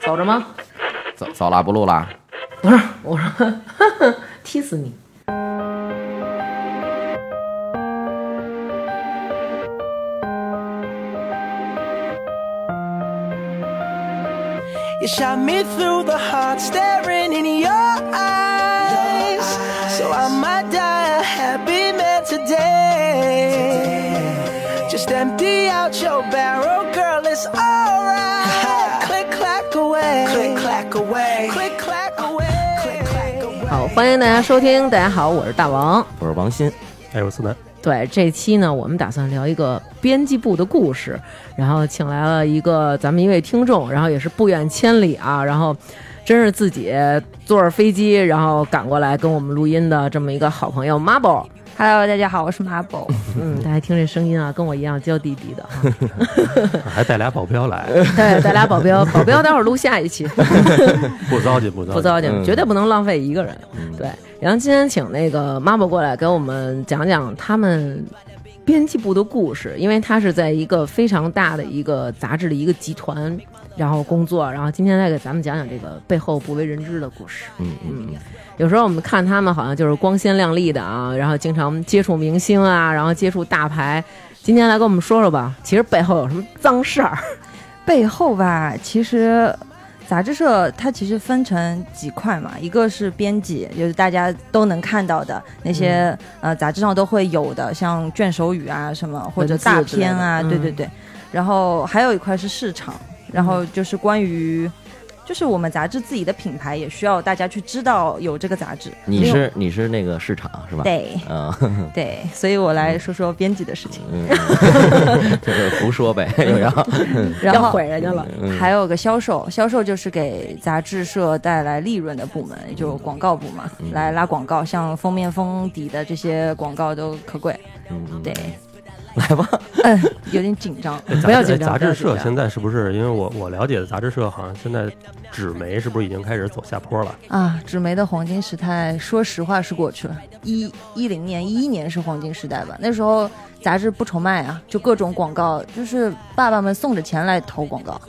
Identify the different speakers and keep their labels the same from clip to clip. Speaker 1: 走着吗？
Speaker 2: 走走了，不录了。
Speaker 1: 不是，我说 呵呵踢死你！
Speaker 3: You shot me through the heart, staring in your eyes. So I might die a happy man today. Just empty out your barrel, girl, it's alright. click clack away, click clack away, click clack away, click clack away.
Speaker 1: 好，欢迎大家收听。大家好，我是大王。
Speaker 2: 我是王鑫，
Speaker 4: 哎，我思南，
Speaker 1: 对，这期呢，我们打算聊一个编辑部的故事，然后请来了一个咱们一位听众，然后也是不远千里啊，然后真是自己坐着飞机，然后赶过来跟我们录音的这么一个好朋友 Marble。
Speaker 5: Hello，大家好，我是 Marble。
Speaker 1: 嗯，大家听这声音啊，跟我一样娇滴滴的 啊。
Speaker 4: 还带俩保镖来，
Speaker 1: 对，带俩保镖，保镖待会儿录下一期。
Speaker 4: 不糟践，不糟
Speaker 1: 不
Speaker 4: 践。
Speaker 1: 糟
Speaker 2: 嗯
Speaker 1: 践，绝对不能浪费一个人。对，然后今天请那个妈妈过来给我们讲讲他们编辑部的故事，因为他是在一个非常大的一个杂志的一个集团，然后工作，然后今天再给咱们讲讲这个背后不为人知的故事。
Speaker 2: 嗯嗯嗯，
Speaker 1: 有时候我们看他们好像就是光鲜亮丽的啊，然后经常接触明星啊，然后接触大牌。今天来跟我们说说吧，其实背后有什么脏事儿？
Speaker 5: 背后吧，其实杂志社它其实分成几块嘛，一个是编辑，就是大家都能看到的那些、呃杂志上都会有的，像卷首语啊什么，或
Speaker 1: 嗯
Speaker 5: 者
Speaker 1: 文字之类
Speaker 5: 大
Speaker 1: 的
Speaker 5: 片啊，
Speaker 1: 嗯
Speaker 5: 对对对。然后还有一块是市场，然后就是关于。就是我们杂志自己的品牌，也需要大家去知道有这个杂志。
Speaker 2: 你是你是那个市场是吧？
Speaker 5: 对
Speaker 2: 嗯，
Speaker 5: 对，所以我
Speaker 1: 嗯
Speaker 5: 来说说编辑的事情。
Speaker 2: 嗯， 就是胡说 呗，又要
Speaker 5: 然后
Speaker 1: 要毁人家了。
Speaker 2: 嗯
Speaker 5: 还有个销售，销售就是给杂志社带来利润的部门，也就是广告部嘛，
Speaker 2: 嗯
Speaker 5: 来拉广告，像封面、封底的这些广告都可贵。
Speaker 2: 嗯
Speaker 5: 对，
Speaker 2: 来吧，哎
Speaker 5: 嗯，有点紧张。
Speaker 1: 不要紧张
Speaker 4: 杂
Speaker 1: 不要
Speaker 4: 志
Speaker 1: 紧张
Speaker 4: 社现在是不是？因为我我了解的杂志社好像现在纸媒是不是已经开始走下坡了？
Speaker 5: 啊，纸媒的黄金时代，说实话是过去了。一一零年、一一年是黄金时代吧？那时候杂志不愁卖啊，就各种广告，就是爸爸们送着钱来投广告，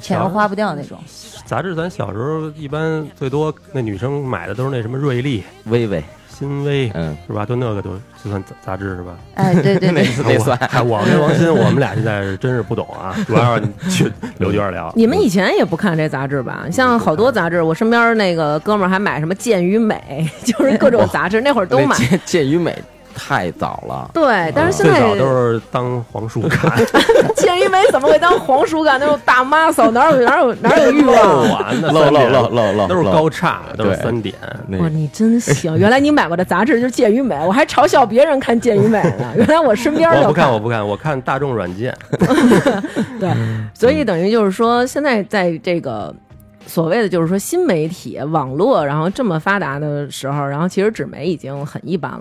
Speaker 5: 钱
Speaker 4: 啊
Speaker 5: 花不 掉那种。
Speaker 4: 杂志咱小时候一般最多那女生买的都是那什么瑞丽、
Speaker 2: 薇薇，
Speaker 4: 新薇
Speaker 2: 嗯，
Speaker 4: 是吧？都那个都就算杂杂志是吧？
Speaker 5: 哎，对对
Speaker 2: 那
Speaker 5: 对，
Speaker 2: 那算
Speaker 4: 我哎我跟王鑫，我们俩现在是真是不懂啊，主要是 去刘娟聊。
Speaker 1: 你们以前也不看这杂志
Speaker 4: 嗯
Speaker 1: 吧？像好多杂志，我身边那个哥们儿还买什么《健与美》， 就是各种 杂志，那会儿都
Speaker 2: 那
Speaker 1: 买。
Speaker 2: 健健与美太早了，
Speaker 1: 对，但是现
Speaker 4: 最
Speaker 1: 在
Speaker 4: 早都是当黄书 看，
Speaker 1: 《健与美》怎么会当黄叔干？那种大妈嫂哪 有哪有哪有 欲望？
Speaker 4: 完的
Speaker 2: 漏漏漏漏漏，
Speaker 4: 都是
Speaker 2: 漏
Speaker 4: 高差，都是
Speaker 2: 对
Speaker 4: 三点。
Speaker 2: 那
Speaker 1: 哇，你真 行！原来你买过的杂志就是《健与美》，我还嘲笑别人看《健与美》 呢。原来我身边
Speaker 4: 我
Speaker 1: 就
Speaker 4: 不看，我不看，我看大众软件。
Speaker 1: 对，所
Speaker 4: 嗯
Speaker 1: 以等于就是说，现在在这个所谓的就是说新媒体、网络，然后这么发达的时候，然后其实纸媒已经很一般了。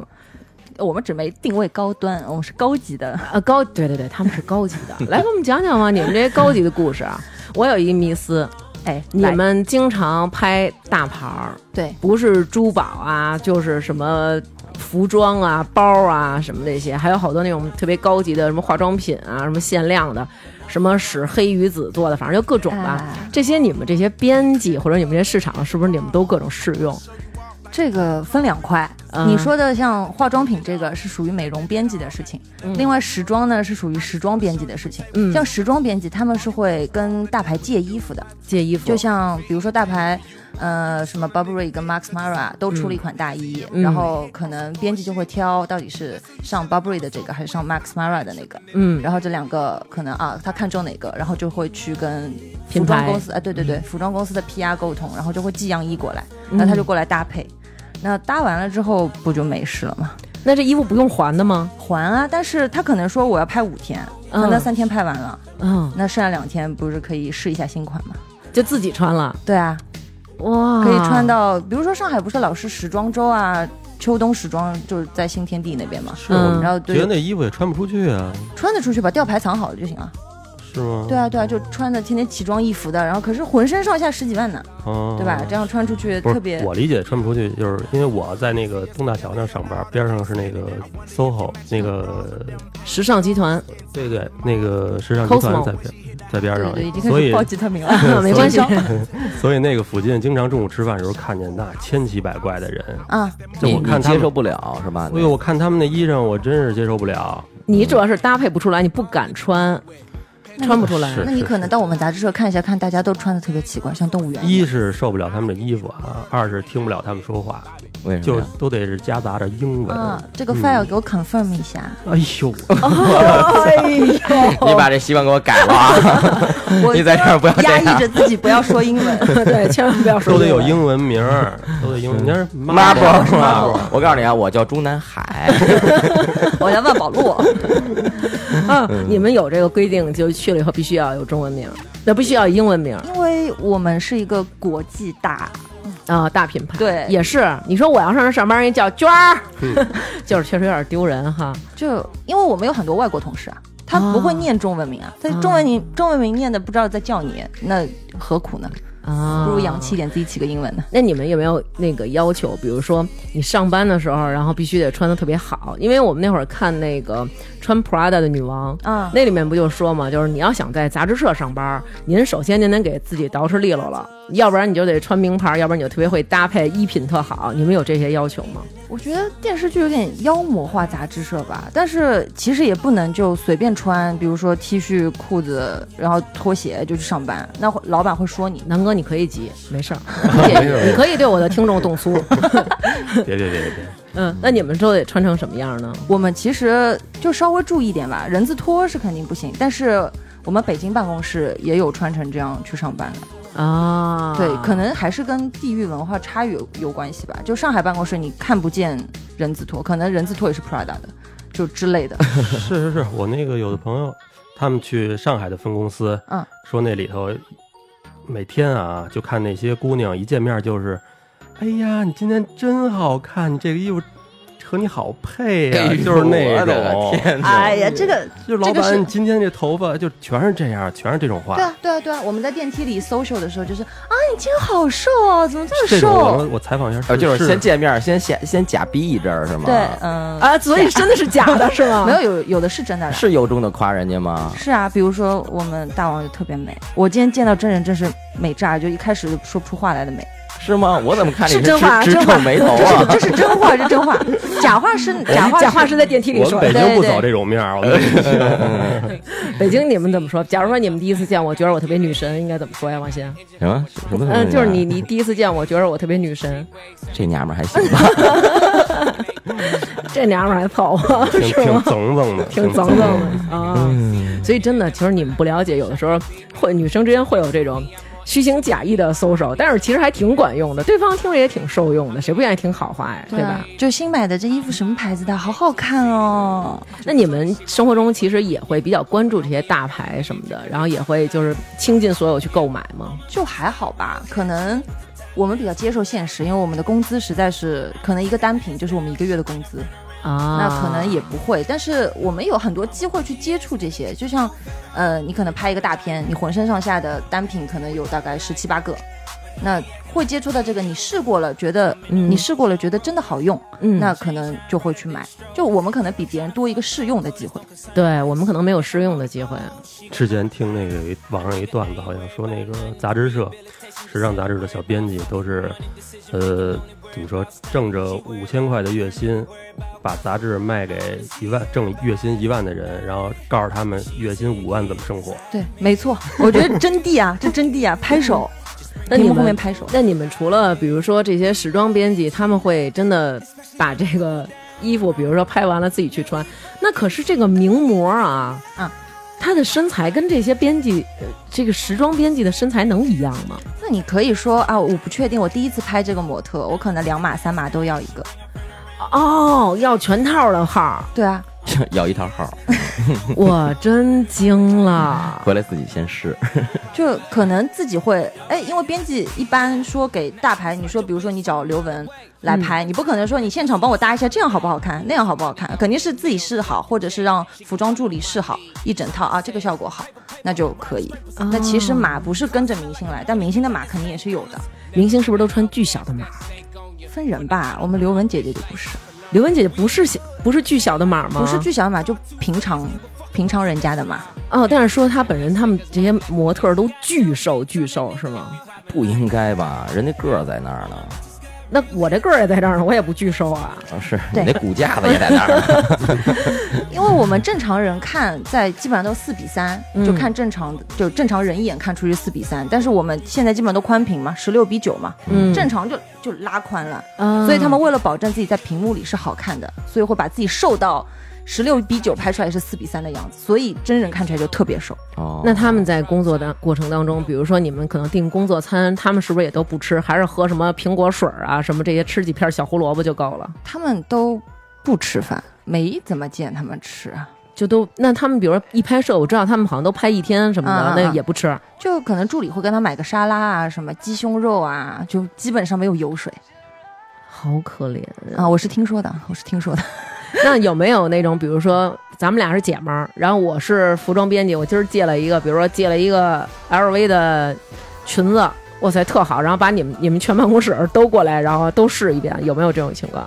Speaker 5: 我们纸媒定位高端，我们是高级的。
Speaker 1: 啊，高对对对，他们是高级 的。来，给我们讲讲吧，你们这些高级的故事啊。我有一个迷思，
Speaker 5: 哎，
Speaker 1: 你
Speaker 5: 来
Speaker 1: 们经常拍大牌儿，
Speaker 5: 对
Speaker 1: 不是珠宝啊，就是什么服装啊、包啊什么这些，还有好多那种特别高级的什么化妆品啊、什么限量的，什么使黑鱼子做的，反正就各种吧。
Speaker 5: 哎
Speaker 1: 这些你们这些编辑或者你们这些市场，是不是你们都各种试用？
Speaker 5: 这个分两块，
Speaker 1: 嗯
Speaker 5: 你说的像化妆品这个是属于美容编辑的事情，另外时装呢是属于时装编辑的事情。
Speaker 1: 嗯
Speaker 5: 像时装编辑他们是会跟大牌借衣服的，
Speaker 1: 借衣服，
Speaker 5: 就像比如说大牌，呃，什么 Burberry 跟 Max Mara 都出了一款大衣，
Speaker 1: 嗯
Speaker 5: 然后可能编辑就会挑到底是上 Burberry 的这个还是上 Max Mara 的那个，
Speaker 1: 嗯，
Speaker 5: 然后这两个可能啊，他看中哪个，然后就会去跟
Speaker 1: 品牌
Speaker 5: 服
Speaker 1: 嗯
Speaker 5: 装公司，啊，对对对，服装公司的 PR 沟通，然后就会寄样衣过来，然后
Speaker 1: 嗯
Speaker 5: 他就过来搭配。那搭完了之后不就没事了吗？
Speaker 1: 那这衣服不用还的吗？
Speaker 5: 还啊，但是他可能说我要拍五天，那
Speaker 1: 嗯
Speaker 5: 那三天拍完了，
Speaker 1: 嗯，
Speaker 5: 那剩下两天不是可以试一下新款吗？
Speaker 1: 就自己穿了，
Speaker 5: 对啊，
Speaker 1: 哇，
Speaker 5: 可以穿到，比如说上海不是老是时装周啊，秋冬时装就是在新天地那边嘛，
Speaker 4: 是
Speaker 1: 嗯
Speaker 4: 我
Speaker 5: 然后
Speaker 4: 觉得
Speaker 5: 对，
Speaker 4: 那衣服也穿不出去啊，
Speaker 5: 穿得出去把吊牌藏好了就行了。
Speaker 4: 是吗？
Speaker 5: 对啊，对啊，就穿的天天奇装异服的，然后可是浑身上下十几万呢。
Speaker 4: 哦，
Speaker 5: 对吧？这样穿出去
Speaker 4: 不
Speaker 5: 特
Speaker 4: 是
Speaker 5: 别
Speaker 4: 我理解穿不出去，就是因为我在那个东大桥那儿上班，边上是那个 SOHO 那个，
Speaker 1: 时尚集团，
Speaker 4: 对对，那个时尚集团
Speaker 1: Cosmo，
Speaker 4: 在边，在边上
Speaker 5: 对，已经开
Speaker 4: 所
Speaker 5: 始
Speaker 4: 以
Speaker 5: 报吉他名了
Speaker 1: 啊没关系
Speaker 5: 招，
Speaker 4: 嗯所以那个附近经常中午吃饭的时候看见那千奇百怪的人，
Speaker 5: 啊，
Speaker 4: 就
Speaker 2: 你
Speaker 4: 我看
Speaker 2: 你
Speaker 4: 他
Speaker 2: 接受
Speaker 4: 们，
Speaker 2: 不了是吧？
Speaker 4: 所以我看他们那衣裳我真是接受不了。
Speaker 1: 你主要是搭配不出来，你不敢穿，穿不出来。
Speaker 4: 是
Speaker 5: 那你可能到我们杂志社看一下，看大家都穿的特别奇怪，像动物园一样。
Speaker 4: 一是受不了他们的衣服啊，二是听不了他们说话，
Speaker 2: 为什么
Speaker 4: 就
Speaker 2: 呀？
Speaker 4: 都得是夹杂着英文。嗯
Speaker 5: 啊，这个 file 给我 confirm 一 下。
Speaker 4: 哎呦，
Speaker 5: 哎呦
Speaker 2: 你把这习惯给我改了啊！
Speaker 5: 我
Speaker 2: 你在这儿不要这
Speaker 5: 压
Speaker 2: 样
Speaker 5: 抑着自己不要说英文。
Speaker 1: 对，千万不要说
Speaker 4: 都得有
Speaker 1: 英文。
Speaker 4: 英文名儿，都得英文。你看
Speaker 2: Marble 是吧
Speaker 4: Marble
Speaker 2: 我告诉你啊，我叫中南海，
Speaker 5: 我要万宝路，
Speaker 1: 啊，
Speaker 4: 嗯
Speaker 1: 你们有这个规定，就去了以后必须要有中文名，那必须要有英文名
Speaker 5: 因为我们是一个国际大，
Speaker 1: 啊，大品牌。
Speaker 5: 对
Speaker 1: 也是。你说我要上这上班，人家叫娟儿，
Speaker 4: 嗯
Speaker 1: 就是确实有点丢人哈。
Speaker 5: 就因为我们有很多外国同事啊，他不会念中文名啊，他中文名中文名念的不知道在叫你，那何苦呢？
Speaker 1: 啊，
Speaker 5: 不如洋气一。点，自己起个英文呢。
Speaker 1: 那你们有没有那个要求？比如说你上班的时候，然后必须得穿的特别好，因为我们那会儿看那个穿 Prada 的女王，
Speaker 5: 啊
Speaker 1: 那里面不就说嘛，就是你要想在杂志社上班，您首先您得给自己捯饬利落了，要不然你就得穿名牌，要不然你就特别会搭配，衣品特好。你们有这些要求吗？
Speaker 5: 我觉得电视剧有点妖魔化杂志社吧，但是其实也不能就随便穿，比如说 T 恤、裤子，然后拖鞋就去上班，那会老板会说你。
Speaker 1: 南哥，你可以急， 没事儿，而且你可以对我的听众动 粗。
Speaker 4: 别别别别别，
Speaker 1: 嗯，那你们都得穿成什么样呢？
Speaker 5: 我们其实就稍微注意点吧，人字拖是肯定不行，但是我们北京办公室也有穿成这样去上班的。
Speaker 1: 啊，
Speaker 5: 对，可能还是跟地域文化差异有有关系吧。就上海办公室你看不见人字拖，可能人字拖也是 Prada 的，就之类的。
Speaker 4: 是是是，我那个有的朋友，他们去上海的分公司，
Speaker 5: 嗯，
Speaker 4: 说那里头每天啊，就看那些姑娘一见面就是，哎呀，你今天真好看，你这个衣服和你好配呀、哎就是那
Speaker 2: 我的
Speaker 4: 种，
Speaker 2: 天哪！
Speaker 5: 哎呀，这个
Speaker 4: 就是老
Speaker 5: 这个是
Speaker 4: 板，你今天这头发就全是这样，全是这种话
Speaker 5: 对。啊，对啊，对啊！我们在电梯里 social 的时候，就是啊，你今天好瘦哦，怎么这么
Speaker 4: 这种我
Speaker 5: 瘦？
Speaker 4: 我采访一下，
Speaker 2: 呃，就是是先见面，先先先假逼一阵儿是吗？
Speaker 5: 对，嗯，
Speaker 1: 啊，所以真的是假的，是吗？
Speaker 5: 没有有有的是真的啦。
Speaker 2: 是由衷的夸人家吗？
Speaker 5: 是啊，比如说我们大王就特别美，我今天见到真人真是美炸，就一开始说不出话 来的美。
Speaker 2: 是吗？我怎么看你
Speaker 1: 是真话
Speaker 2: 直直
Speaker 1: 真话
Speaker 2: 皱眉头
Speaker 5: 这是
Speaker 2: 啊？
Speaker 5: 这是真话，这 是真话，假话是假话
Speaker 1: 假话是在电梯里
Speaker 4: 我
Speaker 1: 说
Speaker 4: 们
Speaker 1: 的
Speaker 4: 北。京不
Speaker 5: 对对
Speaker 4: 走这种面儿，我跟你说
Speaker 1: 北京你们怎么说？假如说你们第一次见我，觉得我特别女神，应该怎么说呀，王鑫？
Speaker 2: 什么什么？
Speaker 5: 呃
Speaker 2: 啊
Speaker 1: 嗯，就是你，你第一次见我，觉得我特别女神，
Speaker 2: 这娘们儿还行吧？
Speaker 1: 这娘们儿还凑合，
Speaker 4: 挺
Speaker 1: 是
Speaker 4: 挺
Speaker 1: 吗？
Speaker 4: 脏脏的，嗯
Speaker 1: 挺
Speaker 4: 脏
Speaker 1: 脏脏的啊。所以真的，其实你们不了解，有的时候会女生之间会有这种。虚情假意的 social，但是其实还挺管用的，对方听着也挺受用的，谁不愿意听好话呀，对
Speaker 5: 对
Speaker 1: 吧
Speaker 5: 吧？？就新买的这衣服什么牌子的，好好看哦。
Speaker 1: 那你们生活中其实也会比较关注这些大牌什么的，然后也会就是倾尽所有去购买吗？
Speaker 5: 就还好吧，可能我们比较接受现实，因为我们的工资实在是可能一个单品就是我们一个月的工资，
Speaker 1: 啊
Speaker 5: 那可能也不会。但是我们有很多机会去接触这些，就像呃，你可能拍一个大片，你浑身上下的单品可能有大概十七八个，那会接触到这个，你试过了，觉得、
Speaker 1: 嗯
Speaker 5: 你试过了，觉得真的好用，
Speaker 1: 嗯
Speaker 5: 那可能就会去买。就我们可能比别人多一个试用的机会。
Speaker 1: 对我们可能没有试用的机会。
Speaker 4: 之前听那个有一网上有一段子，好像说那个杂志社，时尚杂志的小编辑都是，呃，怎么说，挣着五千块的月薪，把杂志卖给一万挣月薪一万的人，然后告诉他们月薪五万怎么生活。
Speaker 5: 对，没错， 我觉得真谛啊，这真谛啊，拍手，
Speaker 1: 那
Speaker 5: 屏
Speaker 1: 你
Speaker 5: 幕
Speaker 1: 们
Speaker 5: 后面拍手。
Speaker 1: 那你们除了比如说这些时装编辑，他们会真的把这个衣服，比如说拍完了自己去穿，那可是这个名模啊，
Speaker 5: 啊，
Speaker 1: 她的身材跟这些编辑，呃这个时装编辑的身材能一样吗？
Speaker 5: 那你可以说啊，我不确定，我第一次拍这个模特，我可能两码三码都要一个。
Speaker 1: 哦，要全套的号，
Speaker 5: 对啊，
Speaker 2: 要一套号，
Speaker 1: 我真惊了。
Speaker 2: 回来自己先试。
Speaker 5: 就可能自己会哎，因为编辑一般说给大牌，你说比如说你找刘雯来拍，你不可能说你现场帮我搭一下，这样好不好看，那样好不好看，肯定是自己试好，或者是让服装助理试好一整套啊，这个效果好，那就可以。那其实码不是跟着明星来，但明星的码肯定也是有的，
Speaker 1: 明星是不是都穿巨小的码？
Speaker 5: 分人吧。我们刘雯姐姐就不是，
Speaker 1: 刘雯姐姐不是小不是巨小的码吗？
Speaker 5: 不是巨小码，就平常平常人家的嘛。
Speaker 1: 哦，但是说他本人，他们这些模特儿都巨瘦巨瘦是吗？
Speaker 2: 不应该吧？人家个儿在那儿呢，
Speaker 1: 那我这个儿也在这儿呢，我也不巨瘦啊。
Speaker 2: 啊是
Speaker 5: 对
Speaker 2: 你那骨架子也在那儿 呢。
Speaker 5: 因为我们正常人看在基本上都四比三、
Speaker 1: 嗯
Speaker 5: 就看正常就正常人一眼看出去四比三，但是我们现在基本上都宽屏嘛，十六比九嘛，
Speaker 1: 嗯，
Speaker 5: 正常就就拉宽了、
Speaker 1: 啊
Speaker 5: 所以他们为了保证自己在屏幕里是好看的，所以会把自己瘦到十六比九拍出来是四比三的样子，所以真人看起来就特别瘦。
Speaker 2: 哦，
Speaker 1: 那他们在工作的过程当中，比如说你们可能订工作餐，他们是不是也都不吃，还是喝什么苹果水儿啊，什么这些，吃几片小胡萝卜就够了？
Speaker 5: 他们都不吃饭，没怎么见他们吃啊，
Speaker 1: 就都那他们，比如说一拍摄，我知道他们好像都拍一天什么的，
Speaker 5: 啊啊啊
Speaker 1: 那也不吃。
Speaker 5: 就可能助理会跟他买个沙拉啊，什么鸡胸肉啊，就基本上没有油水
Speaker 1: 好可怜
Speaker 5: 啊。！我是听说的，我是听说的。
Speaker 1: 那有没有那种，比如说咱们俩是姐们儿，然后我是服装编辑，我今儿借了一个，比如说借了一个 LV 的裙子，哇塞，特好，然后把你们你们全办公室都过来，然后都试一遍，有没有这种情况？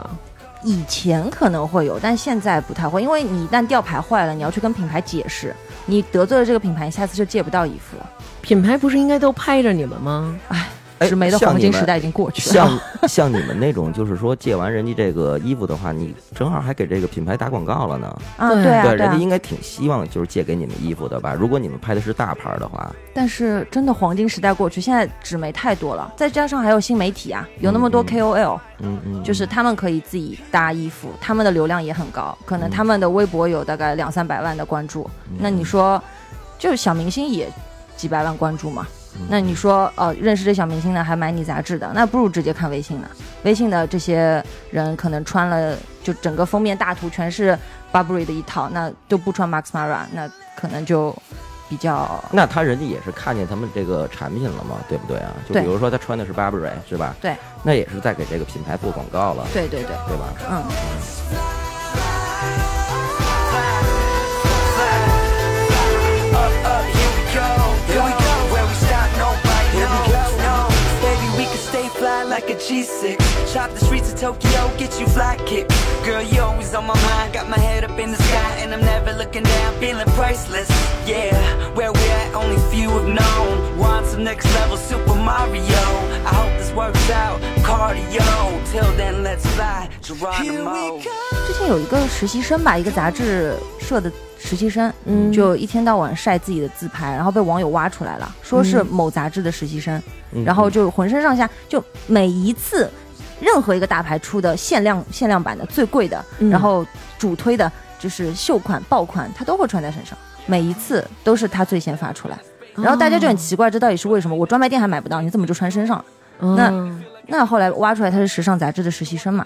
Speaker 5: 以前可能会有，但现在不太会，因为你一旦吊牌坏了，你要去跟品牌解释，你得罪了这个品牌，你下次就借不到衣服了。
Speaker 1: 品牌不是应该都拍着你们吗？
Speaker 2: 哎
Speaker 5: 纸媒的黄金时代已经过去了。
Speaker 2: 像像你们那种，就是说借完人家这个衣服的话，你正好还给这个品牌打广告了呢。
Speaker 5: 啊，
Speaker 1: 对
Speaker 5: 对啊，
Speaker 2: 对，
Speaker 5: 对
Speaker 2: 人
Speaker 5: 啊
Speaker 2: 家。应该挺希望就是借给你们衣服的吧？如果你们拍的是大牌儿的话，
Speaker 5: 但是真的黄金时代过去，现在纸媒太多了，再加上还有新媒体啊，有那么多
Speaker 2: 嗯嗯
Speaker 5: KOL，、
Speaker 2: 嗯嗯，
Speaker 5: 就是他们可以自己搭衣服，他们的流量也很高，可能
Speaker 2: 嗯
Speaker 5: 他们的微博有大概两三百万的关注。
Speaker 2: 嗯
Speaker 5: 那你，说，就是小明星也几百万关注嘛？
Speaker 2: 嗯
Speaker 5: 那你说，哦，认识这小明星呢，还买你杂志的，那不如直接看微信呢。微信的这些人可能穿了，就整个封面大图全是 Burberry 的一套，那就不穿 Max Mara，那可能就比较
Speaker 2: 那他人家也是看见他们这个产品了嘛，对不对啊？就
Speaker 5: 对
Speaker 2: 比如说他穿的是 Burberry 是吧？
Speaker 5: 对，
Speaker 2: 那也是在给这个品牌做广告了，
Speaker 5: 对对对，
Speaker 2: 对吧？
Speaker 5: 嗯。
Speaker 3: Here we go, where we stop, nobody knows. No, baby, we can stay fly like a G6. Chop the streets of Tokyo, get you fly kick. Girl, you always on my mind. Got my head up in the sky, and I'm never looking down, feeling priceless. Yeah, where we at, only few have known. Want some next level Super Mario. I hope this works out. Cardio, till then, let's fly. Geronimo. Here we go.
Speaker 5: 之前有一个实习生吧，一个杂志社的实习生，
Speaker 1: 嗯
Speaker 5: 就一天到晚晒自己的自拍，然后被网友挖出来了，说是某杂志的实习生，
Speaker 2: 嗯
Speaker 5: 然后就浑身上下就每一次。任何一个大牌出的限量限量版的最贵的，
Speaker 1: 嗯
Speaker 5: 然后主推的就是秀款爆款，他都会穿在身上，每一次都是他最先发出来，
Speaker 1: 哦
Speaker 5: 然后大家就很奇怪，这到底是为什么？我专卖店还买不到，你怎么就穿身上了？那
Speaker 1: 嗯
Speaker 5: 那后来挖出来他是时尚杂志的实习生嘛，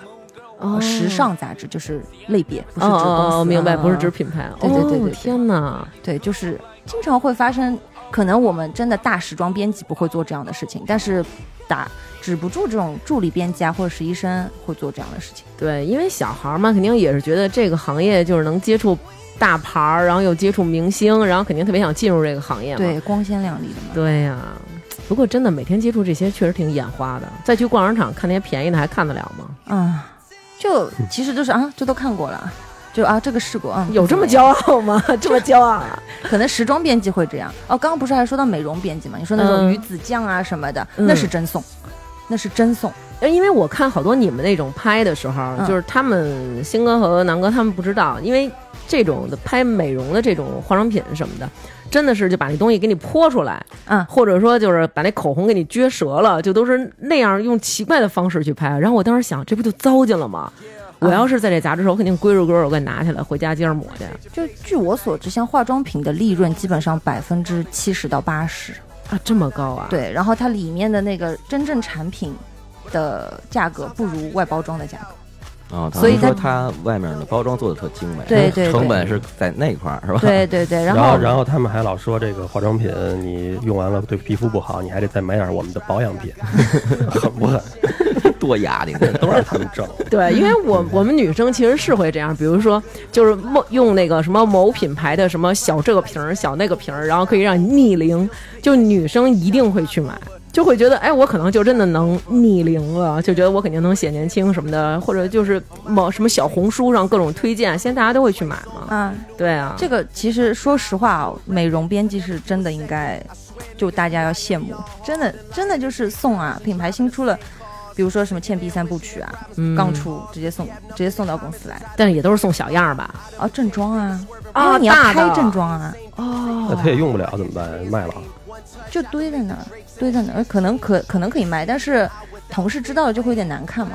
Speaker 1: 哦
Speaker 5: 时尚杂志就是类别，不是指
Speaker 1: 哦
Speaker 5: 公司。
Speaker 1: 哦哦，明白，
Speaker 5: 嗯
Speaker 1: 不是指品牌。
Speaker 5: 对对对
Speaker 1: 哦
Speaker 5: 对对
Speaker 1: 天哪！
Speaker 5: 对，就是经常会发生。可能我们真的大时装编辑不会做这样的事情，但是打止不住这种助理编辑啊或者实习生会做这样的事情。
Speaker 1: 对，因为小孩儿嘛，肯定也是觉得这个行业就是能接触大牌儿，然后又接触明星，然后肯定特别想进入这个行业嘛。
Speaker 5: 对，光鲜亮丽的嘛。
Speaker 1: 对呀、不过真的每天接触这些确实挺眼花的。再去逛商场看那些便宜的，还看得了吗？
Speaker 5: 啊、就其实就是啊，这都看过了，就啊这个试过啊，
Speaker 1: 有这么骄傲 吗？这么骄傲啊？
Speaker 5: 可能时装编辑会这样。哦，刚刚不是还说到美容编辑嘛？你说那种
Speaker 1: 嗯
Speaker 5: 鱼子酱啊什么的，
Speaker 1: 嗯
Speaker 5: 那是真送，那是真送。
Speaker 1: 呃因为我看好多你们那种拍的时候，
Speaker 5: 嗯
Speaker 1: 就是他们新哥和南哥他们不知道，因为这种的拍美容的这种化妆品什么的，真的是就把那东西给你泼出来，
Speaker 5: 嗯
Speaker 1: 或者说就是把那口红给你撅折了，就都是那样用奇怪的方式去拍。然后我当时想，这不就糟践了吗？我要是在这杂志社，我肯定规着规着，我给拿起来回家接着抹去。
Speaker 5: 就据我所知，像化妆品的利润基本上百分之七十到八十。
Speaker 1: 啊，这么高啊？，
Speaker 5: 对，然后它里面的那个真正产品的价格不如外包装的价格。
Speaker 2: 啊，
Speaker 5: 所以
Speaker 2: 他
Speaker 5: 他
Speaker 2: 说他外面的包装做的特精美，
Speaker 5: 对对对
Speaker 2: 成本是在那块儿是 吧？
Speaker 5: 对对对，然
Speaker 4: 然
Speaker 5: 后
Speaker 4: 然后他们还老说这个化妆品你用完了对皮肤不好，你还得再买点我们的保养 品，狠不狠？
Speaker 2: 多压你这
Speaker 4: 都让他们挣。
Speaker 1: 对，因为我我们女生其实是会这样，比如说就是某用那个什么某品牌的什么小这个瓶儿、小那个瓶儿，然后可以让你逆龄，就女生一定会去买。就会觉得，哎，我可能就真的能逆龄了，就觉得我肯定能显年轻什么的，或者就是某什么小红书上各种推荐，现在大家都会去买嘛。
Speaker 5: 啊，
Speaker 1: 对啊，
Speaker 5: 这个其实说实话哦，美容编辑是真的应该，就大家要羡慕，真的真的就是送啊，品牌新出了，比如说什么倩碧三部曲啊，
Speaker 1: 嗯
Speaker 5: 刚，出直接送直接送到公司来
Speaker 1: 但是也都是送小样儿吧？
Speaker 5: 啊，正装啊，因
Speaker 1: 啊，
Speaker 5: 为你要
Speaker 1: 大
Speaker 5: 拍
Speaker 1: 的
Speaker 5: 正装啊，
Speaker 1: 哦
Speaker 4: 那，他也用不了怎么办？卖了，
Speaker 5: 就堆在那儿堆在那儿，可能可可能可以卖，但是同事知道了就会有点难看嘛，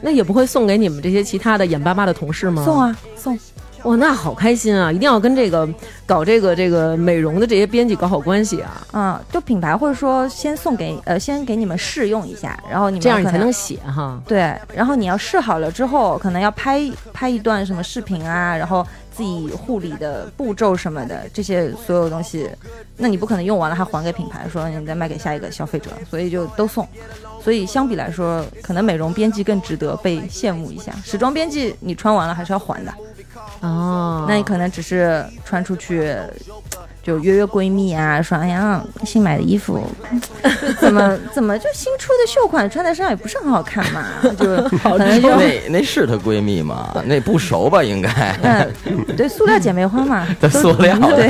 Speaker 1: 那也不会送给你们这些其他的眼巴巴的同事吗？
Speaker 5: 送啊送，
Speaker 1: 哇，那好开心啊！一定要跟这个搞这个这个美容的这些编辑搞好关系啊，
Speaker 5: 啊，就品牌会说先送给呃先给你们试用一下，然后你们
Speaker 1: 这样你
Speaker 5: 可
Speaker 1: 才能写哈。
Speaker 5: 对，然后你要试好了之后，可能要拍拍一段什么视频啊，然后自己护理的步骤什么的，这些所有东西，那你不可能用完了还还给品牌，说你再卖给下一个消费者，所以就都送。所以相比来说，可能美容编辑更值得被羡慕一下。时装编辑你穿完了还是要还的，
Speaker 1: 哦，
Speaker 5: 那你可能只是穿出去。就约约闺蜜啊，说哎呀，新买的衣服，就怎么怎么就新出的秀款穿在身上也不是很好看嘛，就可能就
Speaker 2: 那那是她闺蜜吗？那不熟吧？应该，
Speaker 5: 嗯，对，塑料姐妹花嘛
Speaker 2: 都塑料的
Speaker 5: 对，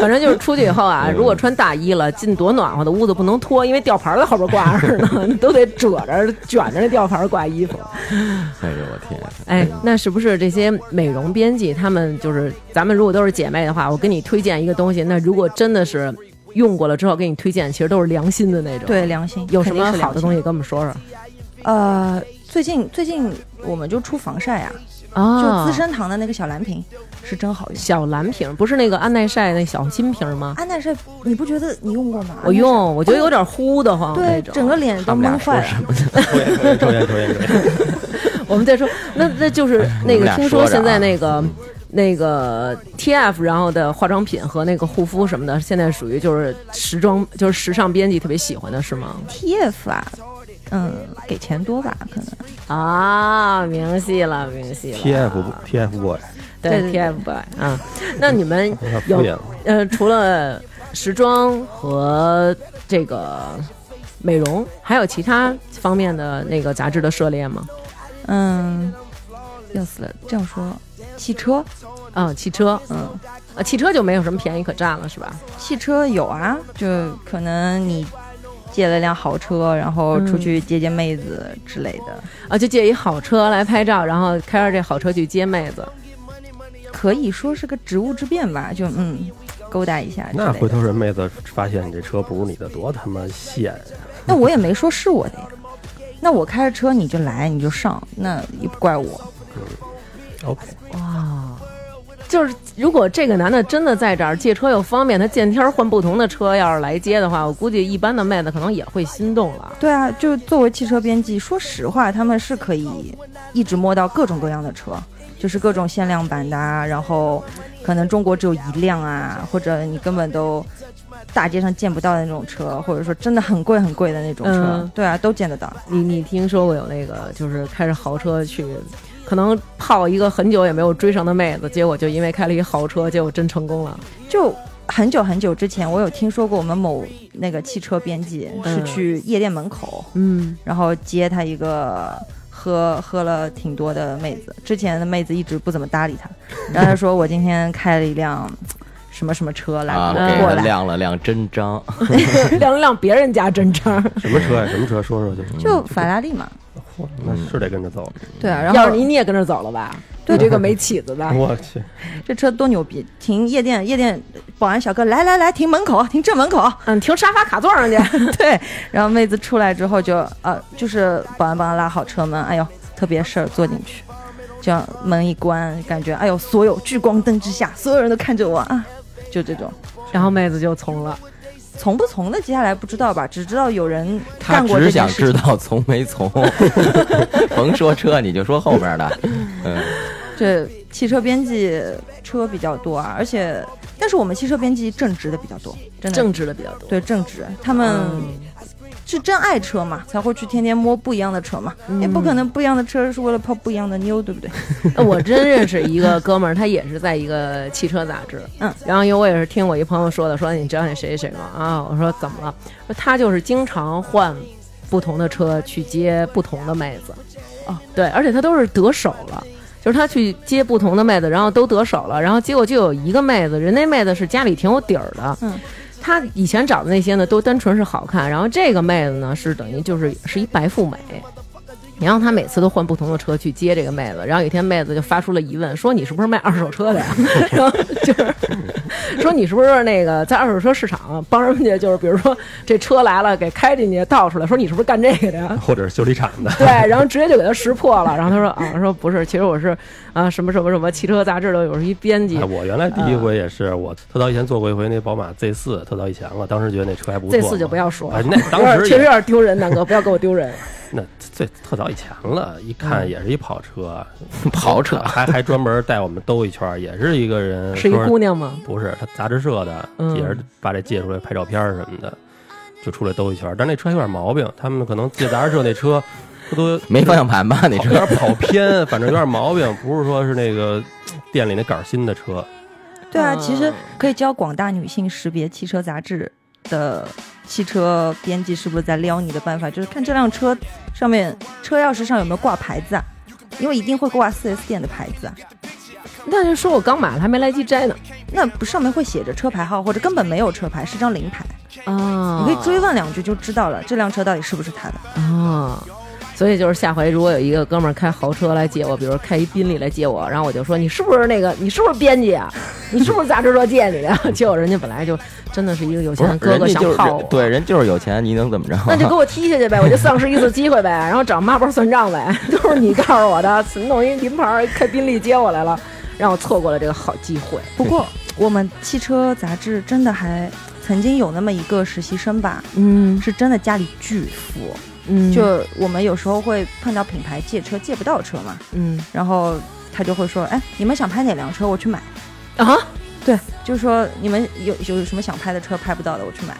Speaker 1: 反正就是出去以后啊，如果穿大衣了，进多暖和的屋子不能脱，因为吊牌儿在后边挂着呢， 都得褶着卷着那吊牌儿挂衣服。
Speaker 2: 哎呦我天！
Speaker 1: 哎，那是不是这些美容编辑他们就是咱们如果都是姐妹的话，我给你推荐一个东西，那如果真的是用过了之后给你推荐，其实都是良心的那种。
Speaker 5: 对，，良心
Speaker 1: 有什么好的东？
Speaker 5: 肯定是良
Speaker 1: 西
Speaker 5: 心
Speaker 1: 跟我们说说
Speaker 5: 呃，最近最近我们就出防晒啊，
Speaker 1: 啊？
Speaker 5: 就资生堂的那个小蓝瓶是真好用。
Speaker 1: 小蓝瓶，不是那个安耐晒那小金瓶吗？
Speaker 5: 安耐晒，你不觉得你用过吗？
Speaker 1: 我用，我觉得有点呼的慌哎
Speaker 5: 安耐
Speaker 1: 那
Speaker 5: 晒，
Speaker 1: 种。
Speaker 5: 哦对，整个脸都
Speaker 2: 他们俩
Speaker 5: 闷
Speaker 2: 说
Speaker 5: 坏
Speaker 2: 什
Speaker 5: 了。
Speaker 2: 么呢？
Speaker 4: 抽烟抽烟 抽烟抽烟抽 烟。
Speaker 1: 我们再说，那那就是那
Speaker 2: 你们
Speaker 1: 个
Speaker 2: 俩
Speaker 1: 听
Speaker 2: 说着啊
Speaker 1: 现在那个。那个 T F，然后的化妆品和那个护肤什么的，现在属于就是时装，就是时尚编辑特别喜欢的是吗？
Speaker 5: TF 啊，嗯，给钱多吧，可能。
Speaker 1: 啊，明细了，明细了。
Speaker 4: TF 不 TF boy，
Speaker 5: 对
Speaker 1: 对
Speaker 5: 对
Speaker 1: T F boy 啊，那你们
Speaker 4: 有点敷
Speaker 1: 有
Speaker 4: 衍了。
Speaker 1: 呃，除了时装和这个美容，还有其他方面的那个杂志的涉猎吗？
Speaker 5: 嗯，要死了，这样说，汽车，
Speaker 1: 啊，汽车，
Speaker 5: 嗯，
Speaker 1: 啊，汽车就没有什么便宜可占了，是吧？
Speaker 5: 汽车有啊，就可能你借了辆豪车，然后
Speaker 4: 嗯
Speaker 5: 出去接接妹子之类的，
Speaker 1: 啊，就借一好车来拍照，然后开着这好车去接妹子。
Speaker 5: 可以说是个职务之便吧，就嗯，勾搭一下之
Speaker 4: 那
Speaker 5: 类
Speaker 4: 回
Speaker 5: 的。
Speaker 4: 头人妹子发现你这车不是你的，多他妈现呀！
Speaker 5: 那我也没说是我的呀，那我开着车你就来你就上，那也不怪我。
Speaker 4: OK，
Speaker 1: 哇，就是如果这个男的真的在这儿借车又方便，他见天儿换不同的车，要是来接的话，我估计一般的妹子可能也会心动了。
Speaker 5: 对啊，就作为汽车编辑，说实话，他们是可以一直摸到各种各样的车，就是各种限量版的啊，然后可能中国只有一辆啊，或者你根本都大街上见不到的那种车，或者说真的很贵很贵的那种车，
Speaker 1: 嗯
Speaker 5: 对啊，都见得到。
Speaker 1: 你你听说过有那个就是开着豪车去，可能泡一个很久也没有追上的妹子，结果就因为开了一豪车，结果真成功了。
Speaker 5: 就很久很久之前，我有听说过我们某那个汽车编辑是
Speaker 1: 嗯
Speaker 5: 去夜店门口，
Speaker 1: 嗯，
Speaker 5: 然后接他一个喝喝了挺多的妹子，之前的妹子一直不怎么搭理 他，然后他说我今天开了一辆什么什么车来
Speaker 2: 啊，
Speaker 5: 过
Speaker 1: 嗯
Speaker 2: 给
Speaker 5: 过
Speaker 2: 她
Speaker 5: 来，
Speaker 2: 亮了亮真章，
Speaker 1: 亮了亮别人家真章儿，
Speaker 4: 什么车呀？什么车？说说去。
Speaker 5: 就法拉利嘛，
Speaker 4: 嚯那
Speaker 1: 嗯
Speaker 4: 是得跟着走。
Speaker 5: 对
Speaker 2: 嗯
Speaker 5: 啊，然
Speaker 1: 要
Speaker 5: 后
Speaker 1: 是你你也跟着走了吧？
Speaker 5: 对
Speaker 1: 你这个没起子吧？
Speaker 4: 我去，
Speaker 5: 这车多牛逼，停夜店夜店保安小哥来来来停门口停正门 口，
Speaker 1: 嗯，停沙发卡座上去。
Speaker 5: 对，然后妹子出来之后就呃，就是保安帮她拉好车门，哎呦，特别事儿坐进去，这样门一关，感觉哎呦，所有聚光灯之下，所有人都看着我啊，就这种。
Speaker 1: 然后妹子就从了。
Speaker 5: 从不从的，接下来不知道吧，只知道有人
Speaker 2: 她
Speaker 5: 干过
Speaker 2: 只
Speaker 5: 这件
Speaker 2: 想
Speaker 5: 事
Speaker 2: 知
Speaker 5: 情。
Speaker 2: 道从没从， 甭说车你就说后面的，嗯，
Speaker 5: 这汽车编辑车比较多啊，而且，但是我们汽车编辑正直的比较多，真的
Speaker 1: 正直的比较多。
Speaker 5: 对正直，他们
Speaker 1: 嗯
Speaker 5: 是真爱车嘛，才会去天天摸不一样的车嘛，也不可能不一样的车是为了泡不一样的妞，对不对？
Speaker 1: 我真认识一个哥们儿，他也是在一个汽车杂志，
Speaker 5: 嗯，
Speaker 1: 然后因为我也是听我一朋友说的，说你知道那谁谁谁吗？啊，我说怎么了？说他就是经常换不同的车去接不同的妹子，哦，对，而且他都是得手了。就是他去接不同的妹子，然后都得手了，然后结果就有一个妹子，人那妹子是家里挺有底儿的，
Speaker 5: 嗯，
Speaker 1: 他以前找的那些呢都单纯是好看，然后这个妹子呢是等于就是是一白富美，然后他每次都换不同的车去接这个妹子，然后有一天妹子就发出了疑问，说你是不是卖二手车 的呀？然后就是说你是不是那个在二手车市场帮人家，就是比如说这车来了给开进去倒出来，说你是不是干这个的呀？
Speaker 4: 或者是修理厂 的，
Speaker 1: 对，然后直接就给他识破了。然后他说啊，说不是，其实我是啊什么什么什么汽车杂志的，我是一编辑
Speaker 4: 哎，。我原来第一回也是，我特早以前坐过一回那宝马 Z 四，特早以前了，当时觉得那车还不错
Speaker 1: 这
Speaker 4: 嘛。
Speaker 1: 次就不要说了
Speaker 4: 哎，那当
Speaker 1: 有点
Speaker 4: 时
Speaker 1: 确实
Speaker 4: 也
Speaker 1: 有点丢人，南哥不要给我丢 人。
Speaker 4: 那最特早以前了，一
Speaker 1: 嗯
Speaker 4: 看也是一跑车，
Speaker 2: 跑车
Speaker 4: 还还专门带我们兜一圈儿，也是一个人，
Speaker 1: 是一
Speaker 4: 说
Speaker 1: 姑，娘吗？
Speaker 4: 不是他杂志社的，
Speaker 1: 嗯
Speaker 4: 也是把这借出来拍照片儿什么的，就出来兜一圈儿。但那车有点毛病，他们可能借杂志社那车不都
Speaker 2: 没方向盘吧？那
Speaker 4: 跑有
Speaker 2: 车
Speaker 4: 点跑偏，反正有点毛病，不是说是那个店里那杆儿新的车，
Speaker 5: 对啊，
Speaker 1: 嗯
Speaker 5: 其实可以教广大女性识别汽车杂志的汽车编辑是不是在撩你的办法，就是看这辆车上面车钥匙上有没有挂牌子啊，因为一定会挂 4S 店的牌子啊，
Speaker 1: 那就说我刚买了，还没来及摘呢。
Speaker 5: 那不上面会写着车牌号，或者根本没有车牌，是张临牌，
Speaker 1: 啊
Speaker 5: 你可以追问两句就知道了，这辆车到底是不是他的。
Speaker 1: 啊。所以就是下回如果有一个哥们儿开豪车来接我，比如开一宾利来接我，然后我就说你是不是那个你是不是编辑啊？你是不是杂志社借你的呀？结果人家本来就真的是一个有钱的哥哥
Speaker 2: 人家
Speaker 1: 想
Speaker 2: 就是
Speaker 1: 泡我，
Speaker 5: 啊
Speaker 2: 对， 人就是有钱，你能怎么着？啊
Speaker 1: 那就给我踢下去呗，我就丧失一次机会呗， 然后找妈包算账呗，都是你告诉我的，弄一临牌儿开宾利接我来了，让我错过了这个好机会。
Speaker 5: 不过我们汽车杂志真的还曾经有那么一个实习生吧，
Speaker 1: 嗯
Speaker 5: 是真的家里巨富，
Speaker 1: 嗯就
Speaker 5: 就我们有时候会碰到品牌借车借不到车嘛，
Speaker 1: 嗯
Speaker 5: 然后他就会说，哎，你们想拍哪辆车，我去买。
Speaker 1: 啊，
Speaker 5: 对，就是说你们有有什么想拍的车拍不到的，我去买。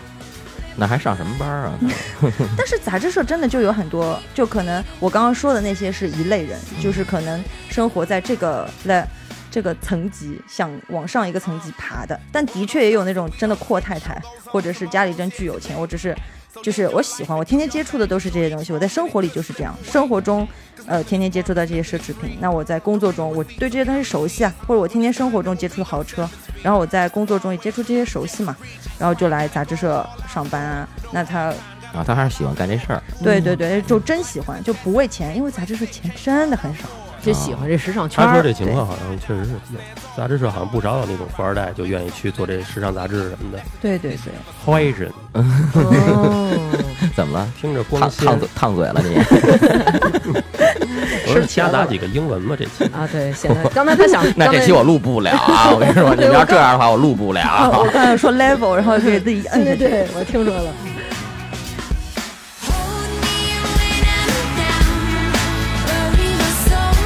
Speaker 2: 那还上什么班儿啊？
Speaker 5: 但是杂志社真的就有很多，就可能我刚刚说的那些是一类人，就是可能生活在这个来这个层级，想往上一个层级爬的。但的确也有那种真的阔太太，或者是家里真巨有钱，我只是就是我喜欢，我天天接触的都是这些东西。我在生活里就是这样，生活中呃天天接触到这些奢侈品。那我在工作中，我对这些东西熟悉啊，或者我天天生活中接触豪车，然后我在工作中也接触这些熟悉嘛，然后就来杂志社上班啊。那他
Speaker 2: 啊，他还是喜欢干这 事儿。
Speaker 1: 嗯
Speaker 5: 对对对，就真喜欢，就不为钱，因为杂志社钱真的很少。
Speaker 1: 就喜欢这时尚圈
Speaker 4: 他说
Speaker 1: 儿
Speaker 4: 这情况好像确实是有，杂志社好像不少有那种富二代就愿意去做这时尚杂志什么的，
Speaker 5: 对对对，
Speaker 4: 坏人
Speaker 1: 哦，
Speaker 2: 怎么了？
Speaker 4: 听着光
Speaker 2: 烫
Speaker 4: 鲜。
Speaker 2: 烫嘴烫嘴了 你？
Speaker 4: 我说瞎打几个英文吧，这期
Speaker 1: 啊，对，现在刚才他想，
Speaker 2: 那
Speaker 1: 刚才
Speaker 2: 这期我录不了啊！我跟你说，你要这样的话，我录不 了。
Speaker 5: 我刚才说 level，然后给自己摁
Speaker 1: 对对
Speaker 5: 下去。
Speaker 1: 对，我听说了。
Speaker 6: Hold me when I'm down, bury my soul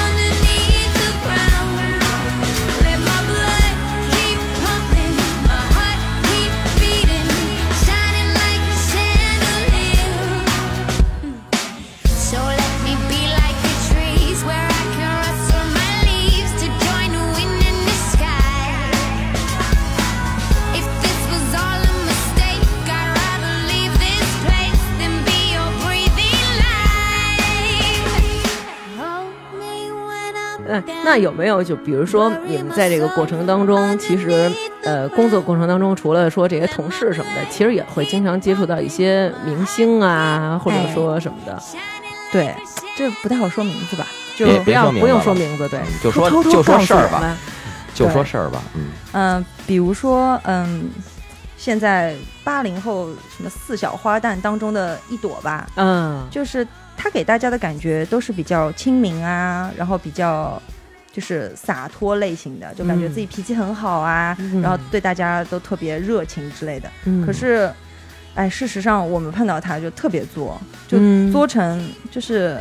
Speaker 6: underneath the ground. Let my blood keep pumping, my heart keep beating, shining like a chandelier. So let me be like the trees where I can rustle my leaves to join the wind in the sky. If this was all a mistake, I'd rather leave this place than be your breathing light. Hold me when I'm
Speaker 1: 嗯，那有没有就比如说你们在这个过程当中，其实呃工作过程当中，除了说这些同事什么的，其实也会经常接触到一些明星啊，或者说什么的，
Speaker 5: 对，这不太好说名字吧？就
Speaker 2: 别
Speaker 1: 不要
Speaker 2: 说名字
Speaker 1: 不用
Speaker 2: 了嗯
Speaker 1: 说名字，对，
Speaker 2: 就说
Speaker 1: 偷偷
Speaker 2: 就说
Speaker 1: 告诉
Speaker 2: 事儿
Speaker 1: 我
Speaker 2: 吧
Speaker 1: 们，
Speaker 2: 就说事儿吧，嗯，
Speaker 5: 嗯、比如说嗯、现在八零后什么四小花旦当中的一朵吧，
Speaker 1: 嗯，
Speaker 5: 就是她给大家的感觉都是比较亲民啊，然后比较。就是洒脱类型的，就感觉
Speaker 1: 嗯
Speaker 5: 自己脾气很好啊，
Speaker 1: 嗯
Speaker 5: 然后对大家都特别热情之类的。
Speaker 1: 嗯
Speaker 5: 可是，哎，事实上我们碰到他就特别作，就
Speaker 1: 嗯
Speaker 5: 作成就是、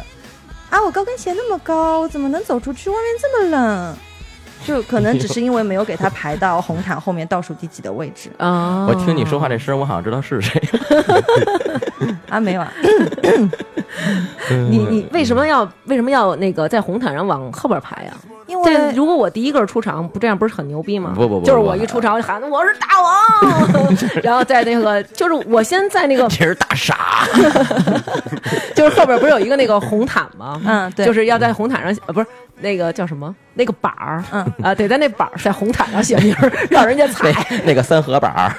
Speaker 5: 啊，我高跟鞋那么高，怎么能走出去？外面这么冷。就可能只是因为没有给他排到红毯后面倒数第几的位置
Speaker 1: 啊，
Speaker 2: 我听你说话这声儿，我好像知道是谁。
Speaker 5: 啊，没有 啊，
Speaker 1: 你你
Speaker 2: 嗯
Speaker 1: 为什么要为什么要那个在红毯上往后边排呀、
Speaker 5: 因
Speaker 1: 这
Speaker 5: 为
Speaker 1: 如果我第一个出场，不这样不是很牛逼吗？
Speaker 2: 不不不
Speaker 1: 就是
Speaker 2: 不
Speaker 1: 我
Speaker 2: 不
Speaker 1: 一出场我 就喊我是大王， 然后在那个就是我先在那个
Speaker 2: 这是大 傻，
Speaker 1: 就是后边不是有一个那个红毯吗？
Speaker 5: 嗯对
Speaker 1: 就是要在红毯上呃不是那个叫什么那个板儿，
Speaker 5: 嗯
Speaker 1: 啊得在那板儿在红毯上写名儿， 让人家踩。
Speaker 2: 那那个三合板儿，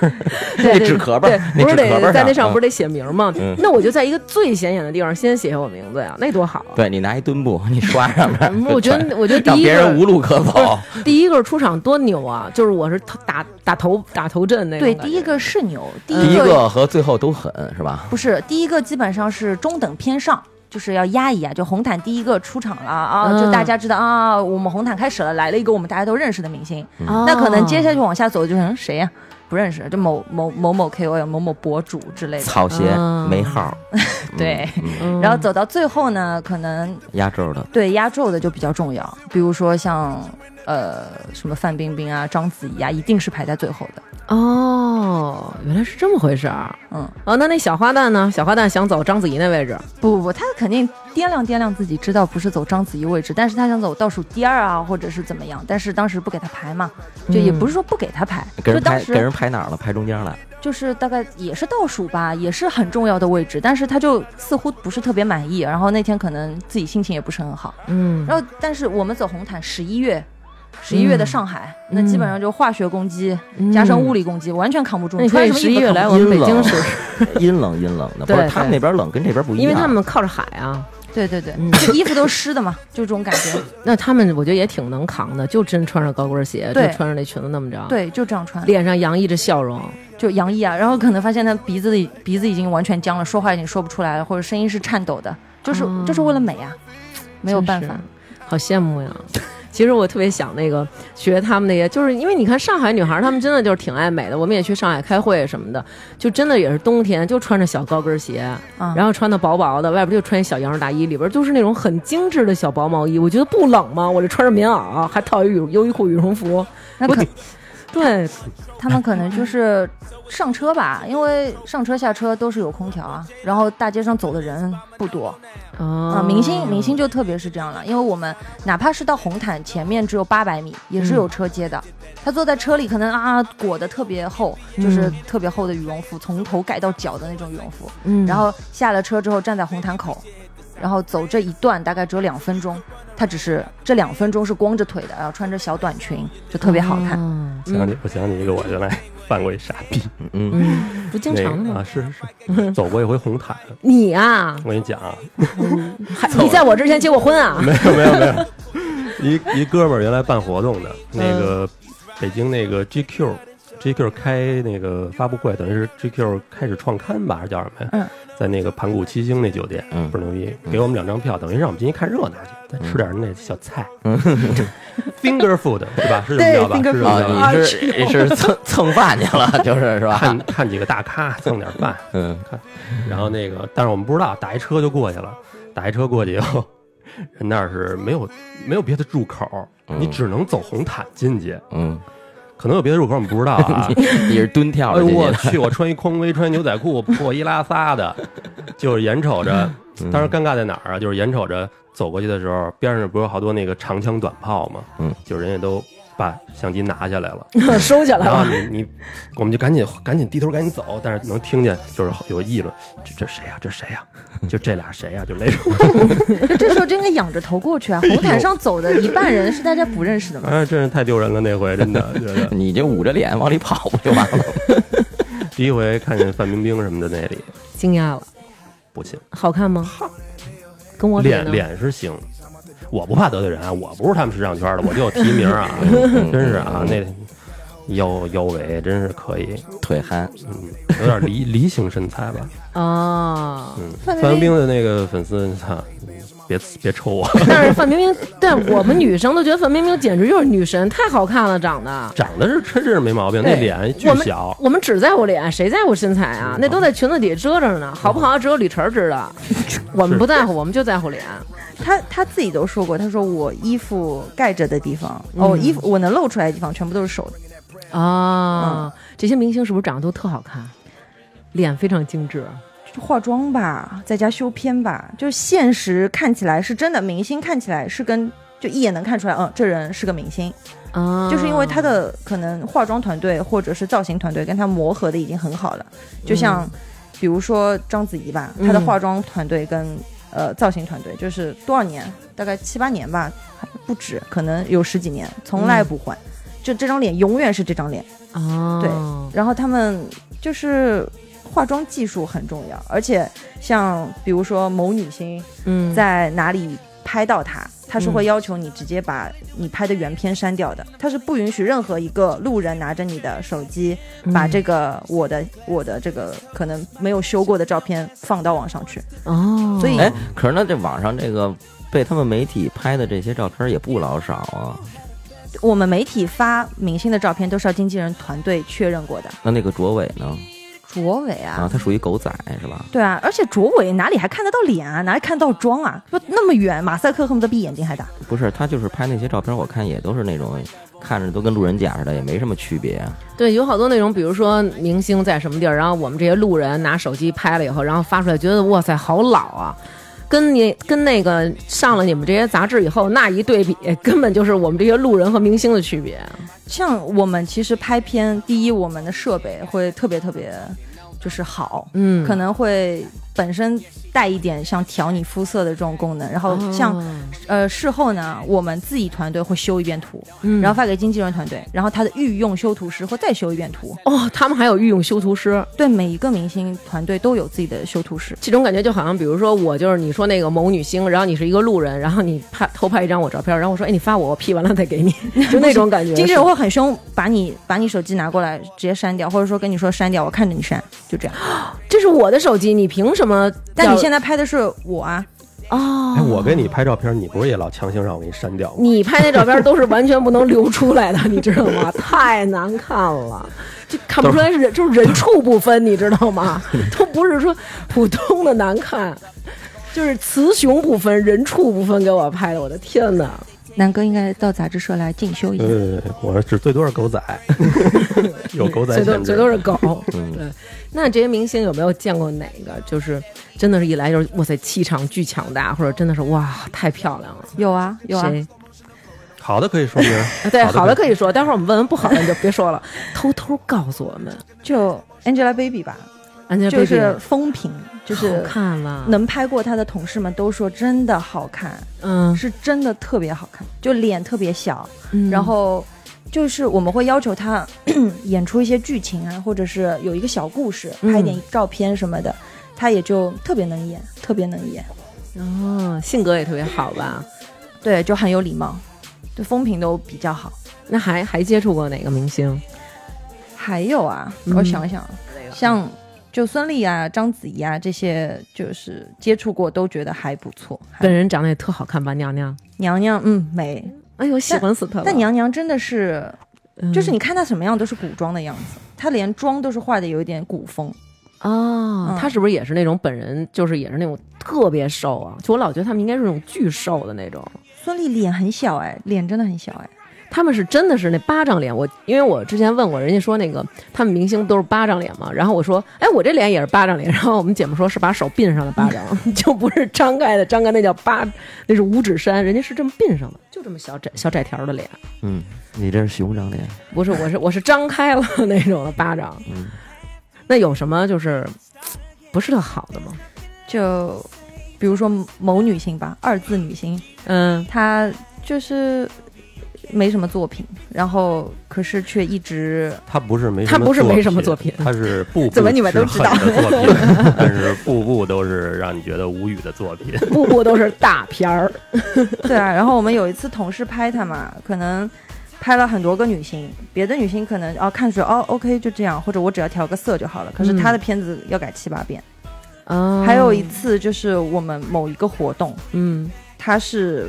Speaker 1: 对
Speaker 2: 那
Speaker 1: 对
Speaker 2: 纸壳儿吧
Speaker 1: 对，
Speaker 2: 那
Speaker 1: 不是
Speaker 2: 纸壳儿
Speaker 1: 得
Speaker 2: 吧
Speaker 1: 在那
Speaker 2: 上嗯
Speaker 1: 上不是得写名儿吗
Speaker 2: 嗯？
Speaker 1: 那我就在一个最显眼的地方先写下我名字呀，那多好啊！，
Speaker 2: 对你拿一墩布，你刷上面
Speaker 1: 嗯我觉得我觉得 第
Speaker 2: 让
Speaker 1: 一
Speaker 2: 别
Speaker 1: 个
Speaker 2: 人无路可走。
Speaker 1: 第一个出场多牛啊！就是我是打打头打头阵那种
Speaker 5: 对
Speaker 1: 感觉
Speaker 5: 第一个嗯是牛，第
Speaker 2: 第
Speaker 5: 一
Speaker 2: 一
Speaker 1: 嗯
Speaker 5: 个
Speaker 2: 个和最后都狠是吧？
Speaker 5: 不是第一个基本上是中等偏上。就是要压一压，就红毯第一个出场了啊，
Speaker 1: 嗯
Speaker 5: 就大家知道啊，我们红毯开始了，来了一个我们大家都认识的明星，
Speaker 2: 嗯
Speaker 1: 哦
Speaker 5: 那可能接下去往下走就是嗯谁呀、不认识，就某某某某 KOL、某某博主之类的。
Speaker 2: 草鞋
Speaker 1: 啊
Speaker 2: 没 号，
Speaker 5: 对，
Speaker 2: 嗯，
Speaker 1: 哦
Speaker 5: 然后走到最后呢，可能
Speaker 2: 压轴的。
Speaker 5: 对压轴的就比较重要，比如说像呃什么范冰冰啊、章子怡啊，一定是排在最后的。
Speaker 1: 哦，原来是这么回事儿。
Speaker 5: 嗯，
Speaker 1: 哦，那那小花旦呢？小花旦想走章子怡那位置，
Speaker 5: 不不不，她肯定掂量掂量自己，知道不是走章子怡位置，但是她想走倒数第二啊，或者是怎么样，但是当时不给她排嘛，就也不是说不嗯给她排，
Speaker 2: 给
Speaker 5: 就
Speaker 2: 人
Speaker 5: 当
Speaker 2: 拍
Speaker 5: 时
Speaker 2: 给人拍哪儿了？拍中间了。
Speaker 5: 就是大概也是倒数吧，也是很重要的位置，但是他就似乎不是特别满意，然后那天可能自己心情也不是很好，
Speaker 1: 嗯，
Speaker 5: 然后但是我们走红毯十一月。十一月的上海，那基本上就化学攻击、加上物理攻击，完全扛不住。
Speaker 1: 嗯那你可
Speaker 5: 穿
Speaker 1: 以
Speaker 5: 什么
Speaker 1: 十一
Speaker 5: 衣服
Speaker 1: 月
Speaker 5: 都
Speaker 1: 来
Speaker 5: 扛
Speaker 1: 我
Speaker 5: 不住
Speaker 1: 们北京试试，
Speaker 5: 啊
Speaker 2: 阴冷阴冷的，不
Speaker 1: 对
Speaker 2: 是他们
Speaker 1: 对
Speaker 2: 那边冷跟这边不一样，
Speaker 1: 因为他们靠着海啊。
Speaker 5: 对对对，就衣服都湿的嘛，就这种感觉。
Speaker 1: 那他们我觉得也挺能扛的，就真穿上高跟鞋，就
Speaker 5: 对
Speaker 1: 穿上那裙子那么着，，
Speaker 5: 对，就这样穿，
Speaker 1: 脸上洋溢着笑容。
Speaker 5: 就洋溢啊。然后可能发现他鼻子里鼻子已经完全僵了，说话已经说不出来了，或者声音是颤抖的，就是、
Speaker 1: 哦
Speaker 5: 就是为了美啊，没有办法。
Speaker 1: 好羡慕呀！其实我特别想那个学他们那些，就是因为你看上海女孩儿，她们真的就是挺爱美的。我们也去上海开会什么的，就真的也是冬天，就穿着小高跟鞋，
Speaker 5: 嗯
Speaker 1: 然后穿的薄薄的，外边就穿一小羊绒大衣，里边就是那种很精致的小薄毛衣。我觉得不冷吗？我这穿着棉袄，还套一羽优衣库羽绒服，
Speaker 5: 那
Speaker 1: 我
Speaker 5: 可
Speaker 1: 对，
Speaker 5: 他们可能就是上车吧，因为上车下车都是有空调啊，然后大街上走的人不多啊、
Speaker 1: 啊
Speaker 5: 明星明星就特别是这样了，因为我们哪怕是到红毯前面只有八百米，也是有车接的。他坐在车里，可能啊裹得特别厚，就是特别厚的羽绒服，从头盖到脚的那种羽绒服。
Speaker 1: 嗯
Speaker 5: 然后下了车之后站在红毯口，然后走这一段大概只有两分钟，他只是这两分钟是光着腿的，然后穿着小短裙，就特别好
Speaker 1: 嗯
Speaker 5: 看。
Speaker 1: 看，
Speaker 4: 想起我想起一个我原来犯过一傻逼，
Speaker 2: 嗯，
Speaker 1: 嗯，不经
Speaker 4: 那
Speaker 1: 常的嗯
Speaker 4: 个
Speaker 1: 吗
Speaker 4: 啊？是是，走过一回红毯，
Speaker 1: 你啊，
Speaker 4: 我跟你讲啊，
Speaker 1: 还你在我之前结过婚啊？
Speaker 4: 没有没有没有， 一一哥们儿原来办活动的，那个北京那个 GQ。GQ 开那个发布会，等于是 GQ 开始创刊吧，还是叫什么呀？
Speaker 5: 嗯
Speaker 4: 在那个盘古七星那酒店，
Speaker 2: 嗯嗯
Speaker 4: 倍儿牛逼，给我们两张票，等于让我们进去看热闹去，再吃点儿那小菜。Finger food 是吧？是这么
Speaker 5: 对
Speaker 4: 叫吧？是这
Speaker 5: ，finger
Speaker 4: 么
Speaker 5: food
Speaker 4: 叫吧？
Speaker 2: 啊，你是你是蹭蹭饭去了，就是是吧？
Speaker 4: 看看几个大咖蹭点饭，
Speaker 2: 啊 嗯，
Speaker 4: 然后那个，但是我们不知道，打一车就过去了，打一车过去以后， 人那儿是没有没有别的入口，你只能走红毯进去，
Speaker 2: 嗯，
Speaker 4: 可能有别的入口我们不知道啊。
Speaker 2: 你是蹲跳着
Speaker 4: 哎呦
Speaker 2: 进去
Speaker 4: 我
Speaker 2: 的，
Speaker 4: 去！我穿一匡威，穿一牛仔裤，破衣拉 撒的，就是眼瞅着。
Speaker 2: 嗯
Speaker 4: 当时尴尬在哪儿啊？就是眼瞅着走过去的时候，边上不是有好多那个长枪短炮吗？
Speaker 2: 嗯，
Speaker 4: 就是人家都把相机拿下来了。
Speaker 1: 收起来
Speaker 4: 然后
Speaker 1: 了。
Speaker 4: 你你，我们就赶紧赶紧低头赶紧走，但是能听见就是有议论，这这谁呀、这谁呀、就这俩谁呀、就那种。
Speaker 5: 这时候就应该仰着头过去啊！红毯上走的一半人是大家不认 识的 嘛。
Speaker 4: 啊，真是太丢人了，那回真 的觉得
Speaker 2: 你就捂着脸往里跑不就完了？
Speaker 4: 第一回看见范冰冰什么的那里
Speaker 1: 惊讶了，
Speaker 4: 不行，
Speaker 1: 好看吗？跟我比呢
Speaker 4: 脸脸是行。我不怕得罪人啊，我不是他们时尚圈的，我就有提名啊， 真是啊，那腰腰围真是可以，
Speaker 2: 腿憨，
Speaker 4: 嗯，有点 梨梨形身材吧，
Speaker 1: 哦，
Speaker 4: 嗯，
Speaker 5: 范
Speaker 4: 范
Speaker 5: 冰冰
Speaker 4: 冰冰的那个粉丝，操，别别抽我，
Speaker 1: 但是范冰冰，但我们女生都觉得范冰冰简直就是女神，太好看了，长得。
Speaker 4: 长得是真真是没毛病，那
Speaker 1: 对
Speaker 4: 脸巨
Speaker 1: 我们
Speaker 4: 小，
Speaker 1: 我们只在乎脸，谁在乎身材啊？那都在裙子底下遮着呢，好不好？只有李晨儿知道。我们不在乎，我们就在乎脸。
Speaker 5: 他他自己都说过，他说我衣服盖着的地方，哦，衣服我能露出来的地方全部都是手。
Speaker 1: 哦，这些明星是不是长得都特好看？脸非常精致，
Speaker 5: 化妆吧，在家修片吧，就是现实看起来是真的，明星看起来是跟就一眼能看出来，嗯，这人是个明星，
Speaker 1: 啊，
Speaker 5: 就是因为他的可能化妆团队或者是造型团队跟他磨合的已经很好了，就像比如说章子怡吧，
Speaker 1: 嗯
Speaker 5: 她的化妆团队跟呃造型团队就是多少年，大概七八年吧，还不止，可能有十几年，从来不换，就这张脸永远是这张脸。
Speaker 1: 哦，
Speaker 5: 对然后他们就是化妆技术很重要，而且像比如说某女星
Speaker 1: 嗯，
Speaker 5: 在哪里拍到她，她是
Speaker 1: 嗯
Speaker 5: 会要求你直接把你拍的原片删掉的，她是不允许任何一个路人拿着你的手机把这个我的我的这个可能没有修过的照片放到网上去。
Speaker 1: 哦，
Speaker 5: 所以
Speaker 2: 哎，可是那这网上这个被他们媒体拍的这些照片也不老少啊。
Speaker 5: 我们媒体发明星的照片都是要经纪人团队确认过的。
Speaker 2: 那那个卓伟呢？
Speaker 5: 卓伟
Speaker 2: 啊，他属于狗仔是吧？
Speaker 5: 对啊，而且卓伟哪里还看得到脸啊？哪里看得到妆啊？不那么远，马赛克恨不得比眼睛还大。
Speaker 2: 不是，他就是拍那些照片，我看也都是那种看着都跟路人甲似的，也没什么区别。
Speaker 1: 对，有好多那种，比如说明星在什么地儿，然后我们这些路人拿手机拍了以后，然后发出来，觉得哇塞，好老啊！跟你跟那个上了你们这些杂志以后，那一对比，根本就是我们这些路人和明星的区别。
Speaker 5: 像我们其实拍片，第一我们的设备会特别特别就是好，
Speaker 1: 嗯
Speaker 5: 可能会本身带一点像调你肤色的这种功能，然后像、
Speaker 1: 哦
Speaker 5: 呃事后呢，我们自己团队会修一遍图，
Speaker 1: 嗯
Speaker 5: 然后发给经纪人团队，然后他的御用修图师会再修一遍图。
Speaker 1: 哦，他们还有御用修图师，
Speaker 5: 对每一个明星团队都有自己的修图师。
Speaker 1: 这种感觉就好像，比如说我就是你说那个某女星，然后你是一个路人，然后你拍偷拍一张我照片，然后我说，哎，你发我，我 P 完了再给你，就那种 感觉。
Speaker 5: 经纪人会很凶，把你把你手机拿过来直接删掉，或者说跟你说删掉，我看着你删，就这样。
Speaker 1: 这是我的手机，你凭什么叫？
Speaker 5: 但你现在拍的是我啊，
Speaker 1: 哦
Speaker 4: 哎，，我给你拍照片，你不是也老强行让我给你删掉吗？
Speaker 1: 你拍那照片都是完全不能流出来的，你知道 吗？太难看了，就看不出来是人，就是人畜不分，你知道 吗？都不是说普通的难看，就是雌雄不分，人畜不分，给我拍的，我的天哪！
Speaker 5: 南哥应该到杂志社来进修一下。
Speaker 4: 呃，我只最多是狗 仔，有狗仔
Speaker 1: 最多
Speaker 4: 限
Speaker 1: 最
Speaker 4: 制。
Speaker 1: 多是狗， 对。那这些明星有没有见过哪个就是真的是一来就是哇塞气场巨强大，或者真的是哇太漂亮了？
Speaker 5: 有啊有啊，
Speaker 1: 谁？，
Speaker 4: 好的可以说明
Speaker 1: 对，好的
Speaker 4: 以。
Speaker 1: 可以说，待会儿我们问问不好的你就别说了， 偷偷告诉我们。
Speaker 5: 就 Angelababy 吧，就
Speaker 1: Angelababy 啊
Speaker 5: 是风评，就是
Speaker 1: 好看了，
Speaker 5: 能拍过她的同事们都说真的好看，
Speaker 1: 嗯，
Speaker 5: 是真的特别好看，就脸特别小，
Speaker 1: 嗯
Speaker 5: 然后就是我们会要求她 演出一些剧情啊，或者是有一个小故事，
Speaker 1: 嗯
Speaker 5: 拍点照片什么的，她也就特别能演，特别能演，
Speaker 1: 哦，性格也特别好吧？
Speaker 5: 对，就很有礼貌，对风评都比较好。
Speaker 1: 那还还接触过哪个明星？
Speaker 5: 还有啊，
Speaker 1: 嗯
Speaker 5: 我想想，像就孙俪啊、章子怡啊这些，就是接触过都觉得还不错。还
Speaker 1: 本人长得也特好看吧，娘娘？
Speaker 5: 娘娘，嗯，美。
Speaker 1: 哎呦，喜欢死她了！
Speaker 5: 但娘娘真的是，
Speaker 1: 嗯
Speaker 5: 就是你看她什么样都是古装的样子，她连妆都是画的有一点古风。
Speaker 1: 哦
Speaker 5: 嗯，
Speaker 1: 她是不是也是那种本人就是也是那种特别瘦啊？就我老觉得他们应该是那种巨瘦的那种。
Speaker 5: 孙俪脸很小哎，脸真的很小哎，
Speaker 1: 他们是真的是那巴掌脸，我因为我之前问过人家说那个他们明星都是巴掌脸嘛，然后我说哎我这脸也是巴掌脸，然后我们姐们说是把手并上的巴掌，就不是张开的，张开那叫巴，那是五指山，人家是这么并上的，就这么小窄小窄条的脸，
Speaker 2: 嗯，你这是熊掌脸，
Speaker 1: 不是我是我是张开了那种的巴掌，
Speaker 2: 嗯
Speaker 1: 那有什么就是不是特好的吗？
Speaker 5: 就比如说某女星吧，二字女星，
Speaker 1: 嗯，
Speaker 5: 她就是没什么作品，然后可是却一直
Speaker 4: 他不是没什么
Speaker 1: 嗯他不是没什么作品
Speaker 4: 他是步步
Speaker 5: 怎么你们都知道
Speaker 4: 是狠的作品，但是步步都是让你觉得无语的作品。
Speaker 1: 步步都是大片儿，
Speaker 5: 对啊，然后我们有一次同事拍她嘛，可能拍了很多个女星，别的女星可能哦看出来哦 OK 就这样，或者我只要调个色就好了。可是她的片子要改七八遍。
Speaker 1: 哦
Speaker 5: 还有一次就是我们某一个活动，
Speaker 1: 嗯
Speaker 5: 他是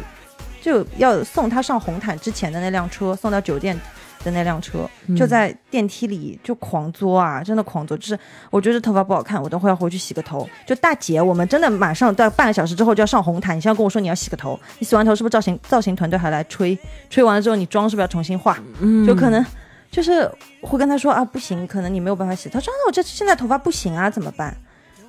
Speaker 5: 就要送他上红毯之前的那辆车，送到酒店的那辆车，
Speaker 1: 嗯
Speaker 5: 就在电梯里就狂作啊，真的狂作。就是我觉得头发不好看，我等会儿要回去洗个头。就大姐，我们真的马上到半个小时之后就要上红毯，你现在跟我说你要洗个头，你洗完头是不是造型造型团队还来吹？吹完了之后你妆是不是要重新化？
Speaker 2: 嗯
Speaker 1: 嗯
Speaker 5: 就可能就是会跟他说啊，不行，可能你没有办法洗。他说啊那我这现在头发不行啊，怎么办？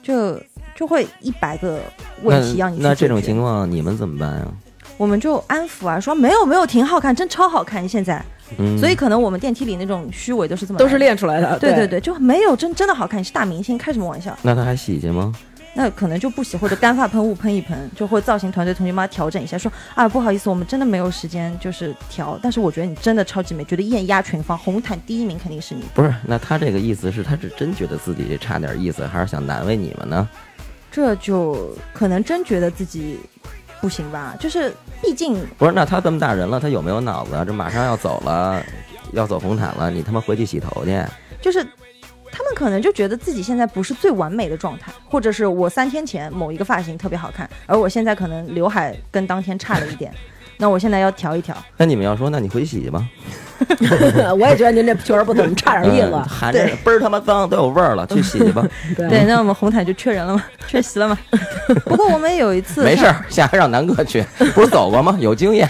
Speaker 5: 就就会一百个问题让你去
Speaker 2: 那那这
Speaker 5: 解
Speaker 2: 种
Speaker 5: 决
Speaker 2: 情况你们怎么办啊呀？
Speaker 5: 我们就安抚啊，说没有没有，挺好看，真超好看现在。
Speaker 2: 嗯，
Speaker 5: 所以可能我们电梯里那种虚伪都是这么
Speaker 1: 都是
Speaker 5: 来的。
Speaker 1: 练出来的。
Speaker 5: 对对
Speaker 1: 对，
Speaker 5: 对，就没有真真的好看，你是大明星，开什么玩笑？
Speaker 2: 那他还洗去吗？
Speaker 5: 那可能就不洗，或者干发喷雾喷一喷，就或者造型团队同学帮他调整一下，说啊不好意思，我们真的没有时间就是调，但是我觉得你真的超级美，觉得艳压群芳，红毯第一名肯定是你。
Speaker 2: 不是，那他这个意思是他是真觉得自己这差点意思，还是想难为你们呢？
Speaker 5: 这就可能真觉得自己不行吧，就是毕竟
Speaker 2: 不是，那他这么大人了，他有没有脑子啊？这马上要走了，要走红毯了，你他妈回去洗头去。
Speaker 5: 就是他们可能就觉得自己现在不是最完美的状态，或者是我三天前某一个发型特别好看，而我现在可能刘海跟当天差了一点，那我现在要调一调。
Speaker 2: 那你们要说，那你回去洗去吧。
Speaker 1: 我也觉得您这确实不怎么，差点意
Speaker 2: 嗯
Speaker 1: 思。啊
Speaker 2: 含着倍儿他妈脏，都有味儿了，去洗去吧。
Speaker 5: 对，那我们红毯就确认了嘛， 确实了嘛。嗯不过我们有一次，
Speaker 2: 没事儿，下回让南哥去，不是走过吗？有经验。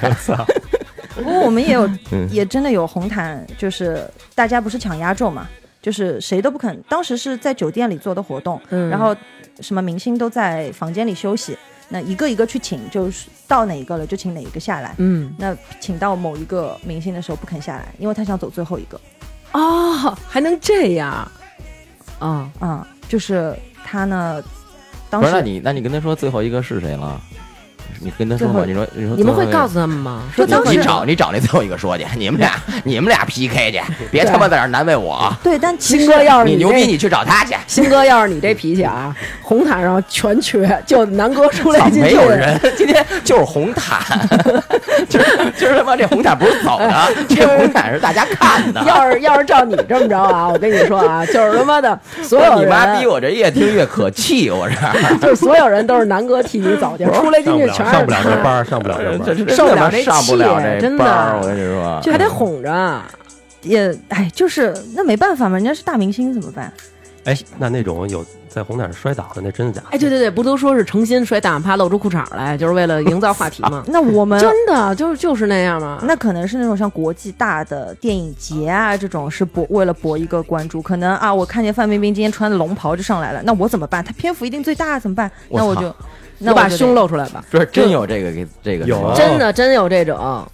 Speaker 5: 不过我们也有
Speaker 2: 嗯，
Speaker 5: 也真的有红毯，就是大家不是抢压轴嘛，就是谁都不肯。当时是在酒店里做的活动，
Speaker 1: 嗯
Speaker 5: 然后什么明星都在房间里休息，那一个一个去请，就是到哪一个了就请哪一个下来。
Speaker 1: 嗯，
Speaker 5: 那请到某一个明星的时候不肯下来，因为他想走最后一个
Speaker 1: 哦，还能这样啊？
Speaker 5: 啊、就是他呢，当
Speaker 2: 不是，那
Speaker 5: 时
Speaker 2: 你那你跟他说最后一个是谁了？你跟他说
Speaker 5: 最
Speaker 2: 吧，
Speaker 5: 后
Speaker 2: 你说你说
Speaker 1: 你们
Speaker 2: 最后
Speaker 1: 会
Speaker 2: 一个
Speaker 1: 告诉他们吗？
Speaker 5: 就当
Speaker 2: 你
Speaker 5: 时
Speaker 2: 找你找那最后一个说去，你们俩你们俩 PK 去，别他妈在这儿难为我。
Speaker 5: 对，但其
Speaker 1: 新
Speaker 5: 实
Speaker 1: 哥要是
Speaker 2: 你牛逼，
Speaker 1: 这，
Speaker 2: 你去找 他去。
Speaker 1: 新哥要是你这脾气啊，红毯上全缺，就南哥出
Speaker 2: 操
Speaker 1: 来进
Speaker 2: 啊没
Speaker 1: 去
Speaker 2: 有人，今天 就是红毯， 今儿今儿他妈这红毯不是走的，这红毯是大家看的。
Speaker 1: 哎要是要是照你这么着啊，我跟你说 啊，就是他妈的所
Speaker 2: 不
Speaker 1: 有
Speaker 2: 是
Speaker 1: 人，
Speaker 2: 你妈逼我这越听越可气，我这
Speaker 1: 就是所有人都是南哥替你走 去，出来进
Speaker 4: 上不
Speaker 1: 去
Speaker 4: 了上不了
Speaker 1: 全是
Speaker 4: 这
Speaker 1: 他，
Speaker 4: 班儿，上不了这班儿。
Speaker 2: 这
Speaker 1: 受不
Speaker 2: 他妈
Speaker 1: 了这
Speaker 2: 上不
Speaker 1: 气
Speaker 2: 了这
Speaker 1: 真
Speaker 2: 班
Speaker 1: 的
Speaker 2: 儿我跟你说，哎
Speaker 1: 就还得哄着。
Speaker 5: 也哎，就是那没办法嘛，人家是大明星怎么办？？
Speaker 4: 哎，那那种有在红毯上摔倒的，那真的假的？
Speaker 1: 哎，对对对，不都说是诚心摔大马趴露出裤衩来，就是为了营造话题吗
Speaker 5: 那我们
Speaker 1: 真的 就是就是那样吗？
Speaker 5: 那可能是那种像国际大的电影节啊，这种是博为了博一个关注，可能啊，我看见范冰冰今天穿的龙袍就上来了，那我怎么办？她篇幅一定最大，怎么办？
Speaker 2: 我
Speaker 5: 那我
Speaker 2: 操
Speaker 5: 就，那
Speaker 1: 那
Speaker 5: 我
Speaker 1: 把
Speaker 5: 就得
Speaker 1: 胸，露出来吧。
Speaker 2: 不是真有这个给这个
Speaker 4: 有
Speaker 2: 是吧
Speaker 1: 哦真的真有这种，哦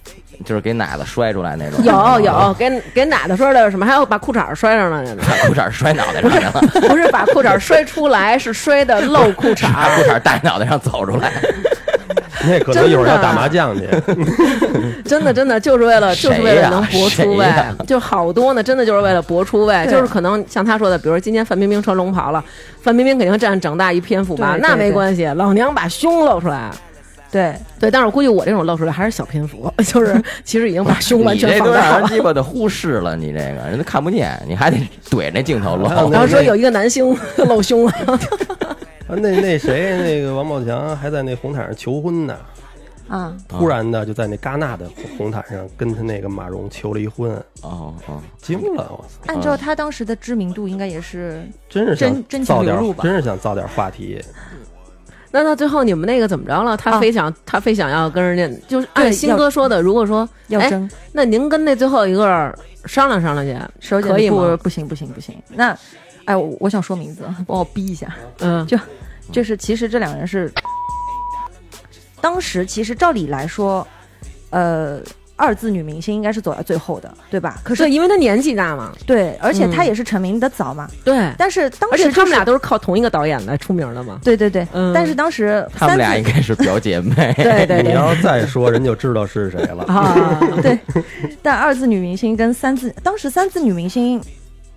Speaker 2: 就是给奶子摔出来那种，啊
Speaker 1: 有有给给奶奶说的什么，还有把裤衩摔上来 的呢，
Speaker 2: 把裤衩摔脑袋上去了，
Speaker 1: 不是把裤衩摔出来，是摔的露 裤衩。
Speaker 2: 把裤衩带脑袋上走出来，
Speaker 4: 那可能一会儿
Speaker 1: 真
Speaker 4: 要
Speaker 1: 的
Speaker 4: 打麻将去，啊
Speaker 1: 真的真的就是为了
Speaker 2: 谁
Speaker 1: 就
Speaker 2: 呀
Speaker 1: 是为了能博出
Speaker 2: 谁
Speaker 1: 位，
Speaker 2: 呀
Speaker 1: 就好多呢，真的就是为了博出位，
Speaker 5: 对
Speaker 1: 就是可能像他说的，比如说今天范冰冰穿龙袍了，范冰冰肯定占整大一篇幅吧，
Speaker 5: 对对
Speaker 1: 那没
Speaker 5: 对
Speaker 1: 关系，老娘把胸露出来。
Speaker 5: 对，
Speaker 1: 对，但是我估计我这种露出来还是小篇幅， 就是其实已经把胸完
Speaker 2: 你这
Speaker 1: 全
Speaker 2: 都
Speaker 1: 放
Speaker 2: 让
Speaker 1: 大
Speaker 2: 人
Speaker 1: 了。
Speaker 2: 鸡巴的忽视了，你这个人都看不见，你还得怼那镜头
Speaker 4: 还有
Speaker 2: 搂
Speaker 4: 那。
Speaker 1: 然后说有一个男星露胸了，
Speaker 4: 啊那那谁那个王宝强还在那红毯上求婚呢，
Speaker 5: 啊，
Speaker 4: 突然的就在那戛纳的红红毯上跟他那个马蓉求了一婚，
Speaker 2: 哦哦，
Speaker 4: 惊了，我操！
Speaker 2: 嗯
Speaker 5: 按照她当时的知名度，应该也是
Speaker 1: 哎
Speaker 4: 真是
Speaker 5: 真真
Speaker 4: 想
Speaker 5: 情
Speaker 4: 造
Speaker 5: 流露
Speaker 4: 点，
Speaker 5: 吧
Speaker 4: 真是想造点话题。
Speaker 1: 那到最后你们那个怎么着了？他
Speaker 5: 啊
Speaker 1: 非想他非想要跟人家，就是按
Speaker 5: 对
Speaker 1: 新
Speaker 5: 要
Speaker 1: 哥说的，如果说
Speaker 5: 要
Speaker 1: 哎
Speaker 5: 争。
Speaker 1: 那您跟那最后一个商量商量去，
Speaker 5: 手剪
Speaker 1: 可以
Speaker 5: 不
Speaker 1: 吗？
Speaker 5: 不行不行不行。那，哎，我我想说名字， 帮我逼一下。
Speaker 1: 嗯，
Speaker 5: 就是其实这两人是，当时其实照理来说，呃，二字女明星应该是走在最后的，对吧？
Speaker 1: 对，
Speaker 5: 可是
Speaker 1: 嗯因为他年纪大嘛，
Speaker 5: 对，而且她
Speaker 1: 嗯
Speaker 5: 也是成名的早嘛。
Speaker 1: 对。
Speaker 5: 但是当
Speaker 1: 而
Speaker 5: 时
Speaker 1: 且他
Speaker 5: 就
Speaker 1: 们
Speaker 5: 是
Speaker 1: 俩都是靠同一个导演来出名的嘛。
Speaker 5: 对对对，
Speaker 1: 嗯
Speaker 5: 但是当时
Speaker 2: 他们俩
Speaker 5: 三
Speaker 2: 应
Speaker 5: 字
Speaker 2: 该是表姐妹。
Speaker 1: 对对
Speaker 4: 你
Speaker 1: 对，
Speaker 4: 要是再说，人就知道是谁了。
Speaker 1: 啊，
Speaker 5: 对，但二字女明星跟三字，当时三字女明星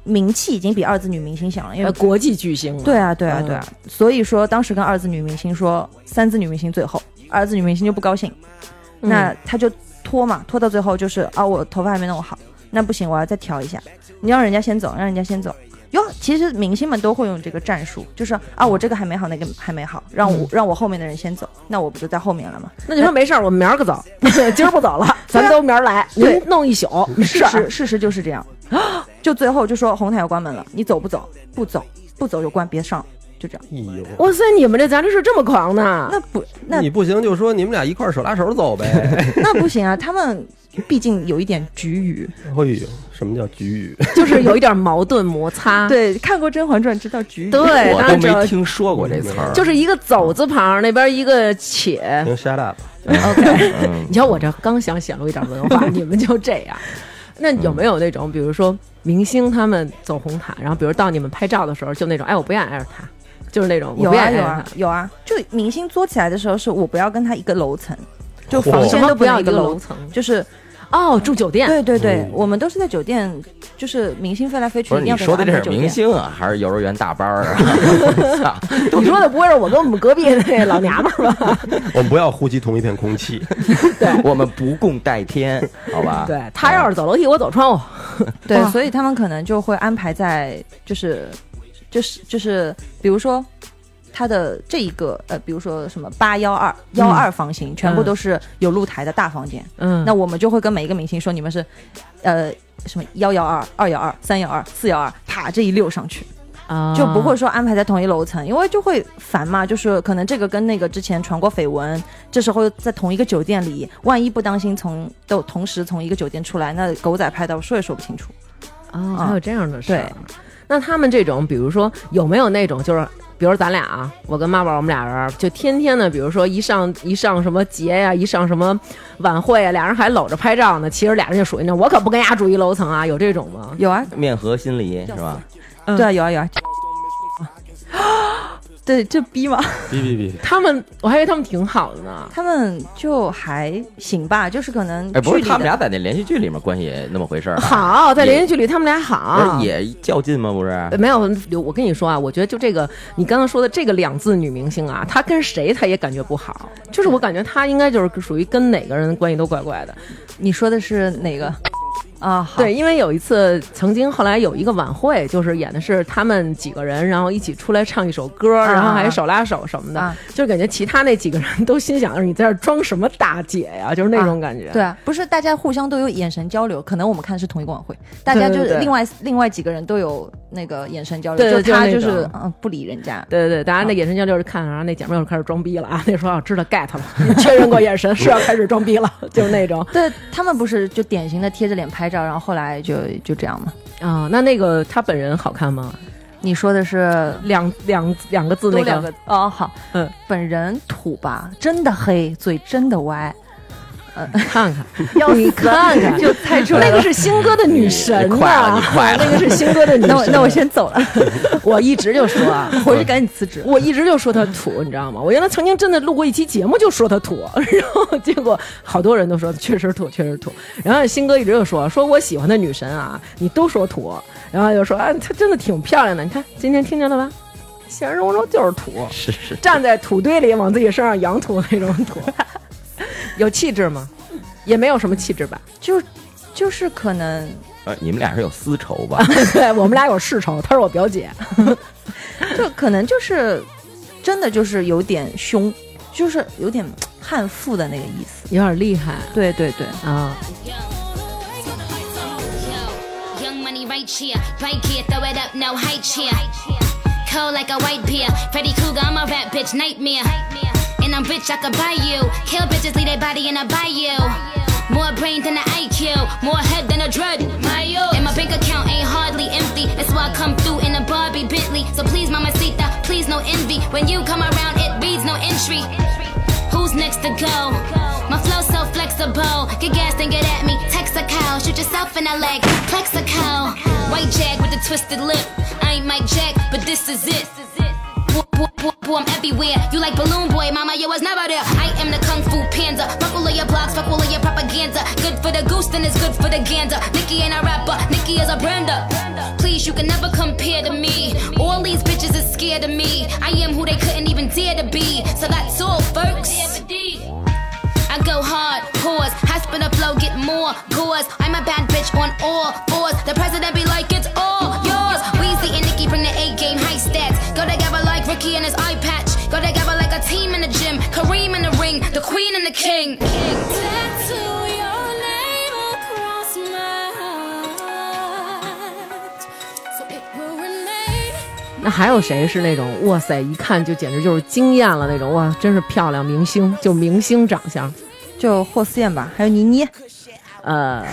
Speaker 5: 名气已经比二字女明星响了，因 为
Speaker 1: 呃国际巨星了。
Speaker 5: 对啊，对啊，
Speaker 1: 嗯
Speaker 5: 对啊。所以说，当时跟二字女明星说，三字女明星最后，二字女明星就不高兴，
Speaker 1: 嗯
Speaker 5: 那他就拖嘛，拖到最后就是啊，我头发还没弄好，那不行，我要再调一下。你让人家先走，让人家先走。哟，其实明星们都会用这个战术，就是啊，我这个还没好，那个还没好，让
Speaker 1: 嗯
Speaker 5: 我、让我后面的人先走，那我不就在后面了吗？
Speaker 1: 那就说没事儿，我们明儿个走， 今儿不走了， 咱都明儿来，
Speaker 5: 对
Speaker 1: 您弄一宿，没事
Speaker 5: 事
Speaker 1: 儿
Speaker 5: 实事实就是这样， 就最后就说红毯要关门了，你走不走？不走，不走就关，别上，就这样。
Speaker 4: 哎呦，
Speaker 1: 哇塞，你们这杂志社这么狂呢？
Speaker 5: 那不那
Speaker 2: 你不行就说你们俩一块儿手拉手走呗。
Speaker 5: 那不行啊，他们毕竟有一点局语。
Speaker 4: 哎呦，什么叫局域？
Speaker 1: 就是有一点矛盾摩擦。
Speaker 5: 对，看过《甄嬛传》知道局语。
Speaker 1: 啊对，
Speaker 2: 我
Speaker 1: 当
Speaker 2: 都
Speaker 1: 然知道
Speaker 2: 没听说过这词儿。
Speaker 1: 就是一个走字旁，那边一个且。
Speaker 4: 行，shut up。
Speaker 2: 嗯
Speaker 1: 你瞧我这刚想显露一点文 化，你们就这样。那有没有那种，比如说明星他们走红毯，然后比如到你们拍照的时候，就那种，哎，我不愿意挨着他，就是那种我
Speaker 5: 有
Speaker 1: 不愿
Speaker 5: 啊
Speaker 1: 意挨
Speaker 5: 有
Speaker 1: 着
Speaker 5: 啊
Speaker 1: 他。
Speaker 5: 有啊，就明星作起来的时候，是我不要跟他一个楼层，就
Speaker 4: 嚯
Speaker 5: 房
Speaker 1: 什
Speaker 5: 间
Speaker 1: 么
Speaker 5: 都
Speaker 1: 不
Speaker 5: 能
Speaker 1: 要
Speaker 5: 一
Speaker 1: 一个
Speaker 5: 楼
Speaker 1: 楼，层？
Speaker 5: 就是
Speaker 1: 哦，住酒店。
Speaker 5: 对对对
Speaker 4: 嗯，
Speaker 5: 我们都是在酒店，就是明星飞来飞去，
Speaker 2: 不
Speaker 5: 一
Speaker 2: 是
Speaker 5: 定
Speaker 2: 你
Speaker 5: 要给他
Speaker 2: 说的这
Speaker 5: 安
Speaker 2: 是
Speaker 5: 排酒店
Speaker 2: 明，星啊，还是幼儿园大班儿 啊？
Speaker 1: 你说的不会是我跟我们隔壁那老娘们儿吧？
Speaker 4: 我们不要呼吸同一片空气。
Speaker 2: 我们不共戴天，好吧？
Speaker 1: 对他要是走楼梯，我走窗户。
Speaker 5: 对
Speaker 1: 哇，
Speaker 5: 所以他们可能就会安排在就是就是就是，比如说。他的这一个呃，比如说什么八幺二幺二房型，全部
Speaker 1: 嗯
Speaker 5: 都是有露台的大房间。
Speaker 1: 嗯，
Speaker 5: 那我们就会跟每一个明星说，你们是，呃，什么幺幺二、二幺二、三幺二、四幺二，啪这一溜上去，
Speaker 1: 啊
Speaker 5: 就不会说安排在同一楼层，因为就会烦嘛。就是可能这个跟那个之前传过绯闻，这时候在同一个酒店里，万一不当心从都同时从一个酒店出来，那狗仔拍到说也说不清楚。
Speaker 1: 哦，
Speaker 5: 啊
Speaker 1: 还有这样的事儿
Speaker 5: 对。
Speaker 1: 那他们这种，比如说有没有那种，就是比如咱俩啊，我跟妈宝，我们俩人儿就天天的，比如说一上一上什么节呀、一上什么晚会啊，俩人还搂着拍照呢。其实俩人就属于那，我可不跟丫住一楼层啊，有这种吗？
Speaker 5: 有啊，
Speaker 2: 面和心离是吧？
Speaker 1: 嗯
Speaker 5: 对啊，有啊，有啊。 对，这逼嘛，
Speaker 4: 哔哔哔，
Speaker 1: 他们，我还以为他们挺好的呢。
Speaker 5: 他们就还行吧，就是可能
Speaker 2: 哎，不
Speaker 5: 距
Speaker 2: 是，
Speaker 5: 离
Speaker 2: 他们
Speaker 5: 的
Speaker 2: 俩在那连续剧里面关系也那么回事儿啊。
Speaker 1: 好，在
Speaker 2: 也
Speaker 1: 连续剧里他们俩
Speaker 2: 不
Speaker 1: 好
Speaker 2: 是。也较劲吗？不是
Speaker 1: 呃，没有，我跟你说啊，我觉得就这个你刚刚说的这个两字女明星啊，她跟谁她也感觉不好，就是我感觉她应该就是属于跟哪个人关系都怪怪的。
Speaker 5: 你说的是哪个
Speaker 2: 嗯
Speaker 5: 啊？好
Speaker 1: 对，因为有一次，曾经后来有一个晚会，就是演的是他们几个人，然后一起出来唱一首歌，
Speaker 5: 啊
Speaker 1: 然后还手拉手什么的，
Speaker 5: 啊
Speaker 1: 就是感觉其他那几个人都心想：你在这儿装什么大姐呀？就是那种感觉。
Speaker 5: 对啊，不是大家互相都有眼神交流，可能我们看是同一个晚会，大家就
Speaker 1: 对对
Speaker 5: 是
Speaker 1: 对
Speaker 5: 另外另外几个人都有那个眼神交流，
Speaker 1: 对对
Speaker 5: 就他
Speaker 1: 就
Speaker 5: 就是
Speaker 1: 那
Speaker 5: 是
Speaker 1: 种
Speaker 5: 嗯不理人家，
Speaker 1: 对对对，大家那眼神交流是看，然后那姐妹又开始装逼了啊！那时候啊，知道 get 了， 确认过眼神是要开始装逼了，就是那种。
Speaker 5: 对他们不是就典型的贴着脸拍照，然后后来就就这样嘛。
Speaker 1: 啊、那那个她本人好看吗？
Speaker 5: 你说的是
Speaker 1: 两两两个字那
Speaker 5: 多两
Speaker 1: 个，
Speaker 5: 个哦好，
Speaker 1: 嗯，
Speaker 5: 本人土吧，真的黑，嘴真的 歪，
Speaker 1: 看 看，
Speaker 5: 要你
Speaker 1: 看看
Speaker 5: 就猜出来
Speaker 1: 那个
Speaker 5: 了。
Speaker 1: 是新歌的女神
Speaker 2: 你
Speaker 1: 呐、
Speaker 2: 快了你快了
Speaker 1: 那个是嗯新歌的女神。
Speaker 5: 那我那我先走了，
Speaker 1: 我一直就说啊，
Speaker 5: 回去赶紧辞职。
Speaker 1: 我一直就说他土，你知道吗？我原来曾经真的录过一期节目就说他土， 然后结果好多人都说确实土，确实土。然后新哥一直就说说我喜欢的女神啊，你都说土，然后就说啊，她真的挺漂亮的，你看今天听见了吧？现实生活中就是土，
Speaker 2: 是是，
Speaker 1: 站在土堆里往自己身上扬土那种 土，有气质吗？也没有什么气 质吧？
Speaker 5: 就就是可能
Speaker 2: 呃你们俩是有私仇吧？
Speaker 1: 对我们俩有世仇，她是我表姐，
Speaker 5: 就可能就是真的就是有点凶，就是有点悍妇的那个意思。
Speaker 1: 有点厉害
Speaker 5: 对对对，
Speaker 1: 啊。
Speaker 6: Yo, young money right here, right here, throw it up, no high chair. Cold like a white beer, Freddy Krueger, I'm a rap bitch, nightmare. And I'm rich, I could buy you. Kill bitches, leave their body in a bayou. More brain than an IQ, more head than a dread. And my bank account ain't hardly empty. That's why I come through in a Barbie Bentley. So please, Mama Sita, please no envy. When you come around, it reads no entry. Who's next to go? My flow so flexible. Get gassed and get at me. Texaco. Shoot yourself in the leg. Plexico. White jag with the twisted lip. I ain't Mike Jack, but this is it. Boom, boom, boom, boom, everywhere. You like balloon boy, mama, you was never there. I am the kung fu panda. Fuck all of your blogs, fuck all of your propaganda. Good for the goose, then it's good for the gander. Nikki ain't a rapper, Nikki is a brander. Please, you can never compare to me. All these bitches is scared of me. I am who they couldn't even dare to be. So that's all, folks. I go hard, pause, hospital flow, get more pause. I'm a bad bitch on all fours. The president be like, it's all yours. Weezy in the
Speaker 1: 那还有谁是那种哇塞，一看就简直就是惊艳了那种哇，真是漂亮明星，就明星长相。
Speaker 5: 就霍思燕吧，还有倪妮，哎
Speaker 1: 呃，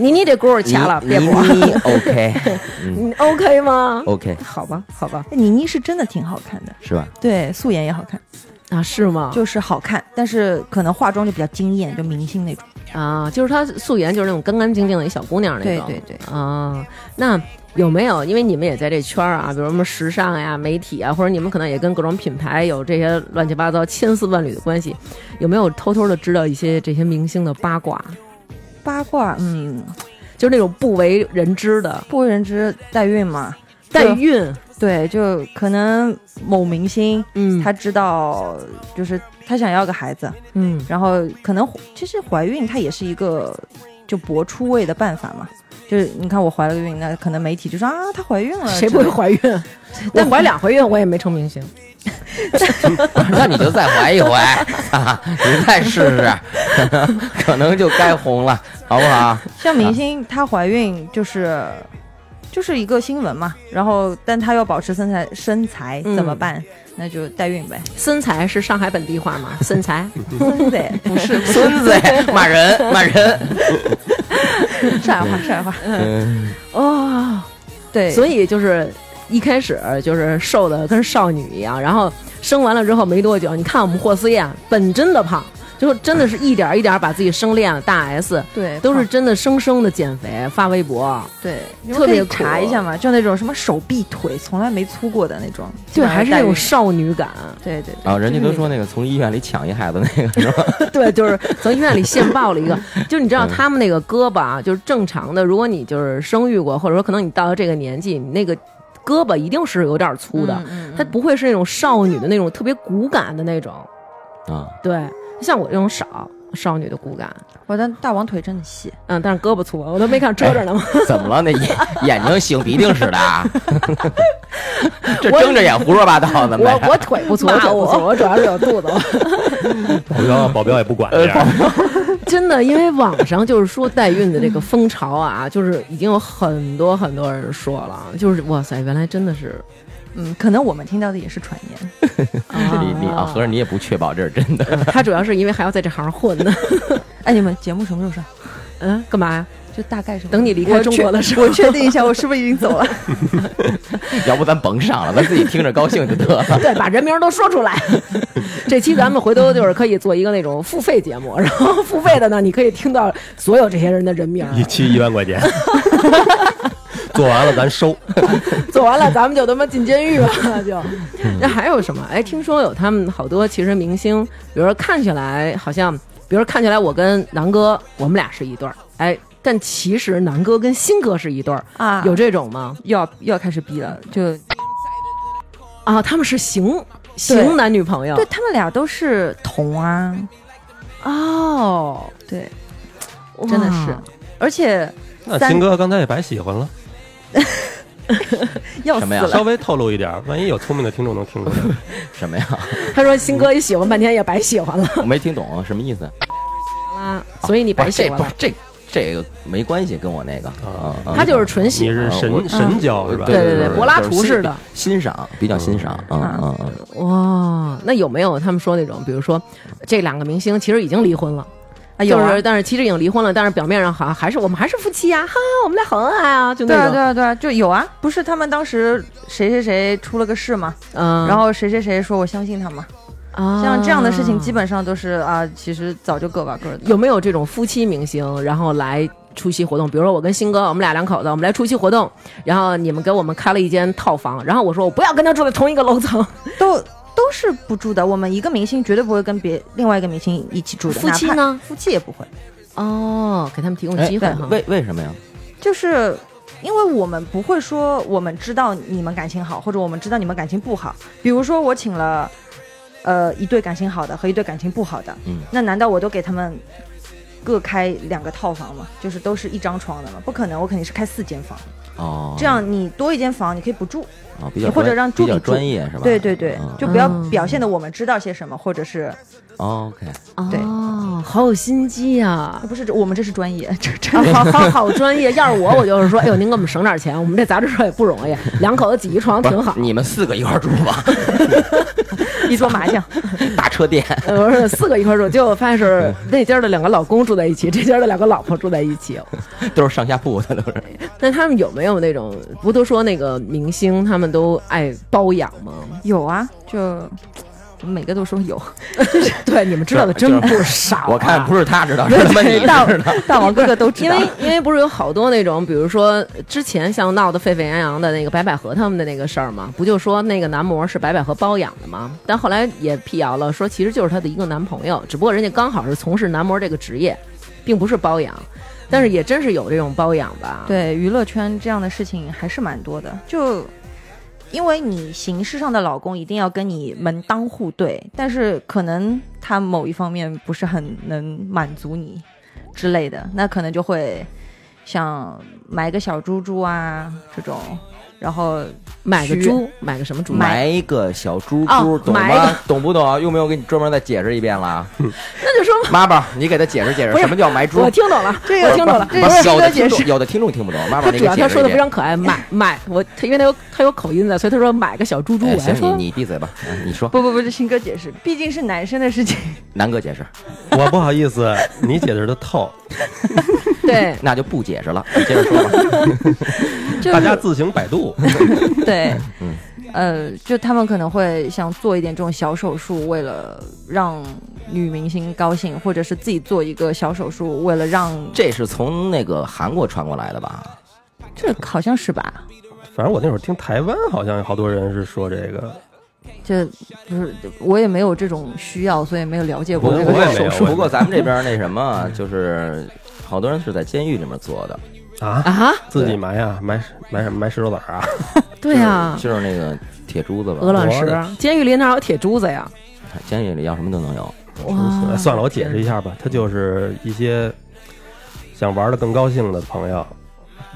Speaker 1: 你你这锅儿 掐了，别播。
Speaker 2: 你 OK
Speaker 1: 你 OK 吗？
Speaker 2: OK
Speaker 1: 好吧，好吧，
Speaker 5: 倪妮是真的挺好看的，
Speaker 2: 是吧？
Speaker 5: 对，素颜也好看，
Speaker 1: 啊，是吗？
Speaker 5: 就是好看，但是可能化妆就比较惊艳，就明星那种。
Speaker 1: 啊，就是她素颜就是那种干干净净的一小姑娘那
Speaker 5: 对
Speaker 1: 种。
Speaker 5: 对对
Speaker 1: 啊，那有没有？因为你们也在这圈儿啊，比如什么时尚呀、媒体啊，或者你们可能也跟各种品牌有这些乱七八糟、千丝万缕的关系，有没有偷偷的知道一些这些明星的八卦？
Speaker 5: 八卦，嗯，
Speaker 1: 就是那种不为人知的
Speaker 5: 不为人知代孕嘛，
Speaker 1: 代孕，
Speaker 5: 对，就可能某明星
Speaker 1: 嗯，
Speaker 5: 他知道，就是他想要个孩子，
Speaker 1: 嗯
Speaker 5: 然后可能其实怀孕它也是一个就搏出位的办法嘛。就是你看我怀了个孕，那可能媒体就说啊，她怀孕了，
Speaker 1: 嗯谁不会怀孕？我怀两回孕，我也没成明星。
Speaker 2: 那你就再怀一回啊，你再试试， 可能可能就该红了，好不好？
Speaker 5: 像明星她怀孕就是就是一个新闻嘛，然后但她要保持身材身材
Speaker 1: 嗯
Speaker 5: 怎么办？那就代孕呗，
Speaker 1: 身材是上海本地话 吗？身材
Speaker 5: 孙子耶不是不是
Speaker 2: 孙子骂人骂人，
Speaker 5: 上海话上海话，
Speaker 2: 嗯，
Speaker 1: 哦，
Speaker 5: 对，
Speaker 1: 所以就是一开始就是瘦的跟少女一样，然后生完了之后没多久，你看我们霍思燕本真的胖，就真的是一点儿一点儿把自己生练了，大 S
Speaker 5: 对
Speaker 1: 都是
Speaker 5: 胖
Speaker 1: 真的生生的减肥，发微博，
Speaker 5: 对，你们
Speaker 1: 特
Speaker 5: 可以
Speaker 1: 别苦啊
Speaker 5: 查一下嘛，就那种什么手臂腿从来没粗过的那种，
Speaker 1: 就还是那
Speaker 5: 代
Speaker 1: 种
Speaker 5: 孕
Speaker 1: 少女感，
Speaker 5: 对对对，
Speaker 2: 啊，人家都说那个从医院里抢一孩子那个是吧？
Speaker 1: 对，就是从医院里现抱 了一个，就是你知道
Speaker 5: 嗯
Speaker 1: 他们那个胳膊啊，就是正常的，如果你就是生育过，或者说可能你到了这个年纪，你那个胳膊一定是有点粗的，
Speaker 5: 嗯嗯
Speaker 1: 它不会是那种少女的那种特别骨感的那种，
Speaker 2: 啊，
Speaker 1: 对，像我这种少少女的骨感，
Speaker 5: 我的大王腿真的细，
Speaker 1: 嗯，但是胳膊粗，我都没看遮着呢嘛，
Speaker 2: 怎么了？那眼眼睛擤鼻涕似的啊， 这
Speaker 1: 我
Speaker 2: 睁着眼胡说八道
Speaker 5: 哎
Speaker 2: 的，
Speaker 1: 我我腿不粗，我腿不粗，我主要是有肚子。
Speaker 4: 保镖保镖也不管这样，
Speaker 1: 真的，因为网上就是说代孕的这个风潮啊，就是已经有很多很多人说了，就是哇塞，原来真的是
Speaker 5: 嗯，可能我们听到的也是传言。
Speaker 2: 你你啊，合着你也不确保这是真的。
Speaker 1: 他主要是因为还要在这行混呢。
Speaker 5: 哎，你们节目什么时候上？
Speaker 1: 嗯，干嘛呀？
Speaker 5: 就大概是
Speaker 1: 等你离开中国的时候，
Speaker 5: 我确定一下，我是不是已经走 了？
Speaker 2: 要不咱甭上了，咱自己听着高兴就得了。
Speaker 1: 对，把人名都说出来。 这期咱们回头就是可以做一个那种付费节目，然 后付费的呢，你可以听到所有这些人的人名。
Speaker 4: 一期一万块钱， 做完了咱收。
Speaker 1: 做完了，咱们就他妈进监狱了， 就。那还有什么？哎，听说有他们好多其实明星，比如说看起来好像，比如说看起来我跟南哥我们俩是一对儿，哎，但其实南哥跟新哥是一对儿
Speaker 5: 啊
Speaker 1: 有这种吗？
Speaker 5: 又要又要开始逼了，就
Speaker 1: 啊，他们是行行男女朋友
Speaker 5: 对他们俩都是同啊，
Speaker 1: 哦，
Speaker 5: 对，真的是
Speaker 1: 哇，
Speaker 5: 而且
Speaker 4: 那
Speaker 5: 三
Speaker 4: 秦哥刚才也白喜欢了，
Speaker 5: 要死
Speaker 2: 什么呀
Speaker 4: 稍
Speaker 5: 了，
Speaker 4: 微透露一点，万一有聪明的听众能听出来。
Speaker 2: 什么呀？
Speaker 1: 他说新哥一喜欢半天也白喜欢了
Speaker 2: 我没听懂什么意思。
Speaker 1: 啦，啊所以你白喜
Speaker 2: 哦这
Speaker 1: 欢
Speaker 2: 不
Speaker 1: 了
Speaker 2: 是。这这个没关系，跟我那个啊，啊
Speaker 1: 他就是纯喜
Speaker 4: 你是
Speaker 2: 我
Speaker 4: 神神交是吧？嗯
Speaker 1: 对对对柏拉图式的嗯
Speaker 2: 就是欣欣赏，比较欣赏啊啊啊！
Speaker 1: 哇，那有没有他们说那种，比如说这两个明星其实已经离婚了？
Speaker 5: 啊有
Speaker 1: 就
Speaker 5: 啊
Speaker 1: 是，但是其实已经离婚了，但是表面上好像还是我们还是夫妻 呀、哈，我们俩很恩爱啊，就
Speaker 5: 对
Speaker 1: 那
Speaker 5: 啊
Speaker 1: 种，
Speaker 5: 对啊对啊，就有啊，不是他们当时谁谁谁出了个事嘛，
Speaker 1: 嗯，
Speaker 5: 然后谁谁谁说我相信他嘛，
Speaker 1: 啊
Speaker 5: 像这样的事情基本上都是啊，其实早就各玩各的。
Speaker 1: 有没有这种夫妻明星，然后来出席活动？比如说我跟新哥，我们俩两口子，我们来出席活动，然后你们给我们开了一间套房，然后我说我不要跟他住在同一个楼层，
Speaker 5: 都都是不住的。我们一个明星绝对不会跟别另外一个明星一起住的，
Speaker 1: 夫妻呢
Speaker 5: 哪怕夫妻也不会，
Speaker 1: 哦，给他们提供
Speaker 2: 哎
Speaker 1: 机会哈。
Speaker 2: 为为什么呀？
Speaker 5: 就是。因为我们不会说我们知道你们感情好，或者我们知道你们感情不好。比如说我请了，呃，一对感情好的和一对感情不好的，
Speaker 2: 嗯
Speaker 5: 那难道我都给他们各开两个套房吗？就是都是一张床的吗？不可能，我肯定是开四间房。
Speaker 2: 哦，
Speaker 5: 这样你多一间房，你可以不住，
Speaker 2: 啊，比较
Speaker 5: 或者
Speaker 2: 专
Speaker 5: 让助
Speaker 2: 比较
Speaker 5: 理住
Speaker 2: 专业是吧？
Speaker 5: 对对对
Speaker 2: 嗯，
Speaker 5: 就不要
Speaker 1: 嗯
Speaker 5: 表现的我们知道些什么，或者是
Speaker 2: 哦 OK，
Speaker 1: 哦，
Speaker 5: 对
Speaker 1: 哦，好有心机呀、啊！
Speaker 5: 不是，我们这是专业，这这
Speaker 1: 好好好专业。要是我，我就是说，哎呦，您给我们省点钱，我们这杂志社也不容易，两口子挤一床
Speaker 2: 不是
Speaker 1: 哦挺好。
Speaker 2: 你们四个一块儿住 吧，
Speaker 5: 一桌麻将，
Speaker 2: 大车店。
Speaker 1: 呃我说四个一块儿住，结果发
Speaker 2: 嗯
Speaker 1: 现是那家的两个老公住在一起，这家的两个老婆住在一 起。
Speaker 2: 都是上下铺的，都是。
Speaker 1: 那他们有没有那种？不都说那个明星他们都爱包养吗？
Speaker 5: 有啊，就每个都说有，
Speaker 1: 对，你们知道的
Speaker 2: 就
Speaker 1: 真
Speaker 2: 是
Speaker 1: 不少啊、
Speaker 2: 我看 不是他知道，是他妈你知道。
Speaker 5: 大王哥哥都知
Speaker 1: 因
Speaker 5: 道
Speaker 1: 为。因为不是有好多那种，比如说之前像闹得沸沸扬扬的那个白百合他们的那个事儿嘛，不就说那个男模是白百合包养的吗？但后来也辟谣了，说其实就是她的一个男朋友，只不过人家刚好是从事男模这个职业，并不是包养。但是也真是有这种包养吧？，
Speaker 5: 对娱乐圈这样的事情还是蛮多的，就因为你形式上的老公一定要跟你门当户对，但是可能他某一方面不是很能满足你之类的，那可能就会像买个小猪猪啊这种，然后
Speaker 1: 买个
Speaker 5: 虚
Speaker 1: 猪，买个什么猪？
Speaker 2: 埋一个小猪猪，
Speaker 1: 哦
Speaker 2: 懂
Speaker 1: 埋一
Speaker 2: 吗
Speaker 1: 个？
Speaker 2: 懂不懂？用不用给你专门再解释一遍了？
Speaker 1: 那就说
Speaker 2: 妈宝，你给他解释解
Speaker 1: 不
Speaker 2: 释，
Speaker 1: 是
Speaker 2: 什么叫埋猪？
Speaker 1: 我听懂了，
Speaker 5: 这
Speaker 1: 我听懂了。
Speaker 2: 不是
Speaker 5: 这个是
Speaker 2: 有的
Speaker 5: 一个解
Speaker 2: 听
Speaker 5: 释
Speaker 2: 众有的听众听不懂，妈
Speaker 1: 他
Speaker 2: 宝，你
Speaker 1: 主
Speaker 2: 给
Speaker 1: 要
Speaker 2: 解
Speaker 1: 他
Speaker 2: 释
Speaker 1: 说
Speaker 2: 一
Speaker 1: 的非
Speaker 2: 遍。
Speaker 1: 常可爱，买买我，他因为他有他有口音在，所以他说买个小猪猪，
Speaker 2: 哎
Speaker 1: 我
Speaker 2: 行，
Speaker 1: 还啊说
Speaker 2: 你你闭嘴吧， 哎你说，
Speaker 5: 不不不，这新哥解释，毕竟是男生的 事情，
Speaker 2: 南哥解释，
Speaker 4: 我不好意思，你解释的透，
Speaker 1: 对
Speaker 2: 那就不解释了，你接着说 吧。
Speaker 5: 就
Speaker 4: 大
Speaker 5: 是
Speaker 4: 家自行百度。
Speaker 5: 对，
Speaker 2: 嗯
Speaker 5: 呃，就他们可能会想做一点这种小手术，为了让女明星高兴，或者是自己做一个小手术，为了让
Speaker 2: 这是从那个韩国传过来的吧？
Speaker 5: 这好像是吧？
Speaker 4: 反正我那会儿听台湾好像有好多人是说这个，
Speaker 5: 这不是我也没有这种需要，所以没有了解过
Speaker 2: 嗯
Speaker 4: 我
Speaker 5: 这
Speaker 4: 也
Speaker 5: 个
Speaker 4: 没有
Speaker 5: 手
Speaker 4: 我
Speaker 5: 术。
Speaker 2: 不过咱们这边那什么， 就是好多人是在监狱里面做的，
Speaker 4: 啊，
Speaker 1: 啊，
Speaker 4: 自己埋呀，埋埋什么埋石头子儿啊？
Speaker 1: 对啊呀，
Speaker 2: 就是那个铁珠子吧。
Speaker 1: 鹅卵
Speaker 4: 我的
Speaker 1: 石，监狱里哪有铁珠子呀？
Speaker 2: 监狱里要什么都能有。
Speaker 1: 哇
Speaker 4: 算了，我解释一下吧，他就是一些想玩的更高兴的朋友，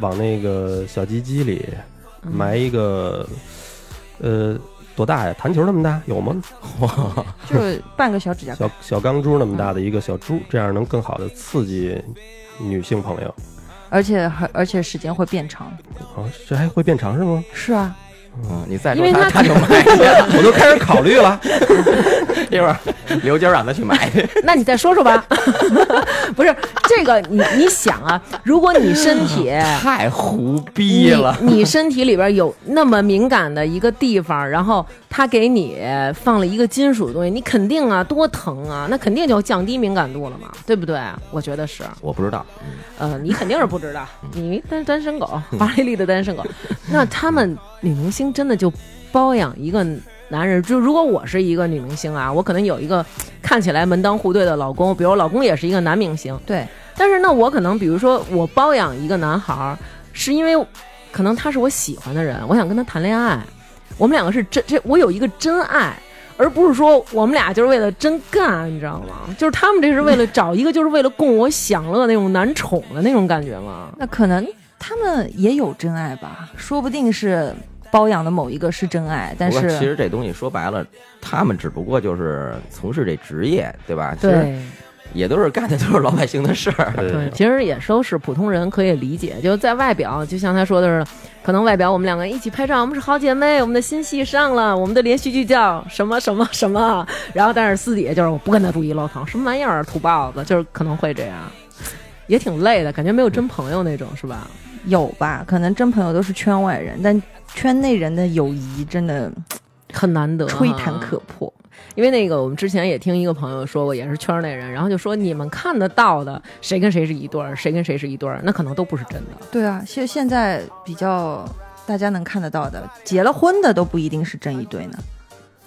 Speaker 4: 往那个小鸡鸡里埋一个，呃，多大呀？弹球那么大有吗？
Speaker 5: 就是半个小指甲盖。
Speaker 4: 小小钢珠那么大的一个小珠，这样能更好的刺激女性朋友。
Speaker 5: 而且还而且时间会变长。
Speaker 4: 啊，这还会变长是吗？
Speaker 5: 是啊，
Speaker 2: 嗯，你再
Speaker 1: 因
Speaker 2: 说
Speaker 1: 为
Speaker 2: 他他
Speaker 1: 他
Speaker 2: 就 埋去了，
Speaker 4: 我都开始考虑了。
Speaker 2: 一会儿刘娇让他去 埋去。
Speaker 1: 那你再说说吧。 不是这个，你你想啊，如果你身体
Speaker 2: 太胡
Speaker 1: 你
Speaker 2: 逼啊了，
Speaker 1: 你身体里边有那么敏感的一个地方，然后他给你放了一个金属的东西，你肯定啊多疼啊，那肯定就降低敏感度了嘛，对不对？我觉得是，
Speaker 2: 我不知道。
Speaker 1: 呃，你肯定是不知道，你单单身狗， 华丽丽的单身狗。那他们女明星真的就包养一个男人，就如果我是一个女明星啊，我可能有一个看起来门当户对的老公，比如我老公也是一个男明星，
Speaker 5: 对，
Speaker 1: 但是呢，我可能比如说我包养一个男孩儿，是因为可能他是我喜欢的人，我想跟他谈恋爱，我们两个是真这，我有一个真爱。而不是说我们俩就是为了真干，你知道吗？就是他们这是为了找一个，就是为了供我享乐那种男宠的那种感觉吗？
Speaker 5: 那可能他们也有真爱吧，说不定是包养的某一个是真爱，但
Speaker 2: 不过
Speaker 5: 是
Speaker 2: 其实这东西说白了，他们只不过就是从事这职业，对吧？其实
Speaker 1: 对
Speaker 2: 也都是干的都是老百姓的事儿。
Speaker 1: 对，其实也都是普通人可以理解，就是在外表，就像他说的是，可能外表我们两个一起拍照，我们是好姐妹，我们的新戏上了，我们的连续剧叫什么什么什么，然后但是私底下就是我不跟他住一楼层，什么玩意儿土包子，就是可能会这样，也挺累的，感觉没有真朋友那种，是吧？
Speaker 5: 有吧？可能真朋友都是圈外人，但圈内人的友谊真的
Speaker 1: 很难得、
Speaker 5: 吹弹可。破。
Speaker 1: 因为那个我们之前也听一个朋友说过，也是圈内人，然后就说你们看得到的谁跟谁是一对儿，谁跟谁是一对儿，那可能都不是真的。
Speaker 5: 对啊，其实现在比较大家能看得到的，结了婚的都不一定是正一对呢。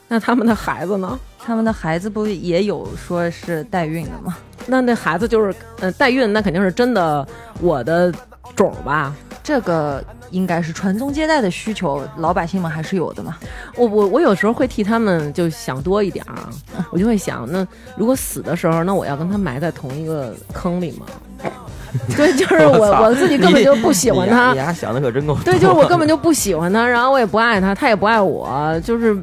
Speaker 1: 那他们的孩子呢？
Speaker 5: 他们的孩子不也有说是代孕的吗？
Speaker 1: 那那孩子就是，呃，代孕，那肯定是真的我的种儿吧？
Speaker 5: 这个应该是传宗接代的需求，老百姓们还是有的嘛。
Speaker 1: 我我我有时候会替他们就想多一点儿啊，我就会想，那如果死的时候，那我要跟他埋在同一个坑里吗？ 对， 就是我
Speaker 2: 操
Speaker 1: 我 自己根本就不喜欢他
Speaker 2: 你，丫想的 可真够多。
Speaker 1: 对，就是我根本就不喜欢他，然后我也不爱他，他也不爱我，就是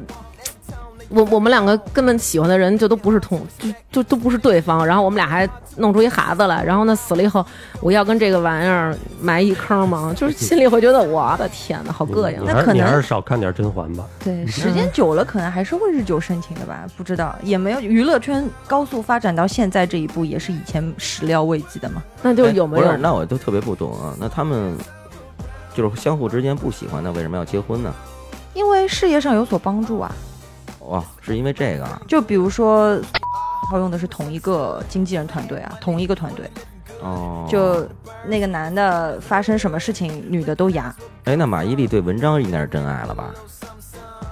Speaker 1: 我我们两个根本喜欢的人就都不是同就就都不是对方，然后我们俩还弄出一孩子来，然后呢死了以后，我要跟这个玩意儿埋一坑吗？就是心里会觉得我的天哪，好膈应啊
Speaker 4: 你
Speaker 5: 那
Speaker 4: 还
Speaker 5: 可
Speaker 4: 是你还
Speaker 5: 能
Speaker 4: 是少看点甄嬛吧。
Speaker 5: 对，时间久了可能还是会日久生情的吧，不知道，也没有娱乐圈高速发展到现在这一步，也是以前始料未及的嘛。
Speaker 1: 那就有没有
Speaker 5: 哎
Speaker 2: 不是，那我就特别不懂啊。那他们就是相互之间不喜欢，那为什么要结婚呢？
Speaker 5: 因为事业上有所帮助啊，
Speaker 2: 哇，是因为这个啊？
Speaker 5: 就比如说，他用的是同一个经纪人团队啊，同一个团队，
Speaker 2: 哦，
Speaker 5: 就那个男的发生什么事情，女的都压。
Speaker 2: 哎，那马伊琍对文章应该是真爱了吧？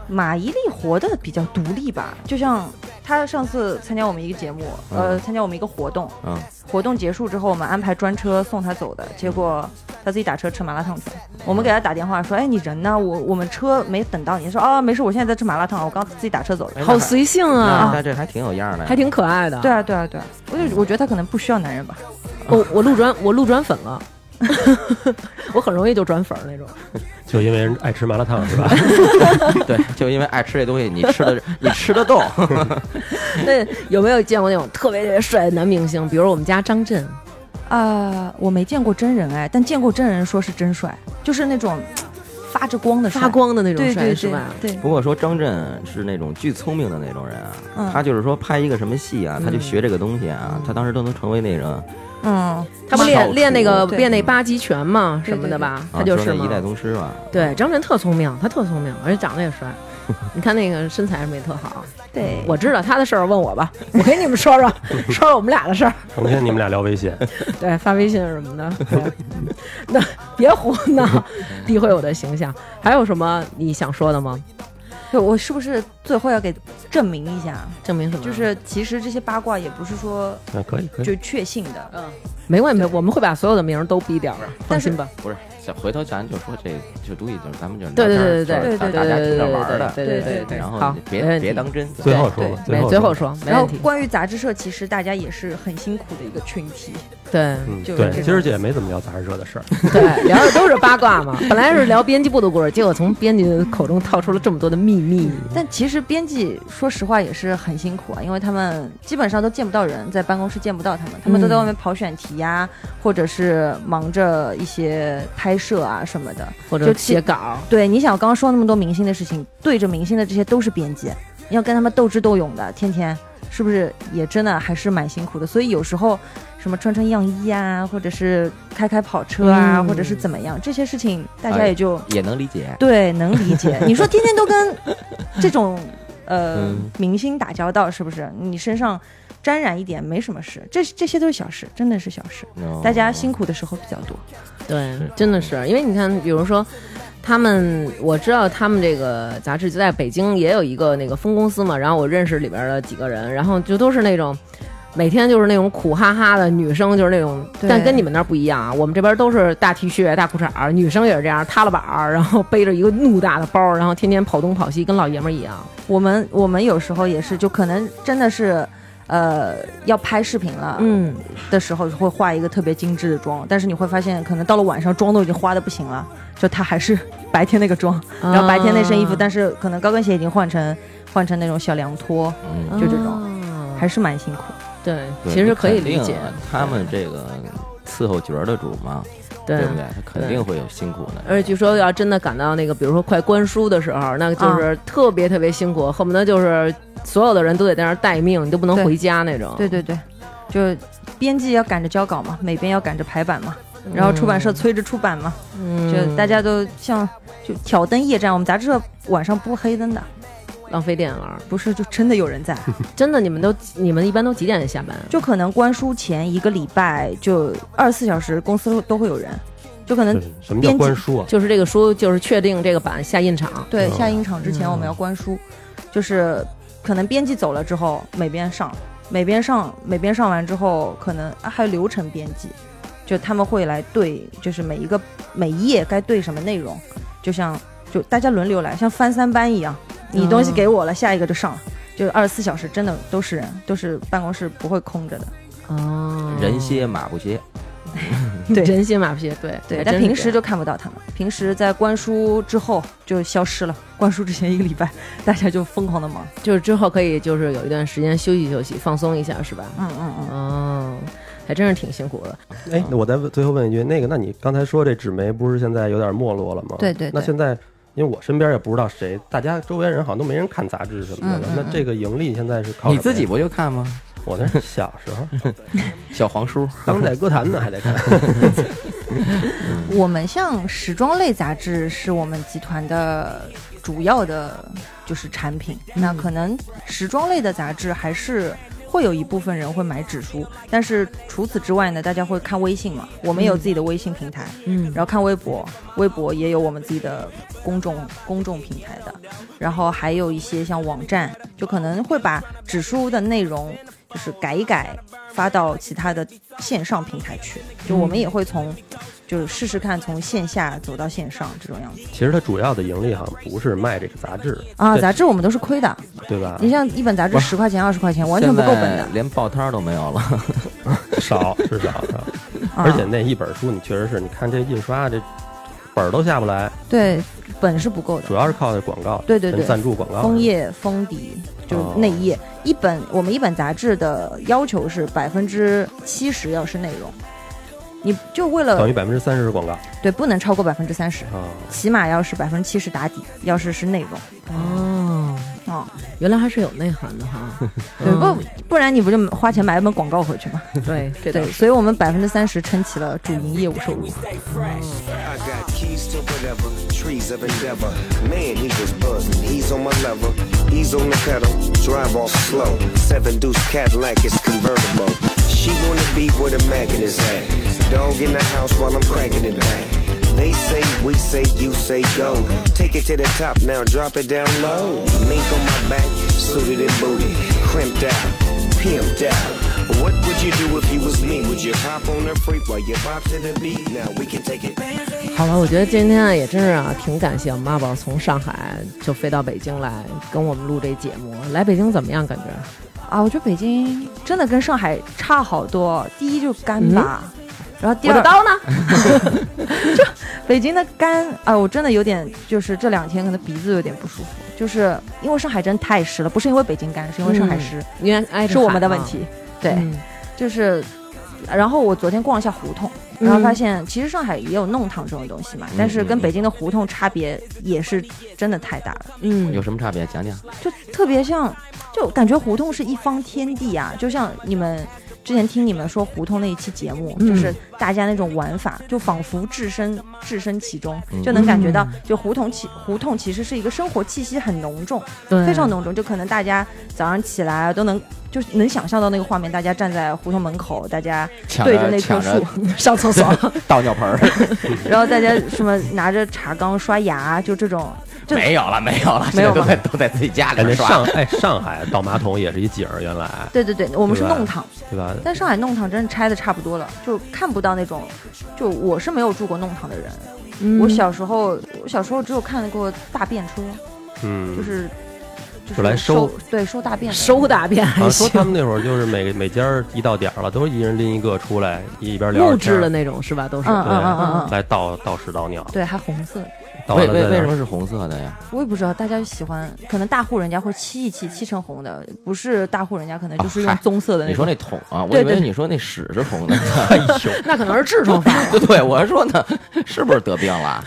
Speaker 5: 马伊琍活得比较独立吧，就像她上次参加我们一个节目，呃，
Speaker 2: 嗯
Speaker 5: 参加我们一个活动，
Speaker 2: 嗯，
Speaker 5: 活动结束之后，我们安排专车送她走的，结果她自己打车吃麻辣烫去了。我们给她打电话说：“哎，你人呢？我我们车没等到你。”她说：“哦，没事，我现在在吃麻辣烫，我刚自己打车走的。
Speaker 2: 哎
Speaker 1: 好随性啊，
Speaker 2: 那这还挺有样儿的呀，
Speaker 1: 还挺可爱的。”
Speaker 5: 对，啊，对啊，对啊，我就我觉得她可能不需要男人吧。
Speaker 1: 哦我我路转我路转粉了， 我很容易就转粉儿那 种。
Speaker 4: 就因为人爱吃麻辣烫是 吧？
Speaker 2: 对，就因为爱吃这东西，你吃的你吃得动，
Speaker 1: 那有没有见过那种特别特别帅的男明星？比如我们家张震，
Speaker 5: 啊，我没见过真人哎，但见过真人说是真帅，就是那种发着光的帅
Speaker 1: 发，光的那种
Speaker 5: 对
Speaker 1: 帅
Speaker 5: 对
Speaker 1: 是
Speaker 5: 对
Speaker 1: 吧？
Speaker 5: 对，
Speaker 2: 不过说张震是那种巨聪明的那种人啊，
Speaker 5: 嗯
Speaker 2: 他就是说拍一个什么戏啊，他就学这个东西啊，他当时都能成为那种
Speaker 5: 嗯，
Speaker 1: 他不练
Speaker 2: 少
Speaker 1: 练那个
Speaker 5: 数对
Speaker 1: 练那八极拳嘛什么的吧？
Speaker 2: 啊，
Speaker 1: 他就
Speaker 2: 说
Speaker 1: 是
Speaker 2: 那
Speaker 1: 嘛
Speaker 2: 一。代宗师吧。
Speaker 1: 对，张震特聪明，他特聪明，而且长得也帅。你看那个身材什么也特好，
Speaker 5: 对，
Speaker 1: 我知道他的事儿，问我吧，我给你们说说，说说我们俩的事儿。
Speaker 4: 成天你们俩聊危险，
Speaker 1: 对，发微信什么的，对，那别胡闹，诋毁我的形象。还有什么你想说的吗？
Speaker 5: 对我是不是最后要给证明一下？
Speaker 1: 证明什么？
Speaker 5: 就是其实这些八卦也不是说
Speaker 4: 那可以可
Speaker 1: 嗯
Speaker 4: 以。
Speaker 5: 就确信的，
Speaker 1: 没关系，我们会把所有的名儿都逼掉的，放
Speaker 5: 但是
Speaker 1: 心吧。
Speaker 2: 不是，想回头咱就说这这东西，就是咱们就是
Speaker 1: 对对对对
Speaker 2: 聊天儿
Speaker 5: 对对
Speaker 2: 就是大家听着玩儿的，
Speaker 1: 对对对对，
Speaker 2: 然
Speaker 1: 好
Speaker 2: 后，
Speaker 1: 没
Speaker 2: 别
Speaker 1: 问题
Speaker 2: 别当真。
Speaker 4: 最后说
Speaker 5: 对
Speaker 4: 吧，
Speaker 1: 没
Speaker 4: 后
Speaker 1: 最
Speaker 4: 最
Speaker 1: 后说，没
Speaker 5: 然后
Speaker 1: 问题。
Speaker 5: 关于杂志社，其实大家也是很辛苦的一个群体。
Speaker 1: 对
Speaker 4: 嗯，
Speaker 5: 就是
Speaker 4: 对
Speaker 5: 这，种
Speaker 4: 今儿姐没怎么聊杂志社的事儿，
Speaker 1: 对，聊的都是八卦嘛。本来是聊编辑部的故事，结果从编辑口中套出了这么多的秘密。
Speaker 5: 但其实编辑说实话也是很辛苦啊，因为他们基本上都见不到人，在办公室见不到他们，他
Speaker 1: 嗯
Speaker 5: 们都在外面跑选题呀、或者是忙着一些拍摄啊什么的。
Speaker 1: 或者
Speaker 5: 就
Speaker 1: 写
Speaker 5: 其
Speaker 1: 稿，
Speaker 5: 对，你想刚刚说那么多明星的事情，对着明星的这些都是编辑，你要跟他们斗智斗勇的，天天是不是也真的还是蛮辛苦的？所以有时候什么穿穿样衣啊，或者是开开跑车啊，
Speaker 1: 嗯
Speaker 5: 或者是怎么样，这些事情大家
Speaker 2: 哎
Speaker 5: 也就、
Speaker 2: 也能理解。
Speaker 5: 对能理解。你说天天都跟这种呃、
Speaker 2: 嗯
Speaker 5: 明星打交道，是不是？你身上沾染一点没什么事，这这些都是小事，真的是小事。
Speaker 2: 嗯哦
Speaker 5: 大家辛苦的时候比较多，
Speaker 1: 对
Speaker 2: 是，
Speaker 1: 真的是，因为你看，比如说。他们我知道，他们这个杂志就在北京也有一个那个分公司嘛，然后我认识里边的几个人，然后就都是那种每天就是那种苦哈哈的女生，就是那种，
Speaker 5: 对
Speaker 1: 但跟你们那儿不一样啊，我们这边都是大 T 恤、大裤衩儿，女生也是这样，塌了板儿，然后背着一个怒大的包，然后天天跑东跑西，跟老爷们儿一样。
Speaker 5: 我们我们有时候也是，就可能真的是，呃，要拍视频了，，
Speaker 1: 嗯，
Speaker 5: 的时候会化一个特别精致的妆，但是你会发现，可能到了晚上妆都已经花的不行了，就她还是白天那个妆，
Speaker 1: 啊嗯
Speaker 5: 然后白天那身衣服，但是可能高跟鞋已经换成换成那种小凉拖，
Speaker 2: 嗯，
Speaker 5: 就这种
Speaker 1: 种
Speaker 5: 还是蛮辛苦。
Speaker 1: 啊对，
Speaker 2: 对
Speaker 1: 其实
Speaker 2: 你
Speaker 1: 可以
Speaker 2: 肯
Speaker 1: 理
Speaker 2: 定啊
Speaker 1: 解，
Speaker 2: 他们这个伺候角儿的主嘛，
Speaker 1: 对
Speaker 2: 不对？他肯定会有辛苦的。
Speaker 1: 而且据说要真的赶到那个，比如说快关书的时候，那就是特别特别辛苦，恨不得就是所有的人都得在那儿待命，你都不能
Speaker 5: 对
Speaker 1: 回家那种。
Speaker 5: 对对对，就编辑要赶着交稿嘛，美编要赶着排版嘛，然后出版社催着出版嘛，
Speaker 1: 嗯，
Speaker 5: 就大家都像就挑灯夜战。我们杂志社晚上不黑灯的，
Speaker 1: 浪费电了。
Speaker 5: 不是就真的有人在。
Speaker 1: 真的，你们都你们一般都几点下班？啊
Speaker 5: 就可能关书前一个礼拜就二十四小时公司都会有人，就可能
Speaker 4: 对什么叫
Speaker 5: 编辑
Speaker 4: 关书啊？
Speaker 1: 就是这个书，就是确定这个版下印厂。
Speaker 5: 对
Speaker 4: 嗯
Speaker 5: 下印厂之前我们要关书，就是可能编辑走了之后美编上，美编上美编上完之后可能、啊还有流程编辑，就他们会来对，就是每一个每一页该对什么内容，就像就大家轮流来，像翻三班一样，你东西
Speaker 1: 嗯
Speaker 5: 给我了，下一个就上了。就是二十四小时，真的都
Speaker 2: 嗯
Speaker 5: 是人，都是办公室不会空着的。
Speaker 1: 哦，
Speaker 2: 人歇马不歇，
Speaker 5: 对
Speaker 1: 真嗯心马屁，对
Speaker 5: 对，
Speaker 1: 还真
Speaker 5: 但
Speaker 1: 是
Speaker 5: 平时
Speaker 1: 这
Speaker 5: 就看不到他们，平时在关书之后就消失了。 关书之前一个礼拜， 大家就疯狂的忙。
Speaker 1: 样就是之后可以就是有一段时间休息休息，放松一下，是吧？
Speaker 5: 嗯嗯嗯，
Speaker 1: 哦，还真是挺辛苦的。
Speaker 4: 哎，那我再问最后问一句，那个，那你刚才说这纸媒不是现在有点没落了吗？
Speaker 5: 对对对
Speaker 4: 那现在，因为我身边也不知道谁，大家周围人好像都没人看杂志什么的了。
Speaker 5: 嗯嗯嗯
Speaker 4: 那这个盈利现在是靠
Speaker 2: 你
Speaker 4: 什么
Speaker 2: 自己
Speaker 4: 呀？
Speaker 2: 不就看吗？
Speaker 4: 我那是小时候，
Speaker 2: 小黄书，
Speaker 4: 当代歌坛呢还得看。
Speaker 5: 我们像时装类杂志是我们集团的主要的就是产品，那可能时装类的杂志还是。会有一部分人会买纸书，但是除此之外呢，大家会看微信嘛？我们也有自己的微信平台，
Speaker 1: 嗯
Speaker 5: 然后看微博，微博也有我们自己的公众公众平台的，然后还有一些像网站，就可能会把指数的内容就是改一改，发到其他的线上平台去。就我们也会从，就是试试看从线下走到线上这种样子
Speaker 4: 其实它主要的盈利好像不是卖这个杂志，
Speaker 5: 啊。
Speaker 4: 对
Speaker 5: 杂志我们都是亏的，
Speaker 4: 对吧？
Speaker 5: 你像一本杂志
Speaker 2: 哇
Speaker 5: 十块钱二十块钱，完全不够本的
Speaker 2: 现在。连报摊儿都没有了。
Speaker 4: 少是少 少，
Speaker 5: 啊
Speaker 4: 而且那一本书你确实是，你看这印刷这本儿都下不来，
Speaker 5: 对本是不够的
Speaker 4: 主。要是靠这广告，
Speaker 5: 对对对
Speaker 4: 人赞助广告。
Speaker 5: 封页、封底，
Speaker 4: 哦
Speaker 5: 就是内页。一本我们一本杂志的要求是百分之七十要是内容，你就为
Speaker 4: 等
Speaker 5: 了
Speaker 4: 于百分之三十是广告
Speaker 5: 对不能超过百分之三十，
Speaker 4: 啊，
Speaker 5: 起码要是百分之七十打底，要是是内容
Speaker 1: 哦，
Speaker 5: 啊、
Speaker 1: 原来还是有内涵的 哈。
Speaker 5: 对不不然你不就花钱买一本广告回去吗？
Speaker 1: 对嗯对
Speaker 5: 对，所以我们百分之三十撑起了主营业务收入。
Speaker 7: I got keys to whatever, trees of endeavor. Man, he was buzzing, he's on my level. He's on the pedal, drive off slow. Seven deuce Cadillac is convertible. She wanna be where the magnet is at. Dog in the house while I'm cracking it back. They say, we say, you say, go. Take it to the top now, drop it down low. Mink on my back, suited and booted. Crimped out, pimped out. What would you do if you was me? Would you hop on the freak while you bop to the beat? Now we can take it back.
Speaker 1: 好了，我觉得今天啊也真是啊，挺感谢我们妈宝从上海就飞到北京来跟我们录这节目。来北京怎么样？感觉？
Speaker 5: 啊，我觉得北京真的跟上海差好多。第一就是干吧，然后第
Speaker 1: 嗯我
Speaker 5: 二
Speaker 1: 的刀呢？
Speaker 5: 北京的干啊，我真的有点，就是这两天可能鼻子有点不舒服，就是因为上海真太湿了，不是因为北京干，是因为上海湿，
Speaker 1: 因为嗯挨着
Speaker 5: 是我们
Speaker 1: 海
Speaker 5: 的
Speaker 1: 嘛
Speaker 5: 问题。。对，
Speaker 1: 嗯
Speaker 5: 就是，然后我昨天逛了一下胡同，
Speaker 1: 嗯
Speaker 5: 然后发现其实上海也有弄堂这种东西嘛，但是跟北
Speaker 1: 嗯
Speaker 5: 京的胡同差别也是真的太大了，
Speaker 2: 有
Speaker 1: 嗯，
Speaker 2: 什么差别？讲讲。
Speaker 5: 就特别像，就感觉胡同是一方天地啊，就像你们。之前听你们说胡同那一期节目，
Speaker 1: 嗯
Speaker 5: 就是大家那种玩法，就仿佛置身置身其中，就能感觉到，就胡同其胡同其实是一个生活气息很浓重，
Speaker 1: 对，
Speaker 5: 非常浓重，就可能大家早上起来都能就是能想象到那个画面，大家站在胡同门口，大家
Speaker 2: 抢
Speaker 5: 对
Speaker 2: 着
Speaker 5: 着那棵
Speaker 2: 抢着
Speaker 5: 树，
Speaker 1: 上厕所。
Speaker 2: 倒尿盆儿，
Speaker 5: 然后大家什么拿着茶缸刷牙，就这种，就
Speaker 2: 没有了，没有了，现
Speaker 5: 没有
Speaker 2: 在
Speaker 5: 吗
Speaker 2: 都在都在自己家里
Speaker 4: 感觉
Speaker 2: 面刷
Speaker 4: 上。哎上海倒马桶也是一景儿，原来
Speaker 5: 对对对，我们是
Speaker 4: 对吧
Speaker 5: 弄堂，
Speaker 4: 对吧？
Speaker 5: 但上海弄堂真的拆的差不多了，就看不到那种，就我是没有住过弄堂的人，
Speaker 1: 嗯
Speaker 5: 我小时候我小时候只有看过大便车，
Speaker 4: 嗯，
Speaker 5: 就是就是
Speaker 4: 就来收
Speaker 5: 收对收大便的
Speaker 1: 啊收大便
Speaker 4: 好
Speaker 1: 还
Speaker 4: 像说
Speaker 1: 行，
Speaker 4: 他们那会儿就是每每家儿一到点儿了，都是一人拎一个出来，一边聊
Speaker 1: 木
Speaker 4: 着天
Speaker 1: 质
Speaker 4: 儿
Speaker 1: 的那种是吧？都是。
Speaker 5: 嗯
Speaker 4: 对
Speaker 5: 嗯嗯嗯嗯
Speaker 4: 来倒倒屎倒尿，
Speaker 5: 对还红色的，
Speaker 4: 倒
Speaker 2: 为
Speaker 4: 完了
Speaker 2: 为
Speaker 4: 再
Speaker 2: 为什
Speaker 4: 聊
Speaker 2: 么是红色的呀？
Speaker 5: 我也不知道大家就喜欢，可能大户人家会漆一漆漆成红的，不是大户人家可能就是
Speaker 2: 啊
Speaker 5: 用
Speaker 2: 嗨
Speaker 5: 棕色的
Speaker 2: 你
Speaker 5: 那
Speaker 2: 说
Speaker 5: 种。
Speaker 2: 那桶啊，我
Speaker 5: 对
Speaker 2: 以为
Speaker 5: 对
Speaker 2: 你说那屎是红的。哎呦，
Speaker 1: 那可能是痔疮 犯了，
Speaker 2: 对对，我还说呢，是不是得病了？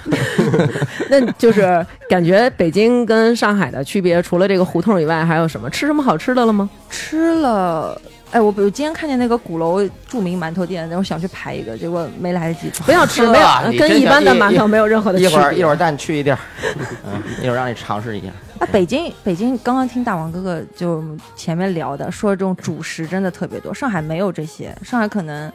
Speaker 1: 那就是感觉北京跟上海的区别，除了这个胡同以外，还有什么？吃什么好吃的了吗？
Speaker 5: 吃了，哎，我我今天看见那个鼓楼著名馒头店，然后想去排一个，结果没来得及。
Speaker 1: 不要吃，
Speaker 2: 是
Speaker 1: 没有
Speaker 5: 啊
Speaker 2: 吧你
Speaker 1: 跟
Speaker 2: 真
Speaker 1: 一般的
Speaker 2: 想
Speaker 1: 馒头没有任何的区
Speaker 2: 一
Speaker 1: 别。
Speaker 2: 会儿一会儿带你去一地儿，嗯，一会儿让你尝试一 下。
Speaker 5: 啊，北京北京刚刚听大王哥哥就前面聊的，说这种主食真的特别多，上海没有这些，上海可能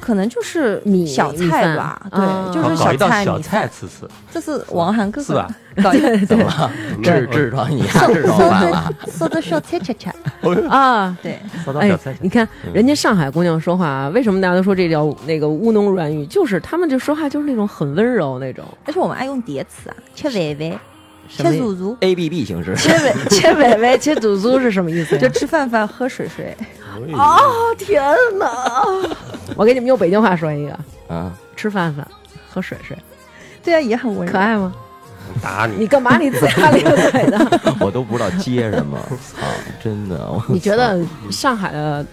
Speaker 5: 可能就是
Speaker 1: 米
Speaker 5: 小菜吧，
Speaker 1: 米饭啊
Speaker 5: 对，就是
Speaker 4: 搞
Speaker 5: 小
Speaker 4: 一道
Speaker 5: 菜
Speaker 4: 小
Speaker 5: 米
Speaker 4: 菜
Speaker 5: 饭。
Speaker 4: 吃吃，
Speaker 5: 这是王涵哥
Speaker 4: 是
Speaker 5: 哥
Speaker 4: 吧
Speaker 5: 搞一个
Speaker 2: 怎么了？痔痔疮你啊还 痔疮犯了？
Speaker 5: 说的小菜恰恰，
Speaker 1: 啊，
Speaker 5: 对，
Speaker 4: 说到
Speaker 1: 哎
Speaker 4: 小菜，
Speaker 1: 你看人家上海姑娘说话啊，为什么大家都说这叫那个乌侬软语？就是他们这说话就是那种很温柔那种。
Speaker 5: 而且哎我们爱用叠词啊，切伟伟，
Speaker 2: 什
Speaker 5: 切
Speaker 2: 么
Speaker 5: 祖祖，
Speaker 2: A B B 形式，
Speaker 1: 切尾切尾尾切祖祖是什么意思呀？
Speaker 5: 就吃饭饭 喝水水。
Speaker 4: 哎
Speaker 1: 天哪！我给你们用北京话说一个，
Speaker 2: 啊啊，
Speaker 1: 吃饭饭，喝水水，
Speaker 5: 对啊，也很温
Speaker 1: 可
Speaker 5: 柔。
Speaker 1: 爱吗？
Speaker 4: 打你
Speaker 1: 你。干嘛你龇牙咧嘴 的？
Speaker 2: 我都不知道接什么，操，真的，我
Speaker 1: 你觉得上海的，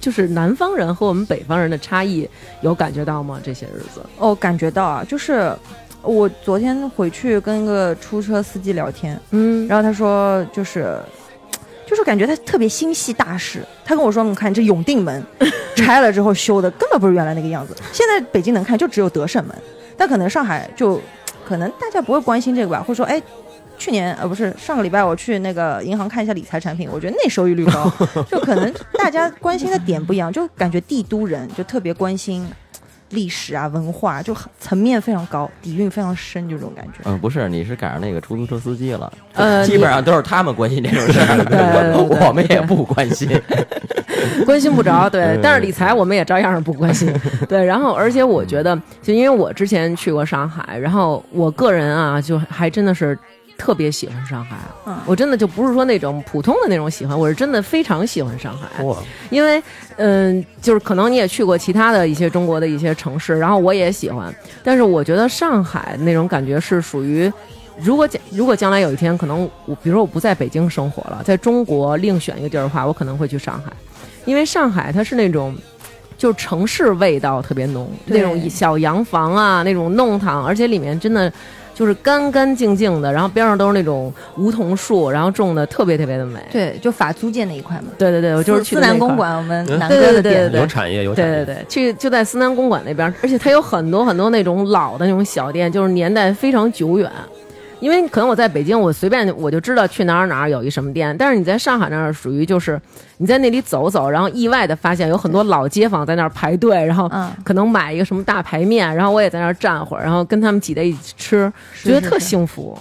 Speaker 1: 就是南方人和我们北方人的差异有感觉到吗？这些日子，
Speaker 5: 哦，感觉到啊，就是我昨天回去跟一个出租车司机聊天，
Speaker 1: 嗯，
Speaker 5: 然后他说就是。就是感觉他特别心系大事，他跟我说：“你嗯看这永定门 拆了之后修的，根本不是原来那个样子。现在北京能看就只有德胜门，但可能上海就可能大家不会关心这个吧，或者说哎。”去年呃不是上个礼拜我去那个银行看一下理财产品，我觉得那收益率高， 就可能大家关心的点不一样，就感觉帝都人就特别关心历史啊文化，就很层面非常高，底蕴非常深，就这种感觉。
Speaker 2: 嗯，不是，你是赶上那个出租车司机了，
Speaker 1: 呃
Speaker 2: 基本上都是他们关心这种 事儿，
Speaker 1: 对对
Speaker 2: 我们也不关心。
Speaker 1: 关心不着，对。但是理财我们也照样不关心，对。然后，而且我觉得，就因为我之前去过上海，然后我个人啊，就还真的是。特别喜欢上海
Speaker 5: 嗯，
Speaker 1: 我真的就不是说那种普通的那种喜欢，我是真的非常喜欢上海。
Speaker 4: 哇，
Speaker 1: 因为，嗯，就是可能你也去过其他的一些中国的一些城市，然后我也喜欢，但是我觉得上海那种感觉是属于，如果将如果将来有一天可能我，比如说我不在北京生活了，在中国另选一个地儿的话，我可能会去上海，因为上海它是那种。就是城市味道特别浓，
Speaker 5: 对
Speaker 1: 那种小洋房啊，那种弄堂，而且里面真的就是干干净净的，然后边上都是那种梧桐树，然后种的特别特别的美。
Speaker 5: 对，就法租界那一块嘛。
Speaker 1: 对对对，我就是去
Speaker 5: 思
Speaker 1: 的那
Speaker 5: 南
Speaker 1: 块
Speaker 5: 公
Speaker 1: 儿
Speaker 5: 馆，我们
Speaker 4: 嗯
Speaker 5: 南
Speaker 1: 对
Speaker 5: 哥
Speaker 1: 对
Speaker 5: 的
Speaker 1: 对
Speaker 5: 店
Speaker 1: 对对
Speaker 4: 有产业有产
Speaker 1: 对对
Speaker 4: 业，
Speaker 1: 对，去就在思南公馆那边，而且它有很多很多那种老的那种小店，就是年代非常久远。因为可能我在北京，我随便我就知道去哪儿哪儿有一什么店，但是你在上海那儿属于就是你在那里走走，然后意外的发现有很多老街坊在那儿排队，然后
Speaker 5: 嗯
Speaker 1: 可能买一个什么大排面，然后我也在那儿站会儿，然后跟他们挤在一起吃，
Speaker 5: 是
Speaker 1: 觉得
Speaker 5: 是
Speaker 1: 特
Speaker 5: 是
Speaker 1: 幸福，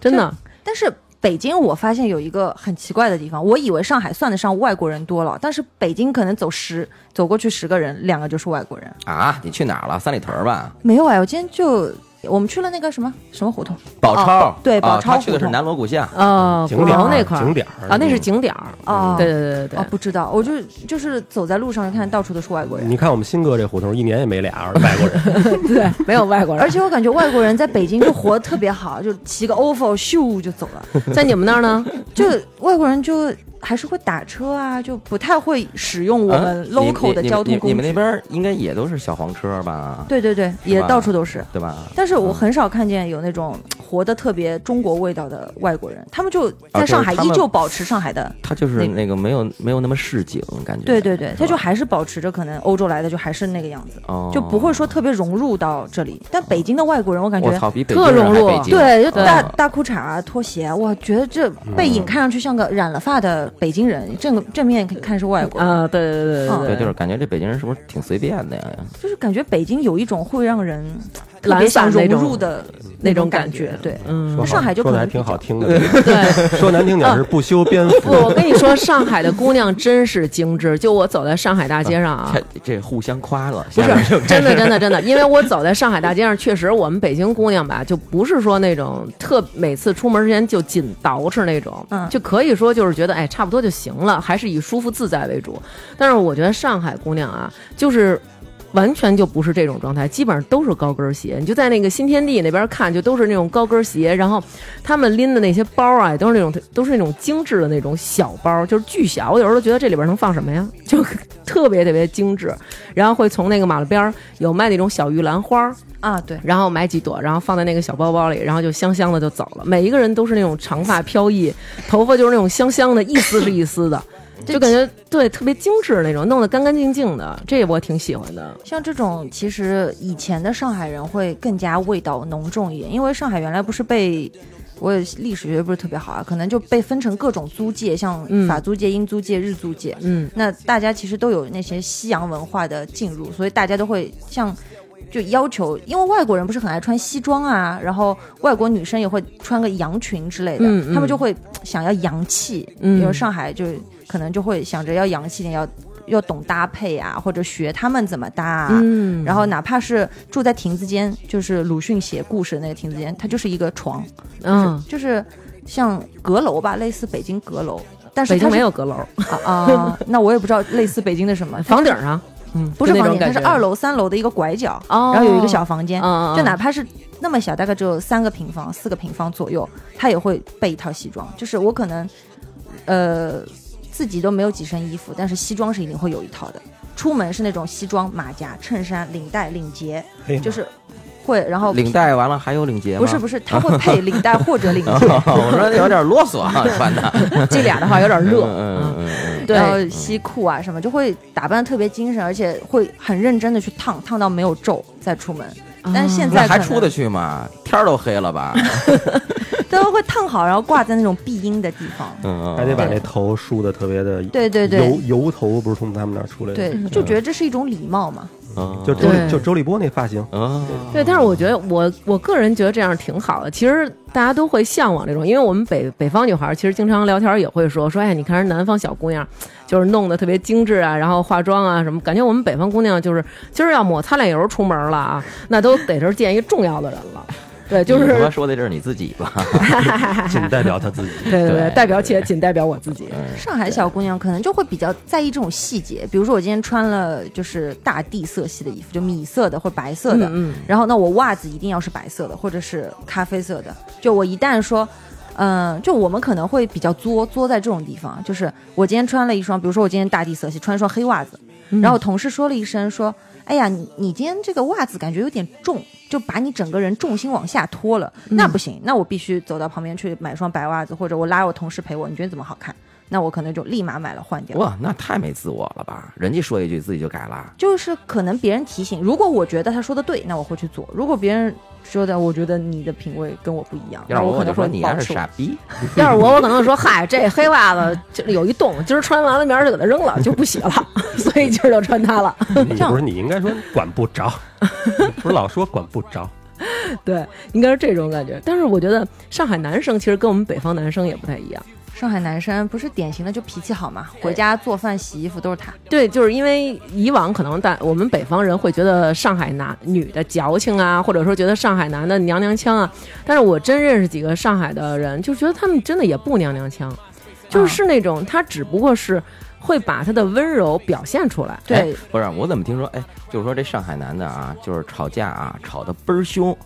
Speaker 1: 真的。
Speaker 5: 但是北京我发现有一个很奇怪的地方，我以为上海算得上外国人多了，但是北京可能走十走过去十个人，两个就是外国人。
Speaker 2: 啊，你去哪儿了？三里屯儿
Speaker 1: 哦
Speaker 2: 吧，
Speaker 5: 没有啊，我今天就我们去了那个什么什么胡同，
Speaker 2: 宝钞
Speaker 5: 哦，对
Speaker 2: 啊
Speaker 5: 宝钞
Speaker 2: 他去的是
Speaker 5: 胡同
Speaker 2: 南锣鼓巷，
Speaker 1: 哦，
Speaker 4: 景
Speaker 1: 鼓
Speaker 4: 点
Speaker 1: 楼
Speaker 4: 儿
Speaker 1: 那块儿
Speaker 4: 景点儿
Speaker 1: 啊，那是景点儿。
Speaker 2: 嗯
Speaker 5: 哦
Speaker 1: 对对对对
Speaker 5: 哦
Speaker 1: 对，
Speaker 5: 不知道，我就就是走在路上看到处都是外国人
Speaker 4: 你。看我们新哥这胡同，一年也没俩外国人，
Speaker 1: 对，没有外国人
Speaker 5: 而。且我感觉外国人在北京就活得特别好，就骑个 OFO 咻就走了。
Speaker 1: 在你们那儿呢？
Speaker 5: 就外国人就还是会打车啊，就不太会使用我
Speaker 2: 啊
Speaker 5: 们 local 的交通
Speaker 2: 你
Speaker 5: 工
Speaker 2: 们你们你们那
Speaker 5: 具。
Speaker 2: 边儿应该也都是小黄车吧？
Speaker 5: 对对对，也
Speaker 2: 吧
Speaker 5: 到处都是。
Speaker 2: 对吧？
Speaker 5: 但是我很少看见有那种活得特别中国味道的外国人，他们就
Speaker 2: 啊就
Speaker 5: 在
Speaker 2: 是
Speaker 5: 上海
Speaker 2: 他
Speaker 5: 依
Speaker 2: 们
Speaker 5: 旧保持上海的，
Speaker 2: 他就是
Speaker 5: 那
Speaker 2: 那个没有没有那么市井感觉。
Speaker 5: 对对对，他
Speaker 2: 是
Speaker 5: 就
Speaker 2: 吧
Speaker 5: 还是保持着可能欧洲来的就还是那个样子，
Speaker 2: 哦
Speaker 5: 就不会说特别融入到这里。但北京的外国人，我感
Speaker 2: 我
Speaker 5: 觉
Speaker 2: 操，比北
Speaker 1: 特
Speaker 2: 京人还
Speaker 1: 融入
Speaker 2: 北京
Speaker 5: 对，就
Speaker 2: 嗯
Speaker 5: 大大裤衩啊、拖鞋啊，我觉得这背影看上去像个染了发的北京人，正正面看是外国人，
Speaker 1: 啊，对对对
Speaker 5: 嗯
Speaker 1: 对
Speaker 2: 对，就是感觉这北京人是不是挺随便的呀？
Speaker 5: 就是感觉北京有一种会让人特
Speaker 1: 嗯懒
Speaker 5: 别想
Speaker 1: 散那
Speaker 5: 融
Speaker 1: 种
Speaker 5: 入的
Speaker 1: 那种
Speaker 5: 感
Speaker 1: 感觉
Speaker 5: 对，
Speaker 1: 嗯
Speaker 4: 说
Speaker 5: 上海就
Speaker 4: 说的
Speaker 5: 可
Speaker 4: 还
Speaker 5: 能
Speaker 4: 挺
Speaker 5: 比
Speaker 4: 好
Speaker 5: 较
Speaker 4: 听的，
Speaker 1: 对。
Speaker 4: 说难听点儿是不修边
Speaker 1: 不，
Speaker 4: 幅。
Speaker 1: 我跟你说，上海的姑娘真是精致。就我走在上海大街上啊
Speaker 2: 这，这互相夸了，
Speaker 1: 不
Speaker 2: 下面
Speaker 1: 是
Speaker 2: 就
Speaker 1: 真的，真的，真的，因为我走在上海大街上，确实我们北京姑娘吧，就不是说那种特每次出门之前就紧捯饬那种，
Speaker 5: 嗯
Speaker 1: 就可以说就是觉得哎差不多就行了，还是以舒服自在为主。但是我觉得上海姑娘啊，就是。完全就不是这种状态，基本上都是高跟鞋。你就在那个新天地那边看，就都是那种高跟鞋，然后他们拎的那些包啊，也都是那种都是那种精致的那种小包，就是巨小。我有时候都觉得这里边能放什么呀？就 特别特别精致。然后会从那个马路边儿有卖那种小玉兰花儿，
Speaker 5: 啊，对。
Speaker 1: 然后买几朵，然后放在那个小包包里，然后就香香的就走了。每一个人都是那种长发飘逸，头发就是那种香香的，一丝是一丝的， 就感觉对特别精致那种，弄得干干净净的，这我挺喜欢的。
Speaker 5: 像这种，其实以前的上海人会更加味道浓重一点，因为上海原来不是被我也历史学不是特别好啊，可能就被分成各种租界，像
Speaker 1: 嗯
Speaker 5: 法租界、英租界、日租界。
Speaker 1: 嗯，
Speaker 5: 那大家其实都有那些西洋文化的进入，所以大家都会像就要求，因为外国人不是很爱穿西装啊，然后外国女生也会穿个洋裙之类的，
Speaker 1: 嗯嗯
Speaker 5: 他们就会想要洋气。
Speaker 1: 嗯
Speaker 5: 比如上海就可能就会想着要洋气点，要要懂搭配啊，或者学他们怎么搭、啊。
Speaker 1: 嗯
Speaker 5: 然后哪怕是住在亭子间，就是鲁迅写故事的那个亭子间，它就是一个床，
Speaker 1: 嗯，
Speaker 5: 就是像阁楼吧，类似北京阁楼，但是
Speaker 1: 北
Speaker 5: 它
Speaker 1: 京
Speaker 5: 是
Speaker 1: 没有阁楼，
Speaker 5: 啊、啊那我也不知道类似北京的什么
Speaker 1: ，房顶上嗯
Speaker 5: 不是
Speaker 1: 就那
Speaker 5: 房
Speaker 1: 种
Speaker 5: 间，
Speaker 1: 感
Speaker 5: 它是
Speaker 1: 觉
Speaker 5: 二楼三楼的一个拐角，
Speaker 1: 哦
Speaker 5: 然后有一个小房
Speaker 1: 嗯
Speaker 5: 间，
Speaker 1: 嗯嗯
Speaker 5: 就哪怕是那么小，大概只有三个平方、四个平方左右，他也会备一套西装。就是我可能，呃，自己都没有几身衣服，但是西装是一定会有一套的。出门是那种西装、马甲、衬衫、领带、领结，
Speaker 4: 哎呀
Speaker 5: 就是会，然后
Speaker 2: 领带完了还有领结吗？
Speaker 5: 哦不是不
Speaker 2: 是，
Speaker 5: 是，他会配领带或者领 结，
Speaker 2: 我说有点啰嗦啊，穿 的。
Speaker 1: 这俩的话有点热，
Speaker 2: 嗯
Speaker 1: 嗯，
Speaker 2: 嗯嗯
Speaker 1: 对
Speaker 5: 然后西裤啊什么，就会打扮得特别精神，而且会很认真的去烫，烫到没有皱再出门。但是现
Speaker 2: 嗯，那
Speaker 5: 在
Speaker 2: 还
Speaker 5: 可能
Speaker 2: 出得去吗？天儿都黑了 吧？
Speaker 5: 都会烫好，然后挂在那种避阴的地方。
Speaker 2: 嗯，
Speaker 4: 还得把
Speaker 5: 对
Speaker 4: 那头梳的特别的，
Speaker 5: 对对对
Speaker 4: 油油头不是从他们那儿出来的，
Speaker 5: 对，就觉得这是一种礼貌嘛。
Speaker 2: 嗯
Speaker 4: 就周
Speaker 1: 对
Speaker 4: 立就周立波那发型，
Speaker 2: 嗯，
Speaker 1: 对，但是我觉得我我个人觉得这样挺好的。其实大家都会向往这种，因为我们北北方女孩儿其实经常聊天儿也会说说，哎，你看人南方小姑娘，就是弄得特别精致啊，然后化妆啊什么，感觉我们北方姑娘就是今儿要抹擦脸油出门了啊，那都得是见一个重要的人了。对，就
Speaker 2: 你他妈
Speaker 1: 是
Speaker 2: 说的这是你自己 吧？
Speaker 4: 仅代表他自己。
Speaker 1: 对
Speaker 2: 对
Speaker 1: 对对，代表且仅代表我自己。
Speaker 5: 上海小姑娘可能就会比较在意这种细节，比如说我今天穿了就是大地色系的衣服，就米色的或白色的，
Speaker 1: 嗯嗯
Speaker 5: 然后那我袜子一定要是白色的或者是咖啡色的。就我一旦说。嗯，就我们可能会比较作作在这种地方，就是我今天穿了一双，比如说我今天大地色系，穿一双黑袜子，然后同事说了一声说：“哎呀，你你今天这个袜子感觉有点重，就把你整个人重心往下拖了。那不行，那我必须走到旁边去买双白袜子，或者我拉我同事陪我。你觉得怎么好看？那我可能就立马买了换掉。
Speaker 2: 哇，那太没自我了吧？人家说一句自己就改了。
Speaker 5: 就是可能别人提醒，如果我觉得他说的对，那我会去做；如果别人说的，我觉得你的品味跟我不一样，
Speaker 2: 要是
Speaker 5: 那可
Speaker 2: 我就
Speaker 5: 能
Speaker 2: 说
Speaker 5: 会
Speaker 2: 你
Speaker 5: 保
Speaker 2: 丫是
Speaker 5: 持我
Speaker 2: 傻逼，
Speaker 1: 要是我，我可能说，嗨，这黑袜子就有一洞，今儿穿完了，明儿就给它扔了，就不洗了， 所以今儿就穿它了。
Speaker 4: 你不是你应该说管不 着，不是老说管不着，
Speaker 1: 对，应该是这种感觉。但是我觉得上海男生其实跟我们北方男生也不太一样。
Speaker 5: 上海男生不是典型的就脾气好嘛，回家做饭、洗衣服都是他。
Speaker 1: 对，就是因为以往可能大我们北方人会觉得上海男女的矫情啊，或者说觉得上海男的娘娘腔啊，但是我真认识几个上海的人，就觉得他们真的也不娘娘腔，就是那种他只不过是会把他的温柔表现出来。
Speaker 5: 对
Speaker 2: 哎，不是我怎么听说？哎，就是说这上海男的啊，就是吵架啊，吵得倍儿凶，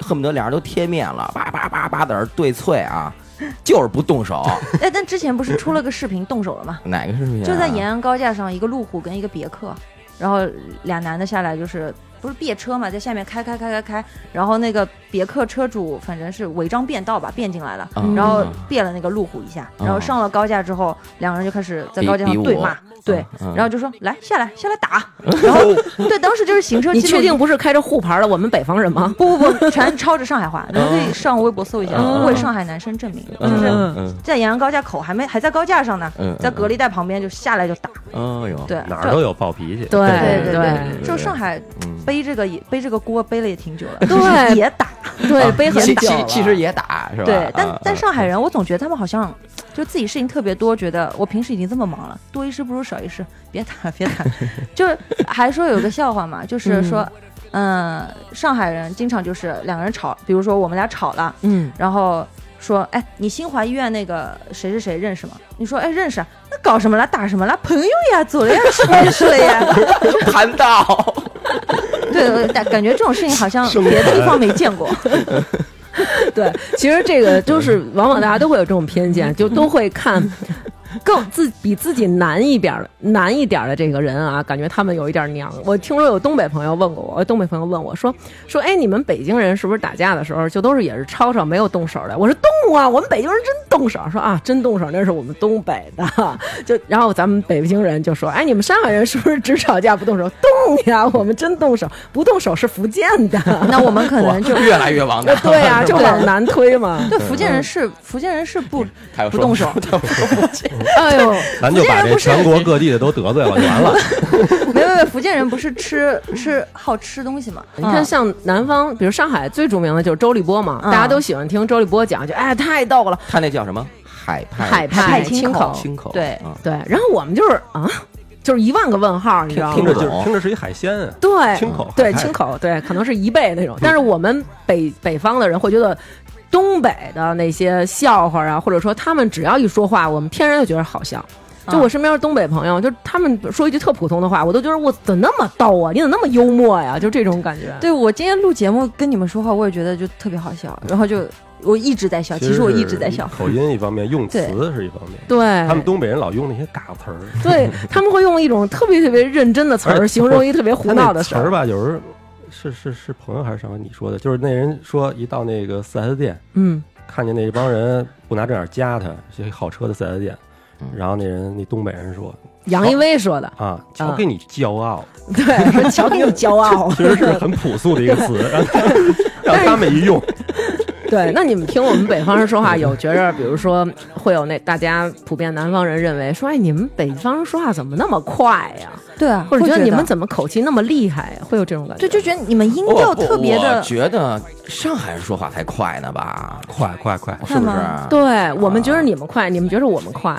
Speaker 2: 恨不得俩人都贴面了，叭叭叭叭在那儿对脆啊，就是不动 手。
Speaker 5: 哎，但之前不是出了个视频动手了吗？
Speaker 2: 哪个视频、啊？
Speaker 5: 就在延安高架上，一个路虎跟一个别克，然后俩男的下来就是不是别车嘛，在下面开开开开开，然后那个别克车主反正是违章变道吧，变进来了，
Speaker 2: 嗯
Speaker 5: 然后别了那个路虎一下，
Speaker 2: 嗯
Speaker 5: 然后上了高架之后，两个人就开始在
Speaker 2: 比
Speaker 5: 高架
Speaker 2: 比
Speaker 5: 上
Speaker 2: 武
Speaker 5: 对骂，对，
Speaker 2: 嗯
Speaker 5: 然后就说来下来下来打，然后对，当时就是行车记
Speaker 1: 你
Speaker 5: 录仪，
Speaker 1: 确定不是开着沪牌的我们北方人吗？
Speaker 5: 不不不， 全抄着上海话，你们可以上微博搜一下
Speaker 2: 嗯
Speaker 5: “为上海男生证明”，就
Speaker 2: 哦嗯
Speaker 5: 是
Speaker 2: 嗯嗯
Speaker 5: 在延安高架口还没还在高架上呢
Speaker 2: 嗯嗯，
Speaker 5: 在隔离带旁边就下来就打，
Speaker 2: 嗯，哎呦，
Speaker 5: 对，
Speaker 4: 哪
Speaker 5: 这
Speaker 4: 儿都有暴脾气。
Speaker 1: 对
Speaker 5: 对对
Speaker 1: 对
Speaker 5: 就上海
Speaker 2: 嗯
Speaker 5: 背这个也背这个锅背了也挺久了，
Speaker 1: 对
Speaker 5: 也打，
Speaker 1: 对，背很
Speaker 2: 啊其
Speaker 1: 久
Speaker 2: 其
Speaker 1: 了
Speaker 2: 其实也打是吧？
Speaker 5: 对，
Speaker 2: 啊
Speaker 5: 但但上海人我总觉得他们好像就自己事情特别多，觉得我平时已经这么忙了，多一事不如少一事，别打别 打，就是还说有个笑话嘛，就是说，嗯，上海人经常就是两个人吵，比如说我们俩吵了，
Speaker 1: 嗯，
Speaker 5: 然后说，哎，你新华医院那个谁谁谁认识吗？你说，哎，认识啊，那搞什么啦？打什么啦？朋友呀，走了呀，是认识了呀。
Speaker 2: 盘道。
Speaker 5: 对，我感感觉这种事情好像别的地方没见 过。
Speaker 1: 对，其实这个就是往往大家都会有这种偏见，就都会看更自比自己难一点儿难一点儿的这个人啊，感觉他们有一点娘。我听说有东北朋友问过我，东北朋友问我说说，哎，你们北京人是不是打架的时候就都是也是吵吵没有动手的？我说动啊，我们北京人真动手。说啊，真动手那是我们东北的， 就然后咱们北京人就说，哎，你们上海人是不是只吵架不动手？动呀，我们真动手，不动手是福建的。
Speaker 5: 那我们可能就呃
Speaker 2: 越来越往
Speaker 1: 那
Speaker 2: 南。
Speaker 1: 对 啊，就
Speaker 5: 对
Speaker 1: 往南推嘛。
Speaker 5: 对福建人
Speaker 1: 嗯
Speaker 5: 是福建人是不
Speaker 2: 还有
Speaker 5: 不
Speaker 2: 说
Speaker 5: 动手，
Speaker 1: 哎呦，
Speaker 4: 咱就把这全国各地的都得罪了，就完了。
Speaker 5: 没有没有，福建人不是吃吃好吃东西嘛？
Speaker 1: 哎你看，像南方，比如上海最著名的就是周立波嘛，
Speaker 5: 嗯
Speaker 1: 大家都喜欢听周立波讲，就哎太逗了，
Speaker 2: 他那叫什么海派
Speaker 1: 海派
Speaker 5: 海
Speaker 1: 清
Speaker 5: 清口
Speaker 2: 清口
Speaker 5: 对
Speaker 2: 啊
Speaker 1: 对，然后我们就是啊，就是一万个问号，你知道
Speaker 4: 听着就？
Speaker 1: 吗
Speaker 2: 不
Speaker 4: 是
Speaker 2: 懂
Speaker 4: 听着是一海鲜啊，
Speaker 1: 对，
Speaker 4: 清口
Speaker 1: 对
Speaker 4: 海派
Speaker 1: 清口，对，可能是一倍那种，但是我们北北方的人会觉得。东北的那些笑话啊，或者说他们只要一说话，我们天然就觉得好笑。就我身边的东北朋友，就他们说一句特普通的话，我都觉得我怎么那么逗啊？你怎么那么幽默呀？就这种感觉。
Speaker 5: 对我今天录节目跟你们说话，我也觉得就特别好笑，
Speaker 1: 嗯
Speaker 5: 然后就我一直在笑，其实我一直在笑
Speaker 4: 是。口音一方面，用
Speaker 5: 对
Speaker 4: 词是一方面。
Speaker 1: 对，
Speaker 4: 他们东北人老用那些嘎词儿，
Speaker 1: 对他们会用一种特别特别认真的词
Speaker 4: 而且
Speaker 1: 儿形容一特别胡
Speaker 4: 他
Speaker 1: 闹
Speaker 4: 那
Speaker 1: 的
Speaker 4: 词
Speaker 1: 事
Speaker 4: 儿
Speaker 1: 儿。
Speaker 4: 吧，有时候是是是朋友还是上回你说的，就是那人说一到那个四 S 店，
Speaker 1: 嗯，
Speaker 4: 看见那帮人不拿正眼夹他，是一好车的四 S 店
Speaker 2: 嗯。
Speaker 4: 然后那人，那东北人说
Speaker 1: 杨一威说的，
Speaker 4: 啊，瞧给你骄傲，
Speaker 1: 对，说瞧你骄傲。
Speaker 4: 其实是很朴素的一个词，让他让他们一用，
Speaker 1: 对，那你们听我们北方人说话，有觉着，比如说会有那大家普遍南方人认为说，哎，你们北方人说话怎么那么快呀？
Speaker 5: 对啊，
Speaker 1: 或者
Speaker 5: 会
Speaker 1: 觉
Speaker 5: 觉
Speaker 1: 得你们怎么口气那么厉害呀？会有这种感觉。
Speaker 5: 对，就觉得你们音
Speaker 2: 我
Speaker 1: 哦
Speaker 5: 调
Speaker 2: 不
Speaker 5: 特别
Speaker 2: 我
Speaker 5: 的，
Speaker 2: 觉得上海人说话才快呢吧？
Speaker 4: 快快快！
Speaker 2: 是不是？
Speaker 1: 对我们觉得你们快，你们觉得我们快，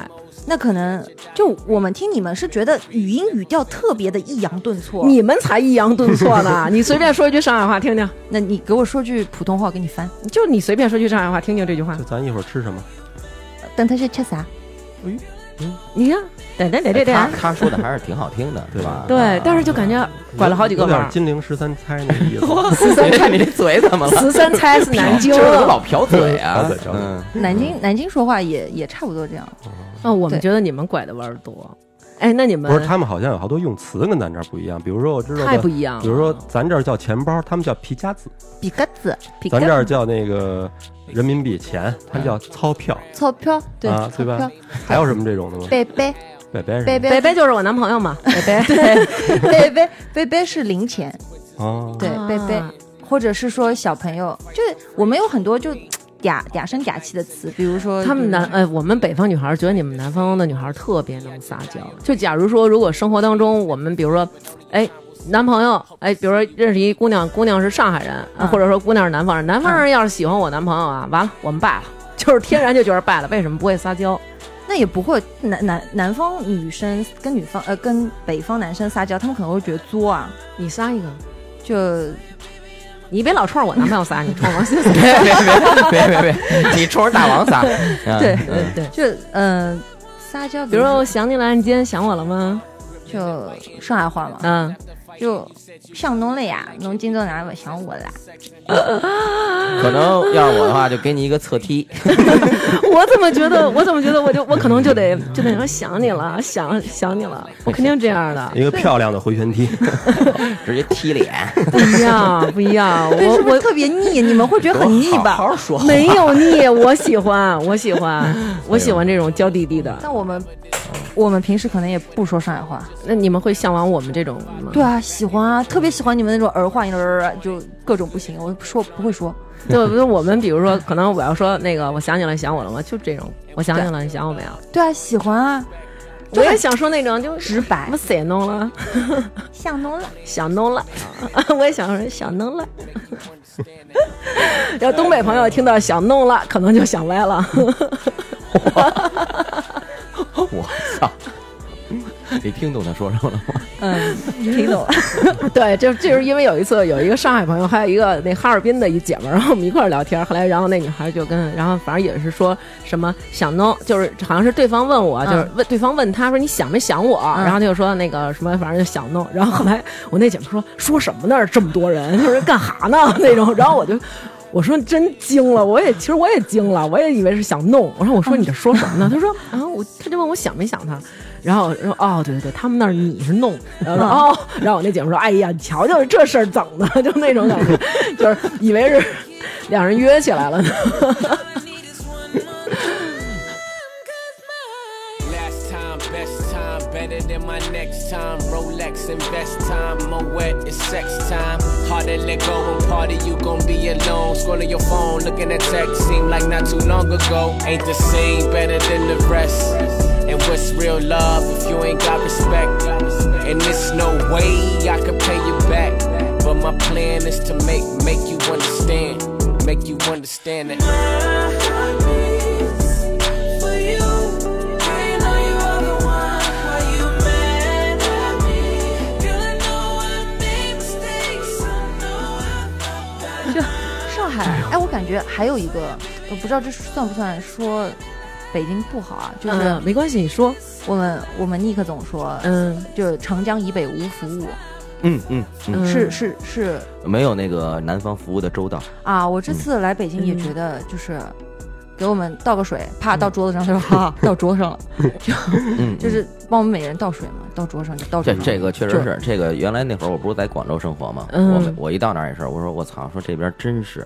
Speaker 5: 那可能就我们听你们是觉得语音语调特别的抑扬顿挫。
Speaker 1: 你们才抑扬顿挫 呢。你随便说一句上海话听听，
Speaker 5: 那你给我说句普通话，我给你翻。
Speaker 1: 就你随便说句上海话听听这句话
Speaker 4: 就，咱一会儿吃什么？
Speaker 5: 等他是吃啥？
Speaker 1: 你看，对对对对对
Speaker 2: 他。他说的还是挺好听的，是吧？
Speaker 1: 对，但是就感觉拐了好几个
Speaker 4: 嗯有
Speaker 1: 弯
Speaker 4: 点哎
Speaker 1: 儿。
Speaker 4: 金陵十三钗那意思。
Speaker 1: 十三
Speaker 2: 你这嘴怎么了？
Speaker 1: 十三钗是南京
Speaker 2: 就是我老瓢嘴啊
Speaker 4: 瓢嘴，瓢嘴
Speaker 2: 嗯，
Speaker 5: 南京南京说话也也差不多这样。
Speaker 1: 啊、我们
Speaker 5: 对
Speaker 1: 觉得你们拐的弯儿多。哎，那你们
Speaker 4: 不是，他们好像有好多用词跟咱这儿不一样，比如说我知道
Speaker 1: 太
Speaker 4: 的
Speaker 1: 不，一样了。
Speaker 4: 比如说咱这儿叫钱包，他们叫皮夹子，
Speaker 5: 比格子，比
Speaker 4: 咱这儿叫那个人民币钱，他们叫钞票，
Speaker 5: 钞票，对
Speaker 4: 啊，
Speaker 5: 钞
Speaker 4: 对
Speaker 5: 票
Speaker 4: 吧，？嗯还有什么这种的吗？
Speaker 5: 贝贝
Speaker 4: 北北是
Speaker 5: 贝
Speaker 4: 吧
Speaker 5: 贝
Speaker 1: 北北就是我男朋友嘛，北北
Speaker 5: 对，贝贝贝贝是零钱，
Speaker 4: 哦，
Speaker 5: 对
Speaker 1: 啊
Speaker 5: 贝贝，或者是说小朋友，就是我们有很多就嗲嗲声嗲气的词，比如说
Speaker 1: 他们
Speaker 5: 就是
Speaker 1: 南哎，我们北方女孩儿觉得你们南方的女孩儿特别能撒娇。就假如说，如果生活当中我们比如说，哎。男朋友，哎，比如说认识一姑娘，姑娘是上海人，啊
Speaker 5: 嗯
Speaker 1: 或者说姑娘是南方人，南方人要是喜欢我男朋友啊，完了，我们败了， 就是天然就觉得败了。为什么不会撒娇？
Speaker 5: 那也不会南南南方女生跟女方呃跟北方男生撒娇，他们可能会觉得作啊，
Speaker 1: 你撒一个，
Speaker 5: 就
Speaker 1: 你别老冲着我男朋友撒，你冲着王鑫撒。
Speaker 2: 别别别别别别，你冲着大王撒，
Speaker 5: 对
Speaker 2: 嗯嗯
Speaker 1: 对，
Speaker 5: 就嗯、呃撒娇，
Speaker 1: 比如说我想你了，你今天想我了吗？
Speaker 5: 就上海话嘛，
Speaker 1: 嗯，
Speaker 5: 就像侬了呀，侬今朝哪会想我啦？
Speaker 2: 可能要是我的话，就给你一个侧踢。
Speaker 1: 我怎么觉得？我怎么觉得？我就我可能就得就得说想你了，想想你了，我肯定这样的，
Speaker 4: 一个漂亮的回旋踢，
Speaker 2: 直接踢脸，
Speaker 1: 不一样，不一样。
Speaker 5: 对，
Speaker 1: 我
Speaker 5: 是不是
Speaker 1: 我
Speaker 5: 特别啊腻？你们会觉得很腻吧？
Speaker 2: 好好说话。
Speaker 1: 没有腻，我喜欢，我喜
Speaker 5: 哎
Speaker 1: 欢，我喜欢这种娇滴滴的。
Speaker 5: 但我们我们平时可能也不说上海话。
Speaker 1: 那你们会向往我们这种吗？
Speaker 5: 对啊，喜欢啊，特别喜欢你们那种儿化音儿，就各种不行，我说不会说。
Speaker 1: 对，比如我们，比如说，可能我要说那个，我想你了，你想我了吗？就这种，我想你了，你想我没有？
Speaker 5: 对啊，喜欢啊，
Speaker 1: 我也想说那种，就
Speaker 5: 直白
Speaker 1: 我谁弄了，
Speaker 5: 像侬了。
Speaker 1: 想弄了，我也想说想弄了。 要东北朋友听到想弄了，可能就想歪了。
Speaker 2: 我操！你听懂他说什么了吗？
Speaker 5: 嗯，听懂了。
Speaker 1: 对，这这是因为有一次有一个上海朋友，还有一个那哈尔滨的一姐们儿，然后我们一块儿聊天。后来，然后那女孩就跟，然后反正也是说什么想弄，就是好像是对方问我，就是问对方问他说你想没想我，然后他就说那个什么，反正就想弄。然后后来我那姐们说说什么呢？这么多人，就是干哈呢 那种。然后我就。我说真惊了，我也其实我也惊了，我也以为是想弄。然后我说你这说什么呢？他说啊，我他就问我想没想他，然后说哦，对对对，他们那儿你是弄，然后说哦，然后我那姐们说，哎呀，你瞧瞧这事儿整的，就那种感 觉，就是以为是两人约起来了呢。
Speaker 8: Last time, best time, better than my next time. Rolex, invest time, Moet, it's sex time. Hard to let go, and party, you gon' be alone. Scrolling your phone, looking at text, seem like not too long ago. Ain't the same, better than the rest. And what's real love if you ain't got respect? And it's no way I can pay you back. But my plan is to make, make you understand, make you understand that.
Speaker 5: 上海，哎，我感觉还有一个，我不知道这算不算说北京不好啊，就是
Speaker 1: 嗯， 没关系，你说，
Speaker 5: 我们我们尼克总说，
Speaker 1: 嗯
Speaker 5: 就是长江以北无服务，
Speaker 2: 嗯嗯嗯，
Speaker 1: 嗯
Speaker 5: 是是是
Speaker 2: 没有那个南方服务的周到。
Speaker 5: 啊，我这次来北京也
Speaker 1: 嗯
Speaker 5: 觉得就是。给我们倒个水，啪倒桌子上，他说哈哈 倒桌上了，
Speaker 1: 嗯
Speaker 2: 嗯，
Speaker 5: 就是帮我们每人倒水嘛，倒桌上就倒
Speaker 2: 这
Speaker 5: 桌上。
Speaker 2: 这个确实
Speaker 5: 就是
Speaker 2: 这个。原来那会儿我不是在广州生活嘛，
Speaker 1: 嗯
Speaker 2: 我每我一到那儿也是，我说我操，说这边真是，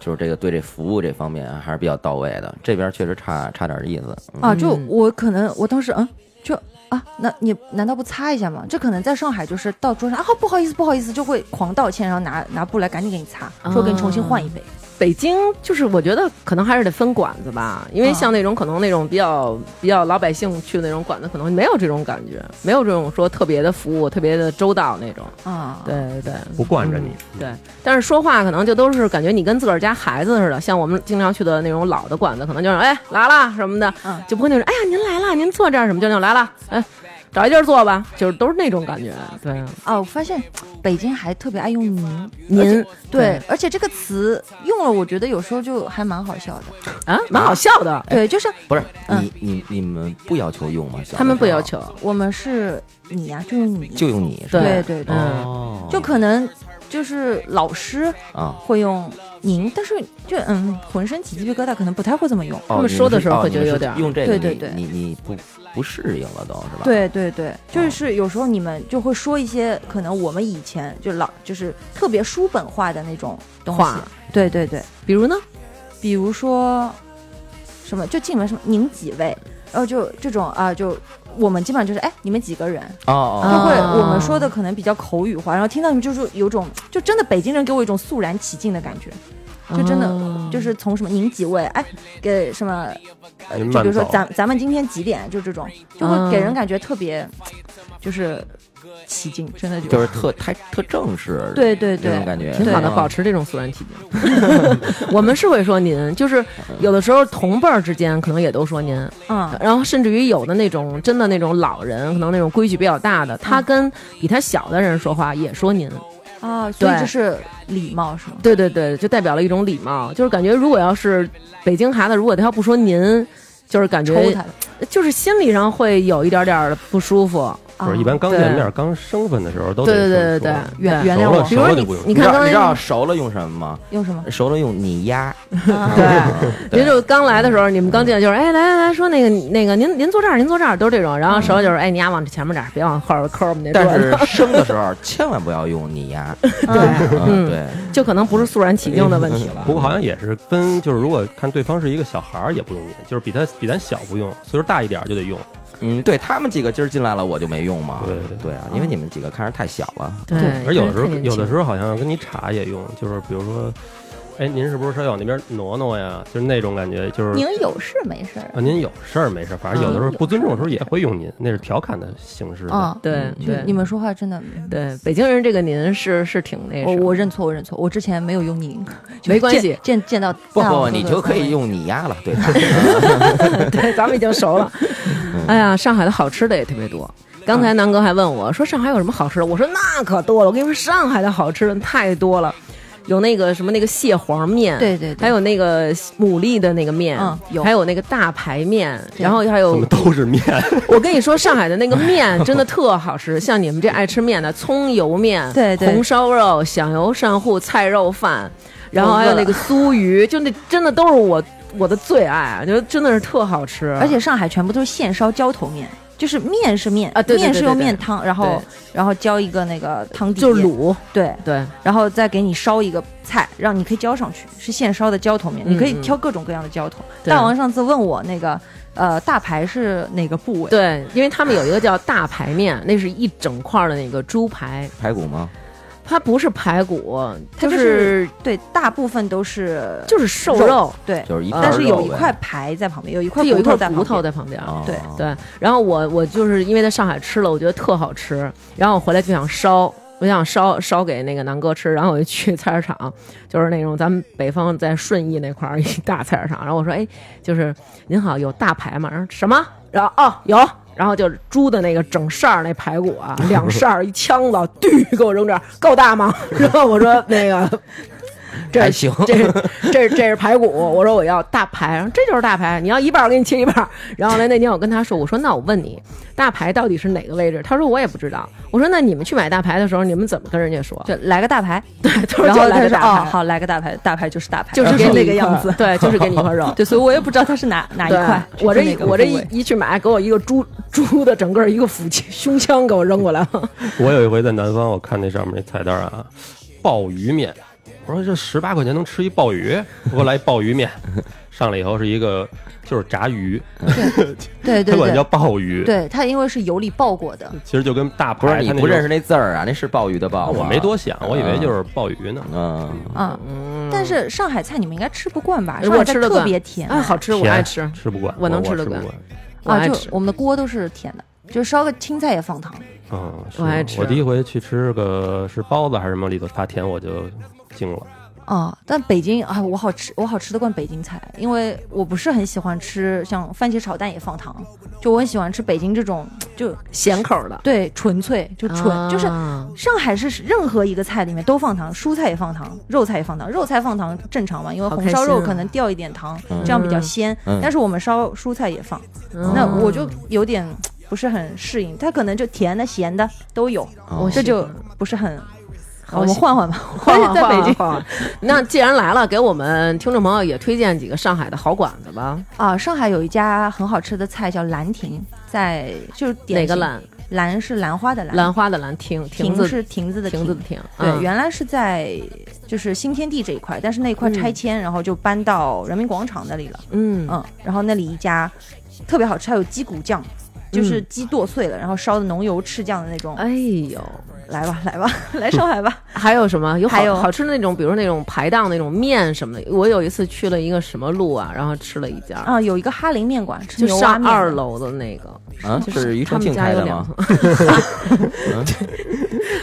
Speaker 2: 就是这个对这服务这方面啊还是比较到位的，这边确实差差点意思。嗯
Speaker 5: 啊，就
Speaker 1: 嗯
Speaker 5: 我可能我当时嗯，就啊，那你难道不擦一下吗？这可能在上海就是到桌上啊，不好意思，不好意思，就会狂道歉，然后拿拿布来赶紧给你擦，说给你重新换一杯。
Speaker 1: 北京就是我觉得可能还是得分馆子吧，因为像那种可能那种比较比较老百姓去的那种馆子，可能没有这种感觉，没有这种说特别的服务特别的周到那种。
Speaker 5: 啊，
Speaker 1: 对对对。
Speaker 4: 不惯着你。
Speaker 1: 对，但是说话可能就都是感觉你跟自个儿家孩子似的，像我们经常去的那种老的馆子，可能就是哎来啦什么的，
Speaker 5: 嗯
Speaker 1: 就不会那种哎呀您来啦，您坐这儿什么，就那种来啦，哎找一地儿坐吧，就是都是那种感觉。对，
Speaker 5: 啊，我发现北京还特别爱用您，
Speaker 1: 您
Speaker 5: 对，而且这个词用了，我觉得有时候就还蛮好笑的。
Speaker 1: 啊，蛮好笑的。
Speaker 5: 对，就是
Speaker 2: 不是
Speaker 5: 嗯
Speaker 2: 你你你们不要求用吗？小的时候
Speaker 1: 他们不要，求，
Speaker 5: 我们是你呀、就用你，
Speaker 2: 就用你是吧？
Speaker 5: 对对对，
Speaker 1: 嗯，
Speaker 2: 哦，
Speaker 5: 就可能就是老师
Speaker 2: 啊。
Speaker 5: 会用您，但是就嗯，浑身起鸡皮疙瘩，可能不太会这么用。
Speaker 2: 哦
Speaker 1: 他们说的时候会觉得有点
Speaker 2: 你们是用这个，
Speaker 5: 对对
Speaker 2: 你
Speaker 5: 对
Speaker 2: 你你不不适应了都是吧？，
Speaker 5: 对对对，就
Speaker 2: 哦
Speaker 5: 是有时候你们就会说一些可能我们以前就老就是特别书本化的那种东西
Speaker 1: 话。
Speaker 5: 对对对，
Speaker 1: 比如呢，
Speaker 5: 比如说什么就进门什么您几位，然后就这种啊，就我们基本上就是哎你们几个人，
Speaker 2: 哦哦
Speaker 5: 就
Speaker 2: 哦，
Speaker 5: 会
Speaker 1: 啊
Speaker 5: 我们说的可能比较口语化，然后听到你就是有种就真的北京人给我一种肃然起敬的感觉，就真的
Speaker 1: 哦
Speaker 5: 就是从什么您几位哎给什么。呃，
Speaker 4: 您
Speaker 5: 就比
Speaker 4: 哎慢
Speaker 5: 如说
Speaker 4: 走
Speaker 5: 咱咱们今天几点，就这种，就会
Speaker 1: 嗯
Speaker 5: 给人感觉特别，就是起劲，真
Speaker 1: 嗯
Speaker 5: 的就
Speaker 2: 就是特太特正式，
Speaker 5: 对对
Speaker 2: 这种
Speaker 5: 对，
Speaker 2: 感觉
Speaker 1: 挺好的，
Speaker 2: 嗯
Speaker 1: 保持这种肃然起敬。 我们是会说您，就是有的时候同辈儿之间可能也都说您，
Speaker 5: 嗯
Speaker 1: 然后甚至于有的那种真的那种老人，可能那种规矩比较大的，他跟比他小的人说话也说您，
Speaker 5: 啊，所以
Speaker 1: 对
Speaker 5: 这是礼貌是吗？
Speaker 1: 对对对，就代表了一种礼貌，就是感觉如果要是北京孩子，如果他要不说您，就是感
Speaker 5: 抽
Speaker 1: 觉
Speaker 5: 他的，
Speaker 1: 就是心理上会有一点点儿的不舒服。
Speaker 5: 啊
Speaker 4: 不是一般刚见面、刚生分的时候都
Speaker 1: 对
Speaker 4: 得
Speaker 1: 对
Speaker 4: 这么
Speaker 1: 对对对
Speaker 4: 说，
Speaker 5: 原原
Speaker 4: 熟了
Speaker 5: 谅我
Speaker 1: 比如
Speaker 4: 熟
Speaker 1: 说
Speaker 4: 了
Speaker 1: 你
Speaker 4: 就不用。
Speaker 1: 你
Speaker 2: 知
Speaker 1: 看
Speaker 2: 道
Speaker 1: 刚
Speaker 2: 你
Speaker 1: 才
Speaker 2: 知道
Speaker 1: 那
Speaker 2: 熟了用什么吗？
Speaker 5: 用什么？
Speaker 2: 熟了用你呀，
Speaker 5: 啊
Speaker 1: 对。
Speaker 2: 对
Speaker 1: 也就是刚来的时候，你们刚进来就是，哎，来来来说那个那个，您您坐这儿，您坐这儿，都是这种。然后手里就是，哎，你丫往前面点儿，别往后边儿抠我们那桌
Speaker 2: 但
Speaker 1: 子。
Speaker 2: 是生的时候千万不要用你呀，
Speaker 1: 对，
Speaker 2: 嗯，对，
Speaker 1: 就可能不是肃然起敬的问题 了。
Speaker 4: 不过好像也是分，就是如果看对方是一个小孩儿，也不用你，就是比他比咱小不用，岁数大一点儿就得用。
Speaker 2: 嗯，对他们几个今儿进来了，我就没用嘛，
Speaker 4: 对对对
Speaker 2: 对啊，因为你们几个看着太小了，
Speaker 5: 哦
Speaker 1: 对，
Speaker 4: 而有的时候
Speaker 1: 太年轻
Speaker 4: 有的时候好像跟你查也用，就是比如说，哎，您是不是稍微往那边挪挪呀？就是那种感觉，就是
Speaker 5: 您有事没事儿？
Speaker 4: 啊，您有事儿没事儿，反正有的时候不尊重的时候也会用您，那是调侃的形式。
Speaker 5: 嗯，
Speaker 1: 对
Speaker 2: 嗯
Speaker 1: 对
Speaker 5: 你们说话真的，
Speaker 1: 对北京人这个您是是挺那
Speaker 5: 我
Speaker 1: 什么
Speaker 5: 我认错，我认错，我之前没有 用您，
Speaker 1: 没关系
Speaker 5: 见见见到
Speaker 2: 不
Speaker 5: 大
Speaker 2: 不，
Speaker 5: 王
Speaker 2: 你
Speaker 5: 哥
Speaker 2: 就
Speaker 5: 哥
Speaker 2: 可以
Speaker 5: 三位
Speaker 2: 用你呀了，对吧？
Speaker 1: 对，咱们已经熟了。哎呀，上海的好吃的也特别多。刚才南哥还问我说上海有什么好吃的，我说那可多了。我跟你说，上海的好吃的太多了，有那个什么那个蟹黄面，
Speaker 5: 对对对
Speaker 1: 还有那个牡蛎的那个面，
Speaker 5: 嗯有
Speaker 1: 还有那个大排面，
Speaker 5: 对
Speaker 1: 然后还有
Speaker 4: 怎么都是面，
Speaker 1: 我跟你说，上海的那个面真的特好吃， 像你们这爱吃面的，葱油面、
Speaker 5: 对对
Speaker 1: 红烧肉、响油鳝糊、菜肉饭，然后还有
Speaker 5: 我饿
Speaker 1: 那
Speaker 5: 了
Speaker 1: 个酥鱼，就那真的都是我我的最爱，觉得真的是特好吃，
Speaker 5: 而且上海全部都是现烧浇头面，就是面是面
Speaker 1: 啊对对对
Speaker 5: 面是用
Speaker 1: 对对
Speaker 5: 面汤，然后
Speaker 1: 对
Speaker 5: 然后浇一个那个汤底，
Speaker 1: 就是卤，
Speaker 5: 对，
Speaker 1: 对，
Speaker 5: 然后再给你烧一个菜，让你可以浇上去，是现烧的浇头面，
Speaker 1: 嗯
Speaker 5: 你可以
Speaker 1: 嗯
Speaker 5: 挑各种各样的浇头。
Speaker 1: 对
Speaker 5: 大王上次问我那个呃大排是哪个部位，
Speaker 1: 对，因为他们有一个叫大排面，那是一整块儿的那个猪排，
Speaker 2: 排骨吗？
Speaker 1: 它不是排骨，
Speaker 5: 它
Speaker 1: 就
Speaker 5: 就是是对，大部分都是
Speaker 1: 就是瘦
Speaker 5: 肉
Speaker 1: 肉，
Speaker 5: 对，
Speaker 2: 就是一块
Speaker 5: 嗯但是有
Speaker 2: 嗯肉
Speaker 5: 一
Speaker 2: 呗
Speaker 5: 块排在旁边，有一
Speaker 1: 它
Speaker 5: 块
Speaker 1: 有一块
Speaker 5: 在
Speaker 1: 骨
Speaker 5: 旁
Speaker 1: 头
Speaker 5: 边。
Speaker 1: 在旁边。
Speaker 2: 哦
Speaker 5: 对
Speaker 1: 对，然后我我就是因为在上海吃了，我觉得特好吃，然后我回来就想烧，我想烧烧给那个南哥吃，然后我就去菜市场，就是那种咱们北方在顺义那块儿一大菜市场，然后我说，哎，就是您好，有大排吗？然后什么？然后哦有，然后就是猪的那个整扇儿那排骨啊， 两扇儿一枪子，嘟给我扔这儿，够大吗？然后我说那个。这
Speaker 2: 还行
Speaker 1: 这是 这是这是排骨，我说我要大排，然后这就是大排，你要一半我给你切一半。然后呢，那天我跟他说，我说那我问你，大排到底是哪个位置？他说我也不知道。我说那你们去买大排的时候，你们怎么跟人家说？
Speaker 5: 就来个大 牌，
Speaker 1: 对，他说
Speaker 5: 然
Speaker 1: 就
Speaker 5: 后
Speaker 1: 来
Speaker 5: 他
Speaker 1: 个
Speaker 5: 说
Speaker 1: 大
Speaker 5: 哦，
Speaker 1: 排，
Speaker 5: 好，来个大牌，大牌 就是大牌，
Speaker 1: 就是
Speaker 5: 然后
Speaker 1: 给你
Speaker 5: 那
Speaker 1: 一
Speaker 5: 个
Speaker 1: 块
Speaker 5: 样子。
Speaker 1: 对，就是给你一块肉
Speaker 5: 。对，所以我也不知道它是哪啊哪一
Speaker 1: 对
Speaker 5: 块。
Speaker 1: 我这
Speaker 5: 是
Speaker 1: 一
Speaker 5: 哪个
Speaker 1: 我这
Speaker 5: 部
Speaker 1: 一
Speaker 5: 位
Speaker 1: 一去买，给我一个猪猪的整个一个腹肌胸腔给我扔过来了。
Speaker 4: 我有一回在南方，我看那上面那菜单啊，鲍鱼面，我说这十八块钱能吃一鲍鱼，给我来一鲍鱼面。上来以后是一个就是炸鱼，
Speaker 5: 对
Speaker 4: 它
Speaker 5: 对
Speaker 4: 管叫
Speaker 5: 对，
Speaker 4: 鲍鱼，
Speaker 5: 对它因为是油里爆过的，
Speaker 4: 其实就跟大
Speaker 2: 不是
Speaker 4: 排
Speaker 2: 哎你
Speaker 4: 它那
Speaker 2: 不认识
Speaker 4: 那，
Speaker 2: 那字儿啊？那啊是鲍鱼的鲍吗，
Speaker 4: 我没多想，我以为就是鲍鱼呢。
Speaker 2: 嗯，
Speaker 5: 嗯，但是上海菜你们应该吃不 惯吧？上海
Speaker 1: 我
Speaker 5: 菜
Speaker 1: 吃的
Speaker 5: 特别甜，
Speaker 1: 啊，好吃，我
Speaker 4: 甜
Speaker 1: 爱吃。
Speaker 4: 吃不惯，
Speaker 1: 我
Speaker 4: 我
Speaker 1: 能
Speaker 4: 我
Speaker 1: 吃得
Speaker 4: 不
Speaker 1: 惯
Speaker 4: 惯。
Speaker 1: 我
Speaker 5: 啊，
Speaker 1: 爱
Speaker 5: 就
Speaker 1: 吃
Speaker 5: 我们的锅都是甜的，就烧个青菜也放糖。
Speaker 4: 嗯，是
Speaker 1: 我爱吃
Speaker 4: 我第一回去吃个是包子还是什么，里头发甜我就惊了。
Speaker 5: 啊、但北京啊，我好吃，我好吃得惯北京菜，因为我不是很喜欢吃像番茄炒蛋也放糖，就我很喜欢吃北京这种，就
Speaker 1: 咸口儿的，
Speaker 5: 对纯粹就纯、就是
Speaker 1: 啊
Speaker 5: 上海是任何一个菜里面都放糖，蔬菜也放糖，肉菜也放糖。肉菜放糖正常嘛，因为
Speaker 1: 好
Speaker 5: 红
Speaker 1: 开
Speaker 5: 烧
Speaker 1: 心
Speaker 5: 肉
Speaker 1: 啊
Speaker 5: 可能掉一点糖，
Speaker 2: 嗯
Speaker 5: 这样比较鲜。
Speaker 2: 嗯
Speaker 5: 但是我们烧蔬菜也放，
Speaker 1: 嗯
Speaker 5: 那我就有点不是很适应。它可能就甜的、咸的都有，
Speaker 2: 哦
Speaker 1: 我
Speaker 5: 这
Speaker 1: 是
Speaker 5: 就不是很。
Speaker 1: 好
Speaker 5: 我们
Speaker 1: 喜
Speaker 5: 换换吧，
Speaker 1: 换换
Speaker 5: 在北京
Speaker 1: 换换换那既然来了，给我们听众朋友也推荐几个上海的好馆子吧。
Speaker 5: 啊，上海有一家很好吃的菜叫兰亭，在就是典
Speaker 1: 哪个
Speaker 5: 型
Speaker 1: 兰？
Speaker 5: 兰是兰花的兰，
Speaker 1: 兰花的兰，亭亭
Speaker 5: 亭
Speaker 1: 子
Speaker 5: 是亭子的
Speaker 1: 亭子的亭。
Speaker 5: 对，
Speaker 1: 嗯
Speaker 5: 原来是在就是新天地这一块，但是那块拆迁，然后就搬到人民广场那里了。
Speaker 1: 嗯
Speaker 5: 嗯，然后那里一家特别好吃，还有鸡骨酱，就是
Speaker 1: 嗯
Speaker 5: 鸡剁碎了，然后烧的浓油赤酱的那种。
Speaker 1: 哎呦，
Speaker 5: 来吧，来吧， 来上海 吧。
Speaker 1: 还有什么？有好
Speaker 5: 还有
Speaker 1: 好吃的那种，比如那种排档那种面什么的。我有一次去了一个什么路啊，然后吃了一家，
Speaker 5: 啊，有一个哈林面馆，吃
Speaker 1: 就
Speaker 5: 牛蛙
Speaker 1: 上
Speaker 5: 面
Speaker 1: 二
Speaker 5: 的。
Speaker 1: 楼的那个，
Speaker 2: 啊，
Speaker 1: 就是
Speaker 2: 于重
Speaker 1: 他们
Speaker 2: 庆
Speaker 1: 家
Speaker 2: 开
Speaker 1: 有
Speaker 2: 的
Speaker 1: 两
Speaker 2: 吗
Speaker 1: 层？，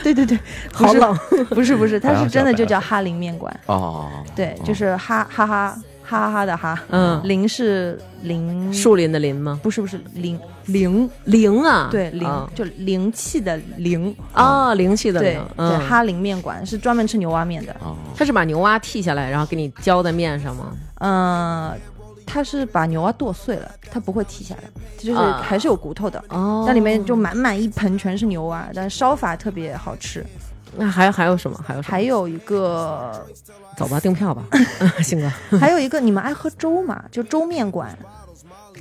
Speaker 5: 对对对，
Speaker 1: 好冷。
Speaker 5: 不是不是，它
Speaker 4: 还
Speaker 5: 是
Speaker 4: 好
Speaker 5: 真的
Speaker 4: 小白
Speaker 5: 就
Speaker 4: 菜
Speaker 5: 叫哈林面馆。
Speaker 2: 哦，
Speaker 5: 对，就是哈哈哈哈哈的哈，
Speaker 1: 嗯
Speaker 5: 林是林，
Speaker 1: 树林的林吗？
Speaker 5: 不是不是林灵，
Speaker 1: 灵啊，
Speaker 5: 对灵
Speaker 1: 啊
Speaker 5: 就灵气的灵。
Speaker 1: 啊，灵气的
Speaker 5: 对
Speaker 1: 灵。
Speaker 5: 对，
Speaker 1: 嗯，
Speaker 5: 哈林面馆是专门吃牛蛙面的。
Speaker 2: 哦，
Speaker 1: 他是把牛蛙剔下来，然后给你浇在面上吗？
Speaker 5: 嗯，它是把牛蛙剁碎了，它不会剔下来，就是
Speaker 1: 啊
Speaker 5: 还是有骨头的。
Speaker 1: 哦
Speaker 5: 那里面就满满一盆全是牛蛙，但烧法特别好吃。
Speaker 1: 那还还有什么？还有什么
Speaker 5: 还有一 个，
Speaker 1: 走吧，订票 吧，鑫哥。
Speaker 5: 还有一个，你们爱喝粥吗？就粥面馆，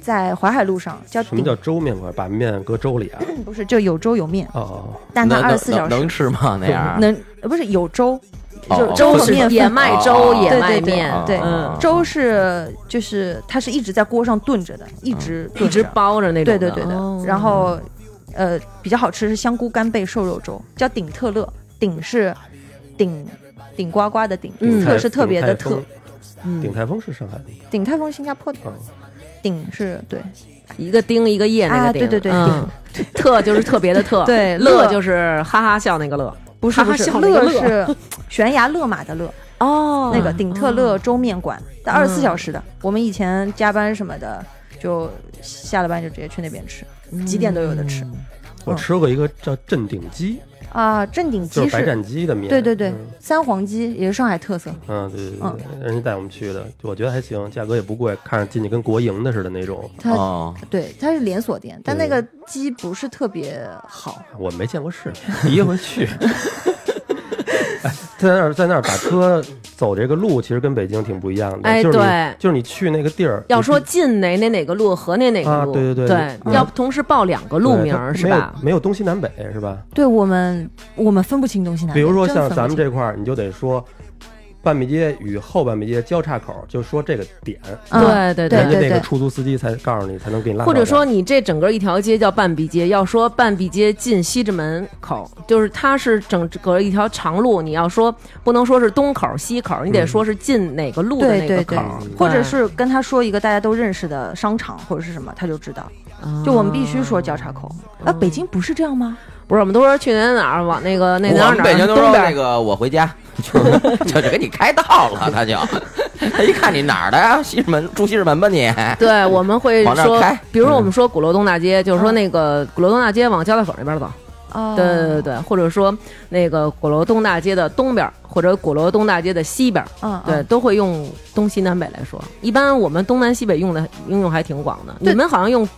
Speaker 5: 在淮海路上叫
Speaker 4: 什么
Speaker 5: 鼎
Speaker 4: 叫粥面馆？把面搁粥里啊？
Speaker 1: 嗯
Speaker 5: 不是，就有粥有面，
Speaker 4: 哦，
Speaker 5: 但它
Speaker 2: 那
Speaker 5: 二
Speaker 2: 能
Speaker 5: 十四小
Speaker 2: 能
Speaker 5: 时
Speaker 2: 能吃吗？那样
Speaker 5: 能呃不是有粥，
Speaker 2: 哦
Speaker 5: 就
Speaker 2: 哦
Speaker 5: 粥
Speaker 2: 哦
Speaker 5: 和面
Speaker 1: 也
Speaker 5: 粉。
Speaker 1: 卖
Speaker 2: 哦
Speaker 1: 粥，
Speaker 2: 哦
Speaker 1: 也
Speaker 5: 对
Speaker 1: 卖
Speaker 5: 对对
Speaker 1: 面，
Speaker 5: 对
Speaker 2: 啊
Speaker 1: 嗯，
Speaker 5: 粥是就是它是一直在锅上炖着的，一直
Speaker 2: 啊
Speaker 1: 一
Speaker 5: 炖
Speaker 1: 直
Speaker 5: 着
Speaker 1: 包着那种
Speaker 5: 对
Speaker 1: 的。
Speaker 5: 对对
Speaker 1: 哦
Speaker 5: 的。然后呃，比较好吃是香菇干贝瘦肉粥，叫顶特乐，顶是顶顶呱呱的顶，
Speaker 1: 嗯
Speaker 5: 特是特别的特
Speaker 4: 鼎，
Speaker 1: 嗯
Speaker 4: 鼎泰丰是上海的吗，
Speaker 5: 顶泰丰新加坡的
Speaker 4: 哦
Speaker 5: 顶是对
Speaker 1: 一个丁一个叶那
Speaker 5: 啊
Speaker 1: 个丁，
Speaker 5: 对对对
Speaker 1: 嗯，特就是特别的特，
Speaker 5: 对
Speaker 1: 乐
Speaker 5: 乐
Speaker 1: 就是哈哈笑那个乐，
Speaker 5: 不是
Speaker 1: 哈哈
Speaker 5: 不是
Speaker 1: 笑那个
Speaker 5: 乐
Speaker 1: 乐
Speaker 5: 是悬崖勒马的勒，
Speaker 1: 哦
Speaker 5: 那个顶特乐粥面馆，它二十四小时的。我们以前加班什么的，就下了班就直接去那边吃，几点都有的吃
Speaker 4: 我吃过一个叫镇鼎鸡，
Speaker 5: 啊。正鼎
Speaker 4: 就
Speaker 5: 鸡
Speaker 4: 是白
Speaker 5: 是，
Speaker 4: 斩鸡的面。
Speaker 5: 对对对
Speaker 4: 嗯，
Speaker 5: 三黄鸡也是上海特色。
Speaker 4: 嗯，对对对对，人家带我们去的，我觉得还行，价格也不贵，看着进去跟国营的似的那种，
Speaker 5: 它
Speaker 2: 哦，
Speaker 5: 对它是连锁店，但那
Speaker 4: 对
Speaker 5: 个鸡不是特别好。
Speaker 4: 啊我没见过世面，第一回去。 哎在那儿，在那儿打车走这个路，其实跟北京挺不一样的。
Speaker 1: 哎
Speaker 4: 就是你
Speaker 1: 对
Speaker 4: 就是你去那个地儿，
Speaker 1: 要
Speaker 4: 你
Speaker 5: 嗯
Speaker 1: 说近哪哪哪个路和那哪个
Speaker 4: 啊
Speaker 1: 路，
Speaker 4: 对对
Speaker 1: 对
Speaker 4: 对嗯
Speaker 1: 要同时报两
Speaker 4: 对
Speaker 1: 个路名
Speaker 4: 它
Speaker 1: 儿是
Speaker 4: 没有
Speaker 1: 吧？
Speaker 4: 没有东西南北是吧？
Speaker 5: 对我们，我们分不清东西南北。
Speaker 4: 比如说
Speaker 5: 哎真分
Speaker 4: 像
Speaker 5: 不
Speaker 4: 咱们
Speaker 5: 清
Speaker 4: 这块儿，你就得说半壁街与后半壁街交叉口，就说这个点，
Speaker 5: 嗯
Speaker 1: 对对
Speaker 4: 人家
Speaker 5: 对
Speaker 4: 那个
Speaker 5: 对
Speaker 4: 出租司机才告诉你，才能给你拉到
Speaker 1: 或
Speaker 4: 这儿。
Speaker 1: 者说你这整个一条街叫半壁街，要说半壁街进西直门口，就是它是整个一条长路，你要说不能说是东口西口，你
Speaker 4: 嗯
Speaker 1: 得说是进哪个路的那
Speaker 5: 对
Speaker 1: 个
Speaker 5: 对
Speaker 1: 口
Speaker 5: 对，，或者是跟他说一个大家都认识的商场或者是什么，他就知道。
Speaker 1: 哦
Speaker 5: 就我们必须说交叉口。啊，北京不是这样吗？
Speaker 1: 不是我们都说去哪儿哪儿往那个那哪
Speaker 2: 我
Speaker 1: 儿
Speaker 2: 们
Speaker 1: 哪
Speaker 2: 北京
Speaker 1: 儿
Speaker 2: 都说
Speaker 1: 东
Speaker 2: 那
Speaker 1: 边。
Speaker 2: 个我回家，就是 就就给你开道了，他就他一看你哪儿的呀？西直门住西直门吧你？
Speaker 1: 对，我们会
Speaker 2: 往那儿
Speaker 1: 说
Speaker 2: 开，嗯
Speaker 1: 比如说我们说鼓楼东大街，就是说那个鼓楼东大街往交道口那边走，
Speaker 5: 嗯哦，
Speaker 1: 对对对对，或者说那个鼓楼东大街的东边儿，或者鼓楼东大街的西边儿，
Speaker 5: 嗯，嗯
Speaker 1: 对，都会用东西南北来说。一般我们东南西北用的应用还挺广的，
Speaker 5: 对
Speaker 1: 你们好像用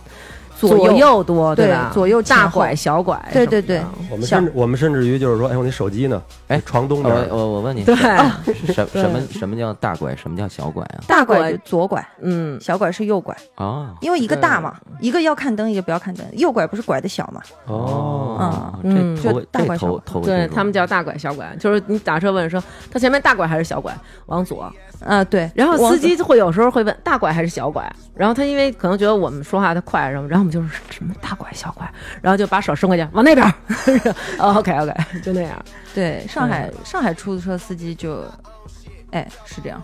Speaker 5: 左
Speaker 1: 左右多，
Speaker 5: 对
Speaker 1: 吧？
Speaker 5: 左右前
Speaker 1: 大
Speaker 5: 后
Speaker 1: 拐小拐什
Speaker 5: 对
Speaker 1: 么的，
Speaker 5: 对对
Speaker 4: 我们甚至我们甚至于就是说，哎，我那手机呢？
Speaker 2: 哎
Speaker 4: 床东
Speaker 2: 我
Speaker 4: 边儿，
Speaker 2: 我我问你，
Speaker 1: 对
Speaker 5: 哦
Speaker 2: 什什什么什么叫大拐，什么叫小拐啊？
Speaker 5: 大
Speaker 1: 大
Speaker 5: 拐
Speaker 1: 拐
Speaker 5: 就左拐，
Speaker 1: 嗯，
Speaker 5: 小拐是右拐，
Speaker 2: 哦
Speaker 5: 因为一个大嘛，一个要看灯，一个不要看灯，右拐不是拐的小嘛，
Speaker 2: 哦，
Speaker 1: 嗯
Speaker 2: 这头
Speaker 5: 就大
Speaker 2: 这
Speaker 5: 拐小
Speaker 2: 头
Speaker 5: 拐
Speaker 2: 头
Speaker 1: 对他们叫大拐小拐，就是你打车问说他前面大拐还是小拐，往左，
Speaker 5: 啊对，
Speaker 1: 然后
Speaker 5: 往
Speaker 1: 司机会有时候会问大拐还是小拐，然后他因为可能觉得我们说话他快什么，然后我们就是什么大拐小拐，然后就把手伸过去往那边儿、o 哦 k OK，就那 样。
Speaker 5: 对上海上海出租车司机就，哎是这样，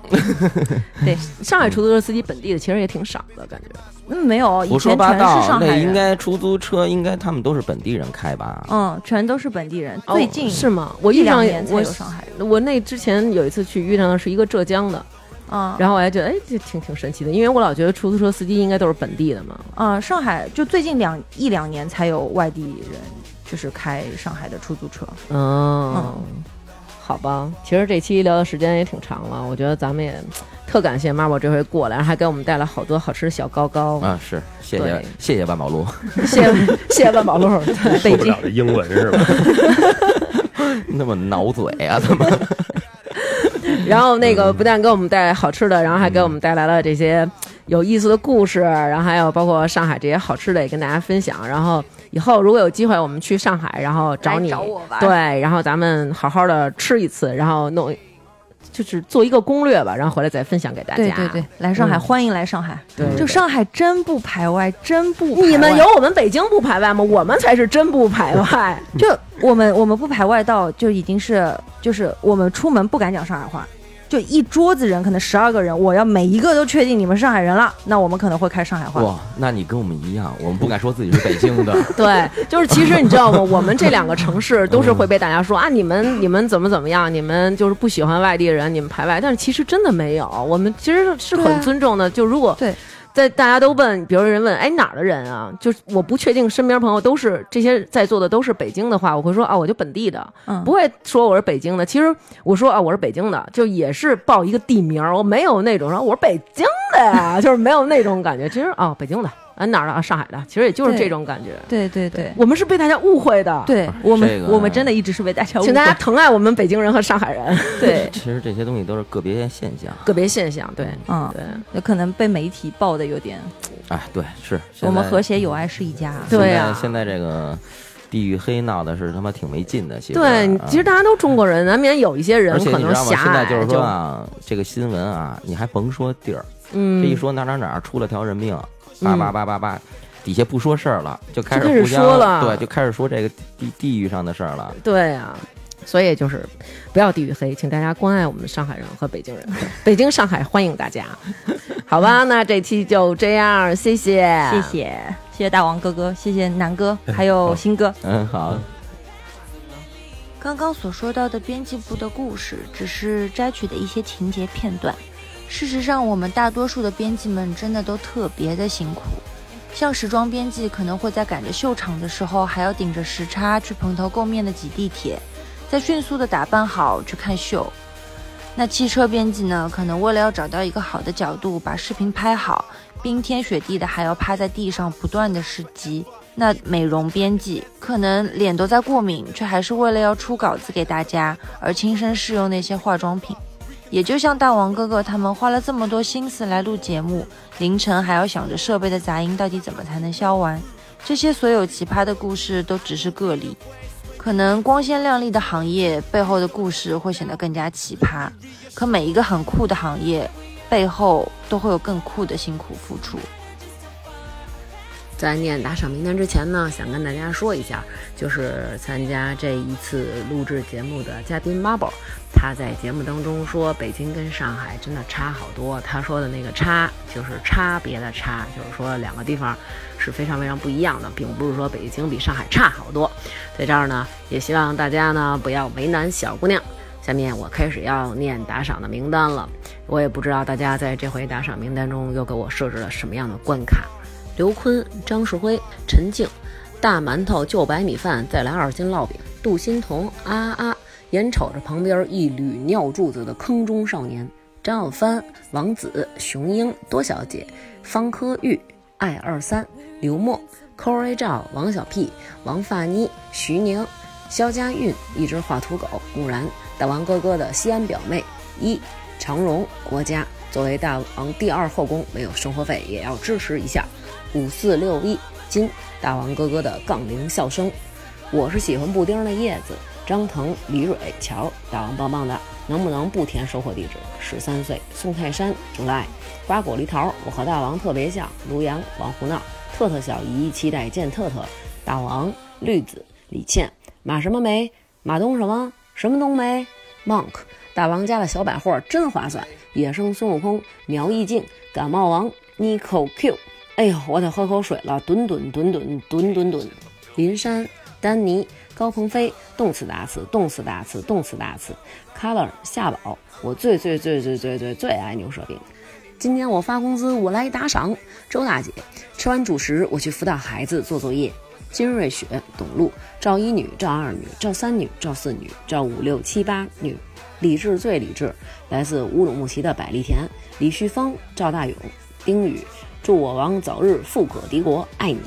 Speaker 5: 对，
Speaker 1: 上海出租车司机本地的其实也挺少的感觉，
Speaker 5: 嗯没有，以
Speaker 2: 胡说
Speaker 5: 前
Speaker 2: 八
Speaker 5: 全是
Speaker 2: 道，
Speaker 5: 上
Speaker 2: 那
Speaker 5: 海
Speaker 2: 应
Speaker 5: 人，
Speaker 2: 该出租车应该他们都是本地人开吧？
Speaker 5: 嗯，全都是本地人，最近
Speaker 1: 哦是吗？我
Speaker 5: 一
Speaker 1: 遇上
Speaker 5: 两年才
Speaker 1: 我
Speaker 5: 有上海人，
Speaker 1: 我那之前有一次去遇上的是一个浙江的，
Speaker 5: 啊
Speaker 1: 然后我还觉得哎这挺挺神奇的，因为我老觉得出租车司机应该都是本地的嘛，
Speaker 5: 啊上海就最近两一两年才有外地人就是开上海的出租车，
Speaker 1: 嗯，好吧，其实这期聊的时间也挺长了，我觉得咱们也特感谢 Marble 这回过来，然后还给我们带来好多好吃的小糕糕，
Speaker 2: 啊，是，谢谢
Speaker 1: 哦对
Speaker 2: 谢谢万宝路，
Speaker 1: 谢谢谢谢万宝路，
Speaker 4: 受
Speaker 1: 北
Speaker 4: 不
Speaker 1: 京
Speaker 4: 了的英文是吧？
Speaker 2: 那么挠嘴啊，怎么？
Speaker 1: 嗯然后那个不但给我们带来好吃的，然后还给我们带来了这些有意思的故事，然后还有包括上海这些好吃的也跟大家分享。然后以后如果有机会，我们去上海，然后找你，
Speaker 5: 来找我玩
Speaker 1: 对，然后咱们好好的吃一次，然后弄就是做一个攻略吧，然后回来再分享给大家。
Speaker 5: 对对对，来上海、
Speaker 1: 嗯
Speaker 5: 欢迎来上海，
Speaker 1: 对对
Speaker 5: 就上海真不排外，真不排外
Speaker 1: 你们有我们北京不排外吗？我们才是真不排 外。
Speaker 5: 就我们我们不排外到就已经是就是我们出门不敢讲上海话，就一桌子人可能十二个人，我要每一个都确定你们上海人了，那我们可能会开上海话。
Speaker 2: 哇，那你跟我们一样，我们不敢说自己是北京的，
Speaker 1: 对，就是其实你知道吗？我们这两个城市都是会被大家说啊，你们你们怎么怎么样，你们就是不喜欢外地人，你们排外。但是其实真的没有，我们其实是
Speaker 5: 对啊
Speaker 1: 很尊重的。就如果
Speaker 5: 对
Speaker 1: 在大家都问，比如人问，哎哪儿的人啊？就是我不确定，身边朋友都是这些在座的都是北京的话，我会说啊，我就本地的，
Speaker 5: 嗯
Speaker 1: 不会说我是北京的。其实我说啊，我是北京的，就也是报一个地名儿，我没有那种说啊我是北京的 呀，就是没有那种感觉。其实啊，北京的。啊，哪儿的啊？上海的，其实也就是
Speaker 5: 对
Speaker 1: 这种感觉。
Speaker 5: 对对对
Speaker 1: 我们是被大家误会的。，
Speaker 5: 对，我们、
Speaker 2: 这个
Speaker 5: 我们真的一直是被大家误
Speaker 1: 请
Speaker 5: 会
Speaker 1: 大家疼爱我们北京人和上海人
Speaker 5: 对，
Speaker 2: 其实这些东西都是个别现象。
Speaker 1: 个别现象。对，
Speaker 5: 嗯，
Speaker 1: 对，
Speaker 5: 有可能被媒体报的有点，
Speaker 2: 哎，对，是
Speaker 5: 我们和
Speaker 2: 谐。
Speaker 5: 谐友爱是一家。
Speaker 1: 对
Speaker 2: 现在
Speaker 1: 啊
Speaker 2: 现在这个地域黑闹的是他妈挺没劲的，其实
Speaker 1: 对，你
Speaker 2: 啊
Speaker 1: 其实大家都中国人，难免有一些人
Speaker 2: 而且
Speaker 1: 可
Speaker 2: 你知
Speaker 1: 能
Speaker 2: 道吗？
Speaker 1: 狭
Speaker 2: 现在
Speaker 1: 隘，
Speaker 2: 就是说啊，这个新闻啊，你还甭说地儿，这
Speaker 1: 嗯，
Speaker 2: 一说哪哪哪儿出了条人命，叭
Speaker 1: 嗯
Speaker 2: 叭叭叭叭，底下不说事儿了，就开
Speaker 1: 就开始
Speaker 2: 互相
Speaker 1: 说了
Speaker 2: 对，就开始说这个地地域上的事儿了。
Speaker 1: 对啊。所以就是不要地域黑，请大家关爱我们上海人和北京 人，北京、上海欢迎大家，好吧？那这期就这样，谢谢，
Speaker 5: 谢谢谢谢大王哥哥，谢谢南哥，还有新哥。
Speaker 2: 嗯，好，
Speaker 9: 刚刚所说到的编辑部的故事，只是摘取的一些情节片段。事实上，我们大多数的编辑们真的都特别的辛苦，像时装编辑可能会在赶着秀场的时候，还要顶着时差去蓬头垢面的挤地铁，再迅速的打扮好去看秀。那汽车编辑呢，可能为了要找到一个好的角度把视频拍好，冰天雪地的还要趴在地上不断的试机。那美容编辑可能脸都在过敏，却还是为了要出稿子给大家而亲身试用那些化妆品。也就像大王哥哥他们花了这么多心思来录节目，凌晨还要想着设备的杂音到底怎么才能消完。这些所有奇葩的故事都只是个例，可能光鲜亮丽的行业背后的故事会显得更加奇葩，可每一个很酷的行业背后都会有更酷的辛苦付出。
Speaker 10: 在念打赏名单之前呢，想跟大家说一下，就是参加这一次录制节目的嘉宾 Marble，他在节目当中说北京跟上海真的差好多。他说的那个差就是差别的差，就是说两个地方是非常非常不一样的，并不是说北京比上海差好多。在这儿呢，也希望大家呢不要为难小姑娘。下面我开始要念打赏的名单了，我也不知道大家在这回打赏名单中又给我设置了什么样的关卡。刘坤、张世辉、陈静、大馒头就白米饭，再来二斤烙饼。杜欣彤啊啊，眼瞅着旁边一缕尿柱子的坑中少年，张小帆、王子、熊英、多小姐、方科玉、艾二三、刘默、Corey 赵、王小屁、王发妮、徐宁、肖佳韵，一只画图狗木然，大王哥哥的西安表妹一常荣国家。作为大王第二后宫，没有生活费也要支持一下。五四六一金大王哥哥的杠铃笑声，我是喜欢布丁的叶子，张腾、李蕊、乔，大王棒棒的，能不能不填收货地址？十三岁，宋泰山，July，瓜果梨桃，我和大王特别像，卢阳、王胡闹，特特小姨期待见特特，大王、绿子、李倩，马什么梅，马东什么什么东梅，Monk，大王家的小百货真划算，野生孙悟空，苗艺静，感冒王，Nico Q。哎呦，我得喝口水了，吨吨吨吨吨吨吨。林珊、丹尼、高鹏飞，动次打次，动次打次，动次打次。Color 夏宝，我最最最最最最最爱牛舌饼。今天我发工资，我来打赏。周大姐，吃完主食我去辅导孩子做作业。金瑞雪、董路、赵一女、赵二女、赵三女、赵四女、赵五六七八女，李智最理智，来自乌鲁木齐的百利田。李旭峰、赵大勇、丁宇，祝我王早日富可敌国，爱你。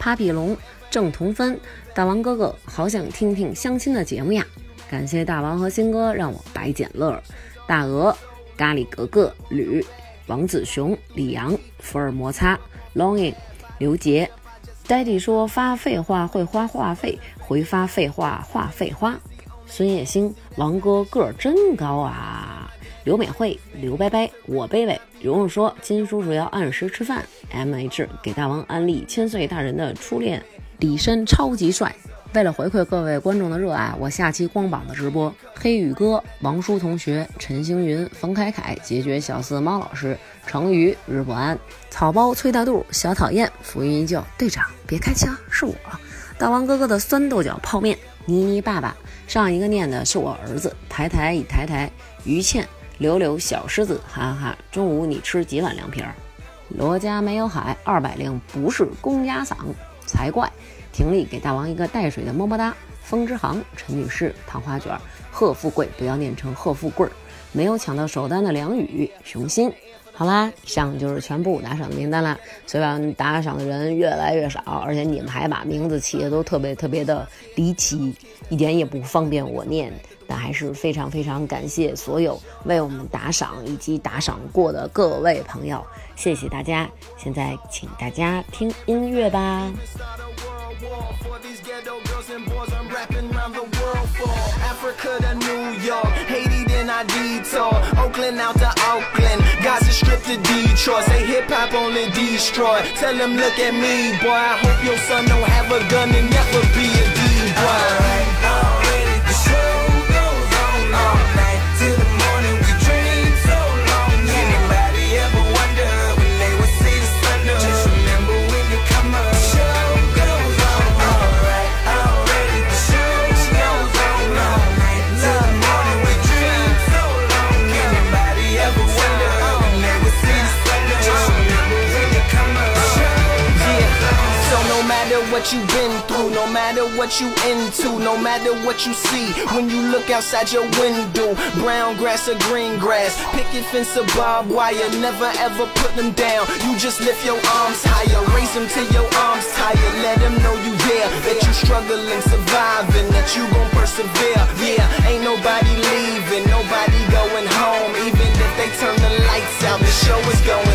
Speaker 10: Papi 龙、郑同芬、大王哥哥，好想听听相亲的节目呀！感谢大王和新哥让我白捡乐儿。大鹅、咖喱格格、吕、王子雄、李阳、福尔摩擦、Longing、刘杰。Daddy 说发废话会花话费，回发废话话费花。孙叶星，王哥个儿真高啊！刘美惠、刘拜拜、我贝贝、蓉蓉说金叔叔要按时吃饭。M H 给大王安利千岁大人的初恋，李深超级帅。为了回馈各位观众的热爱，我下期光膀子直播，黑羽哥、王叔同学、陈星云、冯凯凯、解决小四猫老师、成鱼、日不安、草包、崔大肚、小讨厌、浮云依旧、队长别开枪，是我。大王哥哥的酸豆角泡面，妮妮爸爸，上一个念的是我儿子，台台一台台，于倩，柳柳小狮子，哈哈哈，中午你吃几碗凉皮儿？罗家没有海，二百令不是公家嗓，才怪！婷丽给大王一个带水的么么哒，风之航，陈女士，糖花卷，贺富贵不要念成贺富贵儿，没有抢到首单的梁宇，熊心。好啦，以上就是全部打赏的名单啦。虽然打赏的人越来越少，而且你们还把名字起的都特别特别的离奇，一点也不方便我念，但还是非常非常感谢所有为我们打赏以及打赏过的各位朋友，谢谢大家。现在请大家听音乐吧。
Speaker 3: start a world war for these ghetto girls and boys I'm rapping around the world for Africa to New York, Haiti then I detour, Oakland out to Oakland, Gaza Strip to Detroit, say hip hop only destroy. Tell them look at me, boy. I hope your son don't have a gun and never be a D boy. Just remember when you come up, show goes on. Alright, already the show goes on all night till the morning. We dream so long. Anybody ever wonder when they would see the sun? Just remember when you come up, yeah. So no matter what you've been through, no matter what you into, no matter what you see, when you look outside your window, brown grass or green grass, picket fence or barbed wire, never ever put them down. You just lift your arms higher, raise them till your arms tired. Let them know you there, that you struggling, surviving, that you gon' persevere. Yeah, ain't nobody leaving, nobody going home, even if they turn the lights out, the show is going